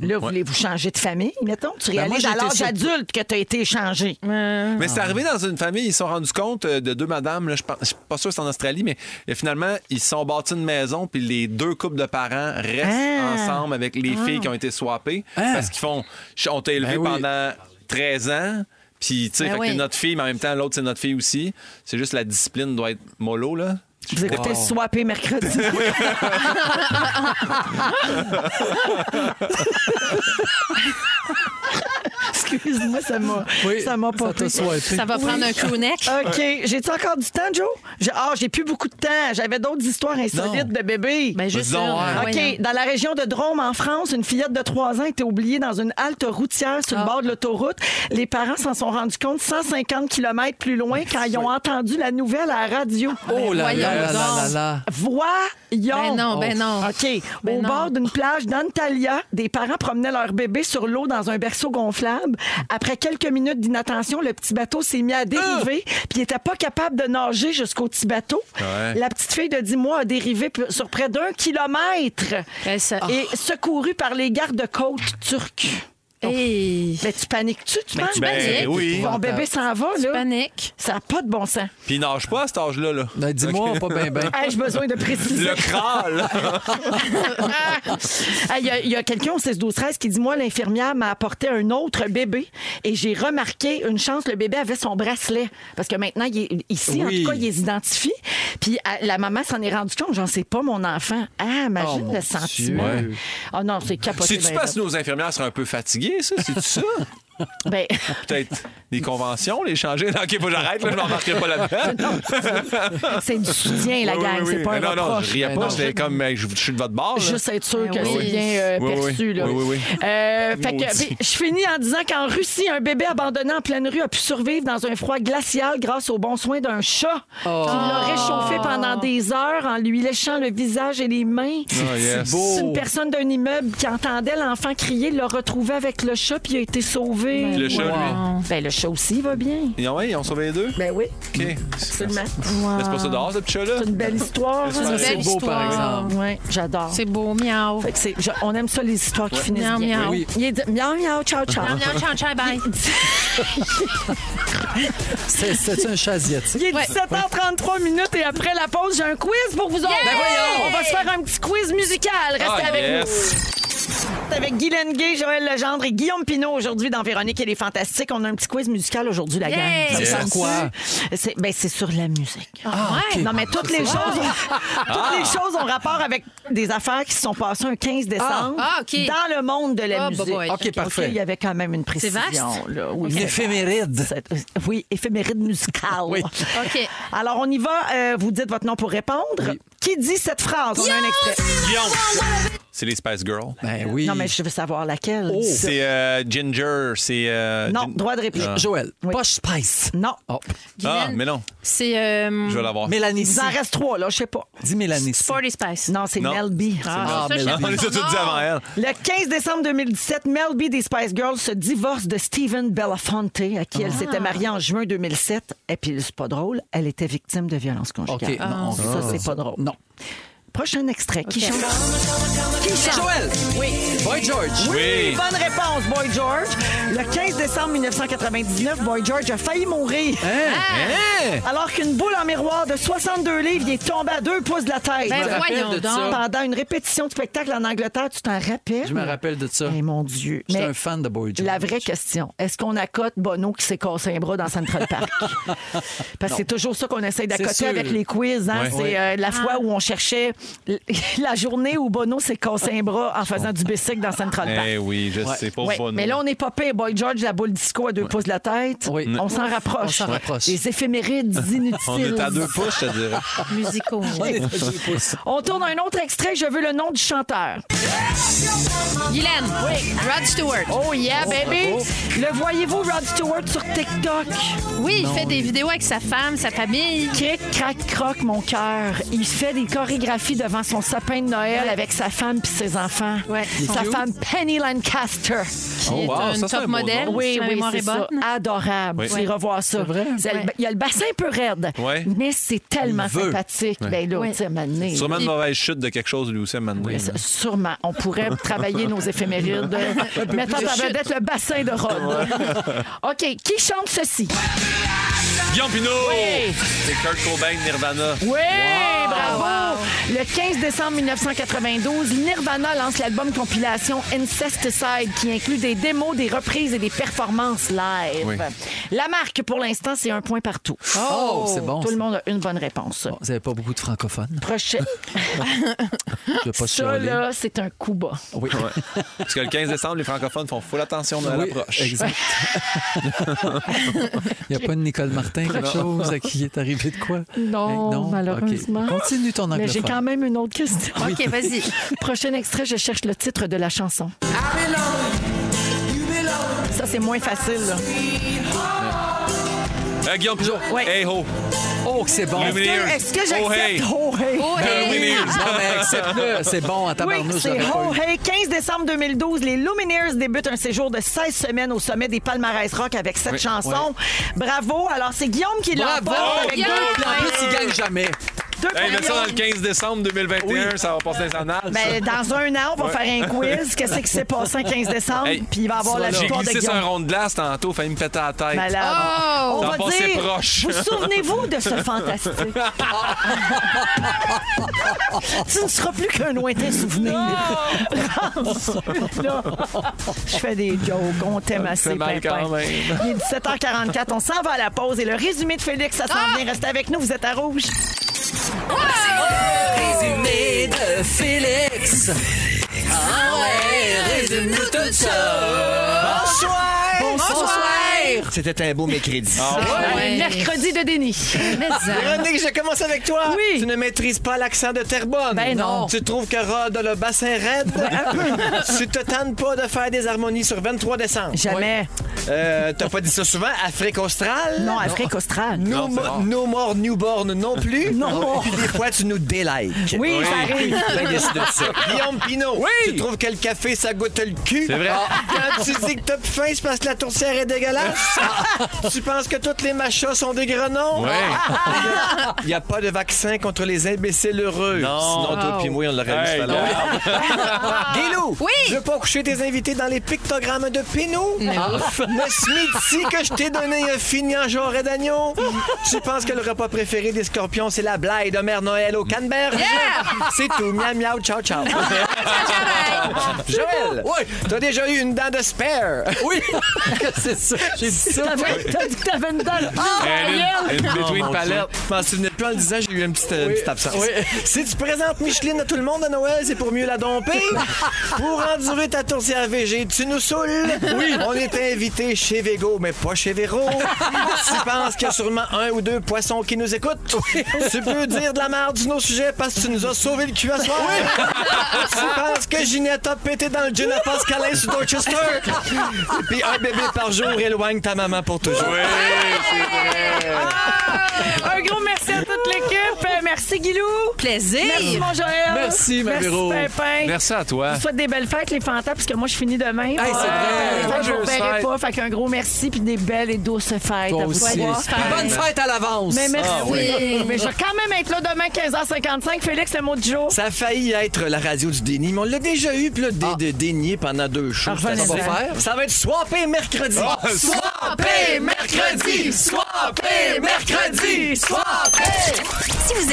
Speaker 2: Là, voulez-vous changer de famille? Mettons, tu
Speaker 1: Ben, moi,
Speaker 2: réalises
Speaker 1: j'ai
Speaker 2: à
Speaker 1: été
Speaker 2: l'âge
Speaker 1: surpris.
Speaker 2: adulte que tu as été échangé.
Speaker 4: Mais c'est arrivé dans une famille, ils se sont rendus compte euh, de deux madames, là, je pense- je suis pas sûr que c'est en Australie, mais euh, finalement, ils se sont bâtis une maison, puis les deux couples de parents restent
Speaker 2: Ah.
Speaker 4: ensemble avec les filles qui ont été swappées.
Speaker 1: Ah.
Speaker 4: Parce qu'ils font. On t'a élevé
Speaker 1: Ben oui.
Speaker 4: pendant 13 ans. Puis, tu sais,
Speaker 3: Ben
Speaker 4: fait que
Speaker 3: oui.
Speaker 4: t'es notre fille, mais en même temps, l'autre, c'est notre fille aussi. C'est juste la discipline doit être mollo, là.
Speaker 2: Vous écoutez
Speaker 1: Wow.
Speaker 2: Swapé mercredi. Excuse-moi, ça m'a
Speaker 1: Oui,
Speaker 2: ça m'a pas
Speaker 1: ça t'a
Speaker 2: pris.
Speaker 1: swipé.
Speaker 3: Ça va prendre un crewneck.
Speaker 2: OK. J'ai-tu encore du temps, Joe? J'ai- Ah, j'ai plus beaucoup de temps. J'avais d'autres histoires insolites de bébés.
Speaker 3: Ben, juste
Speaker 4: Disons,
Speaker 3: une.
Speaker 4: ouais.
Speaker 2: OK,
Speaker 3: Ouais, non.
Speaker 2: dans la région de Drôme, en France, une fillette de 3 ans était oubliée dans une halte routière sur le
Speaker 3: Ah.
Speaker 2: bord de l'autoroute. Les parents s'en sont rendus compte 150 km plus loin quand ils ont entendu la nouvelle à la radio.
Speaker 1: Oh là
Speaker 3: voyons
Speaker 1: là là
Speaker 3: donc.
Speaker 1: là là.
Speaker 2: Voyons!
Speaker 3: Ben non, ben non.
Speaker 2: OK.
Speaker 3: Ben
Speaker 2: Au
Speaker 3: non.
Speaker 2: bord d'une plage d'Antalya, des parents promenaient leur bébé sur l'eau dans un berceau gonflable. Après quelques minutes d'inattention, le petit bateau s'est mis à dériver, puis il n'était pas capable de nager jusqu'au petit bateau.
Speaker 4: Ouais.
Speaker 2: La petite fille de 10 mois a dérivé p- sur près d'un kilomètre
Speaker 3: Ben, ça-
Speaker 2: et secourue par les gardes-côtes turcs.
Speaker 3: Hey,
Speaker 2: Mais tu paniques-tu, tu penses?
Speaker 3: Ben
Speaker 4: oui.
Speaker 2: Mon bébé s'en va, là.
Speaker 3: panique.
Speaker 2: Ça n'a pas de bon sens.
Speaker 4: Puis, ils nagent pas à cet âge-là, là.
Speaker 1: Ben, Dis-moi, pas bien, ben.
Speaker 2: Hey, J'ai besoin de préciser.
Speaker 4: Le crawl!
Speaker 2: Ah, Il y a- il y a, quelqu'un au 16-12-13 qui dit Moi, l'infirmière m'a apporté un autre bébé et j'ai remarqué une chance, le bébé avait son bracelet. Parce que maintenant, il est
Speaker 1: Oui.
Speaker 2: ici, en tout cas, il les identifie. Puis ah, la maman s'en est rendue compte J'en sais pas, mon enfant. Ah, imagine
Speaker 1: Oh, mon
Speaker 2: le sentiment.
Speaker 1: Dieu. Ouais.
Speaker 2: Oh non, c'est capoté.
Speaker 4: C'est-tu
Speaker 2: ben,
Speaker 4: parce que
Speaker 2: là.
Speaker 4: nos infirmières seraient un peu fatiguées, ça? C'est-tu ça?
Speaker 2: Ben,
Speaker 4: Peut-être des conventions, les changer? Non, OK, faut que j'arrête, là, je m'embarquerai pas là-dedans.
Speaker 2: c'est du soutien, la
Speaker 4: Oui,
Speaker 2: gang.
Speaker 4: oui,
Speaker 2: C'est
Speaker 4: oui.
Speaker 2: pas un
Speaker 4: Mais non, non,
Speaker 2: reproche.
Speaker 4: je riais
Speaker 1: Mais
Speaker 4: pas.
Speaker 1: non.
Speaker 4: J'étais comme, hey, je je suis de votre bord. là.
Speaker 2: Juste être sûr
Speaker 3: Ben
Speaker 2: que
Speaker 3: oui.
Speaker 2: c'est bien euh,
Speaker 4: Oui, oui,
Speaker 2: perçu.
Speaker 4: oui.
Speaker 2: là.
Speaker 4: Oui, oui, oui.
Speaker 2: Euh, fait que,
Speaker 4: Maudit.
Speaker 2: puis, je finis en disant qu'en Russie, un bébé abandonné en pleine rue a pu survivre dans un froid glacial grâce aux bons soins d'un chat qui l'a réchauffé pendant des heures en lui léchant le visage et les mains.
Speaker 4: Ah, yes.
Speaker 2: C'est
Speaker 1: Oh.
Speaker 2: Une personne d'un immeuble qui entendait l'enfant crier l'a retrouvé avec le chat puis il a été sauvé.
Speaker 4: Le chat, lui.
Speaker 2: Ben, le chat aussi va bien.
Speaker 4: Ils ont, ouais, ils ont sauvé les deux?
Speaker 2: Ben oui,
Speaker 4: OK.
Speaker 2: absolument.
Speaker 4: Laisse pas ça dehors, ce petit chat-là.
Speaker 2: C'est une belle histoire.
Speaker 4: Ça,
Speaker 1: C'est
Speaker 3: Belle
Speaker 1: beau, par
Speaker 3: histoire.
Speaker 1: exemple.
Speaker 2: Oui, j'adore.
Speaker 3: C'est beau, miaou.
Speaker 2: Fait que c'est- je- on aime ça, les histoires qui finissent
Speaker 3: Miaou,
Speaker 2: bien.
Speaker 3: miaou.
Speaker 1: Oui.
Speaker 2: Il est dit, miaou, miaou, ciao, ciao.
Speaker 3: Miaou, miaou, tchao, tchao, bye.
Speaker 1: C'est- C'est un chat asiatique.
Speaker 2: Il est 17h33 minutes et après la pause, j'ai un quiz pour vous autres.
Speaker 3: Ben voyons!
Speaker 2: On va se faire un petit quiz musical. Restez
Speaker 4: Ah,
Speaker 2: avec
Speaker 4: yes.
Speaker 2: nous. Avec Guy Lenguet, Joël Legendre et Guillaume Pinot aujourd'hui dans Véronique et les Fantastiques. On a un petit quiz musical aujourd'hui, la
Speaker 3: Yay!
Speaker 2: gang.
Speaker 3: Yes.
Speaker 2: me tente-tu?
Speaker 1: Quoi?
Speaker 2: C'est ben, c'est sur la musique.
Speaker 3: Ouais.
Speaker 2: Ah, Non, mais toutes les, choses ont, toutes les choses ont rapport avec des affaires qui se sont passées un 15 décembre
Speaker 3: Ah, OK.
Speaker 2: dans le monde de la
Speaker 3: Ah, bah,
Speaker 2: musique.
Speaker 3: boy.
Speaker 1: OK,
Speaker 2: OK,
Speaker 1: parfait.
Speaker 2: il y avait quand même une précision.
Speaker 3: vaste?
Speaker 2: là. Oui,
Speaker 1: Une
Speaker 2: c'est
Speaker 1: éphéméride.
Speaker 2: vaste. C'est- euh, Oui, éphéméride musicale.
Speaker 1: Oui.
Speaker 3: OK.
Speaker 2: Alors, on y va. Euh, vous dites votre nom pour répondre. Qui dit cette phrase? On a un extrait.
Speaker 4: C'est les Spice Girls.
Speaker 1: Ben oui.
Speaker 2: Non, mais je veux savoir laquelle.
Speaker 4: C'est euh, Ginger, c'est... euh,
Speaker 2: Non,
Speaker 4: Gin-
Speaker 2: droit de réplique.
Speaker 1: Joël,
Speaker 2: Oui.
Speaker 1: poche Spice.
Speaker 2: Non.
Speaker 1: Oh.
Speaker 4: Ah,
Speaker 3: Guylaine,
Speaker 4: mais non,
Speaker 3: C'est euh,
Speaker 4: je vais l'avoir.
Speaker 1: Mélanie
Speaker 2: Il
Speaker 1: C.
Speaker 2: en reste trois, là. Je sais pas.
Speaker 1: Dis Mélanie C.
Speaker 3: Party Spice.
Speaker 2: Non, c'est
Speaker 4: Non.
Speaker 2: Mel B.
Speaker 3: Ah, ça,
Speaker 1: mais
Speaker 3: je
Speaker 1: non,
Speaker 3: sais
Speaker 4: On
Speaker 3: pas
Speaker 4: les a
Speaker 3: son
Speaker 4: tous dit
Speaker 3: nom.
Speaker 4: avant elle.
Speaker 2: Le 15 décembre 2017, Mel B des Spice Girls se divorce de Steven Belafonte, à qui elle s'était mariée en juin 2007. Et puis, c'est pas drôle, elle était victime de violences conjugales.
Speaker 1: OK, non, on
Speaker 2: ça, c'est pas drôle.
Speaker 1: Non.
Speaker 2: Prochain extrait. Qui chante? Qui chante?
Speaker 1: Joël!
Speaker 2: Oui.
Speaker 1: Boy George!
Speaker 2: Oui, bonne réponse, Boy George. Le 15 décembre 1999, Boy George a failli mourir.
Speaker 1: Hein?
Speaker 3: Eh,
Speaker 2: Alors qu'une boule en miroir de 62 livres il est tombée à deux pouces de la tête.
Speaker 3: Ben,
Speaker 1: me rappelle
Speaker 3: voyons
Speaker 1: de
Speaker 3: donc.
Speaker 1: ça.
Speaker 2: Pendant une répétition de spectacle en Angleterre, tu t'en rappelles?
Speaker 1: Je me rappelle de ça.
Speaker 2: Eh mon Dieu.
Speaker 1: J'étais
Speaker 12: Mais-
Speaker 1: un fan de Boy George.
Speaker 12: La vraie question, est-ce qu'on accote Bono qui s'est cassé un bras dans Central Park? Parce que c'est toujours ça qu'on essaie
Speaker 1: C'est
Speaker 12: d'accoter
Speaker 1: sûr.
Speaker 12: avec les quiz. hein.
Speaker 1: Ouais.
Speaker 12: C'est euh, la fois où on cherchait l- la journée où Bono s'est cassé un bras en faisant du bicycle dans Central Park.
Speaker 4: Eh oui, je sais pas.
Speaker 12: Ouais,
Speaker 4: Bono.
Speaker 12: Mais là, on n'est pas pire. Boy George, la boule disco à deux pouces de la tête.
Speaker 1: Oui.
Speaker 12: On s'en rapproche.
Speaker 1: On s'en rapproche.
Speaker 12: Les éphémérides inutiles.
Speaker 4: on est à deux pouces, je te dirais.
Speaker 3: Musicaux.
Speaker 12: On tourne un autre extrait. Je veux le nom du chanteur.
Speaker 3: Guylaine. Oui. Rod Stewart.
Speaker 12: Oh yeah, baby! Le voyez-vous, Rod Stewart, sur TikTok?
Speaker 3: Oui, il fait des vidéos avec sa femme, sa famille.
Speaker 12: Cric, crac, croc, mon cœur. Il fait des chorégraphies devant son sapin de Noël avec sa femme puis ses enfants.
Speaker 3: Ouais.
Speaker 12: Sa
Speaker 1: cute.
Speaker 12: femme Penny Lancaster.
Speaker 3: Qui
Speaker 4: Oh,
Speaker 3: est
Speaker 4: wow,
Speaker 3: un
Speaker 4: ça, c'est un
Speaker 3: top
Speaker 4: beau
Speaker 3: modèle.
Speaker 4: nom.
Speaker 3: si
Speaker 12: Oui,
Speaker 3: ma
Speaker 12: oui,
Speaker 3: mémoire
Speaker 12: c'est
Speaker 3: est bonne.
Speaker 12: ça. Adorable.
Speaker 4: Oui.
Speaker 12: Tu iras voir ça.
Speaker 1: C'est vrai?
Speaker 12: C'est-
Speaker 3: Ouais.
Speaker 12: Il y a le bassin un peu raide,
Speaker 4: Ouais.
Speaker 12: mais c'est tellement
Speaker 1: Il veut.
Speaker 12: sympathique. Ben là,
Speaker 3: Ouais.
Speaker 12: tu sais, à un moment donné,
Speaker 4: Sûrement une
Speaker 3: Il-
Speaker 4: mauvaise chute de quelque chose, lui aussi, à un moment donné.
Speaker 12: ça- Sûrement. On pourrait travailler nos éphémérides, euh, mettant
Speaker 3: plus de
Speaker 12: en
Speaker 3: chute.
Speaker 12: vedette le bassin de Rhodes. OK. Qui chante ceci?
Speaker 4: Guillaume Pinot! C'est Kurt Cobain, Nirvana.
Speaker 12: Oui, bravo! Le 15 décembre 1992, Nirvana lance l'album compilation Incesticide qui inclut des démos, des reprises et des performances live.
Speaker 4: Oui.
Speaker 12: La marque, pour l'instant, c'est un point partout.
Speaker 1: Oh, c'est Ah. bon,
Speaker 12: Tout
Speaker 1: ça.
Speaker 12: le monde a une bonne réponse.
Speaker 1: Vous n'avez pas beaucoup de francophones.
Speaker 12: Prochain.
Speaker 1: Je vais
Speaker 12: Ça,
Speaker 1: pas chialer.
Speaker 12: là, c'est un coup bas.
Speaker 1: Oui.
Speaker 4: Parce que le 15 décembre, les francophones font full attention à
Speaker 1: Oui,
Speaker 4: l'approche.
Speaker 1: exact. Il n'y a pas de Nicole Martin, quelque chose à qui est arrivé de quoi?
Speaker 12: Non,
Speaker 1: Eh,
Speaker 12: malheureusement.
Speaker 1: OK. Continue ton
Speaker 12: Mais
Speaker 1: anglophone.
Speaker 12: j'ai quand même une autre question.
Speaker 3: OK,
Speaker 4: Ben
Speaker 3: vas-y.
Speaker 12: Prochain extrait, je cherche le titre de la chanson.
Speaker 2: Ça, c'est moins facile. là.
Speaker 1: Ah,
Speaker 4: Euh, Guillaume Pinot.
Speaker 2: Ouais.
Speaker 4: Hey ho.
Speaker 1: Oh, que c'est bon.
Speaker 4: Lumineers.
Speaker 2: Est-ce que j'accepte
Speaker 4: Oh, hey.
Speaker 2: Oh, hey.
Speaker 3: Oh, hey.
Speaker 4: Lumineers.
Speaker 1: Non, mais accepte-le. C'est bon, en
Speaker 2: Oui,
Speaker 1: tabarnouche.
Speaker 2: c'est
Speaker 1: ben, j'aurais pas
Speaker 2: Ho
Speaker 1: eu.
Speaker 2: Hey. 15 décembre 2012, les Lumineers débutent un séjour de 16 semaines au sommet des palmarès rock avec cette chanson. Bravo. Alors, c'est Guillaume qui l'emporte
Speaker 1: Bravo!
Speaker 2: avec
Speaker 1: Guillaume!
Speaker 2: deux,
Speaker 1: Puis en plus, il gagne jamais.
Speaker 2: deux
Speaker 4: Hey,
Speaker 2: points.
Speaker 4: mets ça dans le 15 décembre 2021, ça va passer dans les annales. ça.
Speaker 2: Ben, dans un an, on va faire un quiz. Qu'est-ce qui s'est passé le 15 décembre?
Speaker 4: Hey,
Speaker 2: Puis il va avoir la
Speaker 4: J'ai
Speaker 2: victoire de
Speaker 4: glissé sur un
Speaker 2: Guillaume.
Speaker 4: rond de glace tantôt, failli me péter la tête.
Speaker 2: Malade.
Speaker 3: Oh!
Speaker 2: On
Speaker 4: Ça
Speaker 2: va
Speaker 4: passe, c'est
Speaker 2: dire,
Speaker 4: proche.
Speaker 2: vous souvenez-vous de ce fantastique? tu ne seras plus qu'un lointain souvenir. Ensuite, là, Je fais des jokes, on t'aime
Speaker 4: fait
Speaker 2: assez,
Speaker 4: mal
Speaker 2: Pimpin.
Speaker 4: quand même.
Speaker 2: Il est 17h44, on s'en va à la pause et le résumé de Félix, ça s'en vient. Restez avec nous, vous êtes à rouge.
Speaker 1: Résumé de Félix. Ah ouais, résume-nous tout ça.
Speaker 2: Bonsoir!
Speaker 6: C'était un beau mécrédit.
Speaker 12: Un mercredi de déni.
Speaker 3: Mais ça.
Speaker 6: Véronique, je commence avec toi.
Speaker 12: Oui.
Speaker 6: Tu ne maîtrises pas l'accent de Terrebonne.
Speaker 12: Ben non.
Speaker 6: Tu trouves que Rod a le bassin raide. tu te tannes pas de faire des harmonies sur 23 décembre.
Speaker 2: Jamais.
Speaker 6: Euh, T'as pas dit ça souvent. Afrique australe.
Speaker 2: Non, Afrique australe.
Speaker 6: No, mo- no more newborn non plus.
Speaker 2: No more.
Speaker 6: Et puis des fois, tu nous délikes.
Speaker 2: Oui, ça arrive.
Speaker 6: Ben, décide de ça. Guillaume Pinot, tu trouves que le café, ça goûte le cul. Ah.
Speaker 4: C'est vrai.
Speaker 6: Quand tu dis que t'as plus faim, c'est parce que la tourtière est dégueulasse. tu penses que toutes les machas sont des grenons.
Speaker 4: Ouais.
Speaker 6: Il n'y a pas de vaccin contre les imbéciles heureux.
Speaker 4: Non.
Speaker 6: Sinon, toi puis moi, on l'aurait
Speaker 4: Hey,
Speaker 6: vu tout à l'heure. Guilou,
Speaker 3: Oui.
Speaker 6: je veux pas coucher tes invités dans les pictogrammes de Pinot. Le smoothie que je t'ai donné a fini en jarret d'agneau. Tu penses que le repas préféré des scorpions, c'est la blague de Mère Noël au canneberge? C'est tout. Miam, miaou, ciao, ciao. Joël, t'as déjà eu une dent de spare.
Speaker 1: Oui, c'est ça. J'ai dit ça.
Speaker 12: T'avais- T'as dit que t'avais une dalle.
Speaker 2: Ah!
Speaker 4: Elle est between palette.
Speaker 6: Je m'en souvenais plus en le disant, j'ai eu une petite, une petite absence. Si tu présentes Micheline à tout le monde à Noël, c'est pour mieux la domper. pour endurer ta tourtière VG, tu nous saoules. Oui. On est invité chez Vego, mais pas chez Véro. tu penses qu'il y a sûrement un ou deux poissons qui nous écoutent. tu peux dire de la merde sur nos sujets parce que tu nous as sauvé le cul à soir. tu penses que Ginette a pété dans le gin à Pascalin sur Dorchester. Et Puis un bébé par jour éloigne ta maman pour toujours.
Speaker 4: Oui, c'est vrai.
Speaker 2: Un gros merci à toute l'équipe. Euh, Merci Merci, Guilou.
Speaker 3: Plaisir.
Speaker 2: Merci, mon Joël.
Speaker 4: Merci, ma Véro.
Speaker 2: Merci, Pimpin.
Speaker 4: Merci à toi.
Speaker 2: Je vous souhaite des belles fêtes, les fantas, parce que moi, je finis demain. Hey,
Speaker 4: c'est vrai.
Speaker 2: je ne vous
Speaker 4: Joyeuses
Speaker 2: reverrai
Speaker 4: fêtes.
Speaker 2: pas. Fait qu'un gros merci, puis des belles et douces fêtes
Speaker 4: Toi
Speaker 2: à vous
Speaker 4: aussi,
Speaker 2: trois.
Speaker 4: j'espère. Bonne
Speaker 1: fête à l'avance.
Speaker 2: Mais merci.
Speaker 6: Ah oui.
Speaker 2: Mais je vais quand même être là demain, 15h55. Félix, le mot du jour.
Speaker 6: Ça a failli être la radio du déni, mais on l'a déjà eu, puis là, dé- de dénier pendant deux shows.
Speaker 2: Ah,
Speaker 6: Ça,
Speaker 2: revenez-en.
Speaker 6: faire. ça va être swappé mercredi.
Speaker 4: Ah,
Speaker 6: Swappé mercredi! Swappé mercredi! Swappé!
Speaker 7: Si vous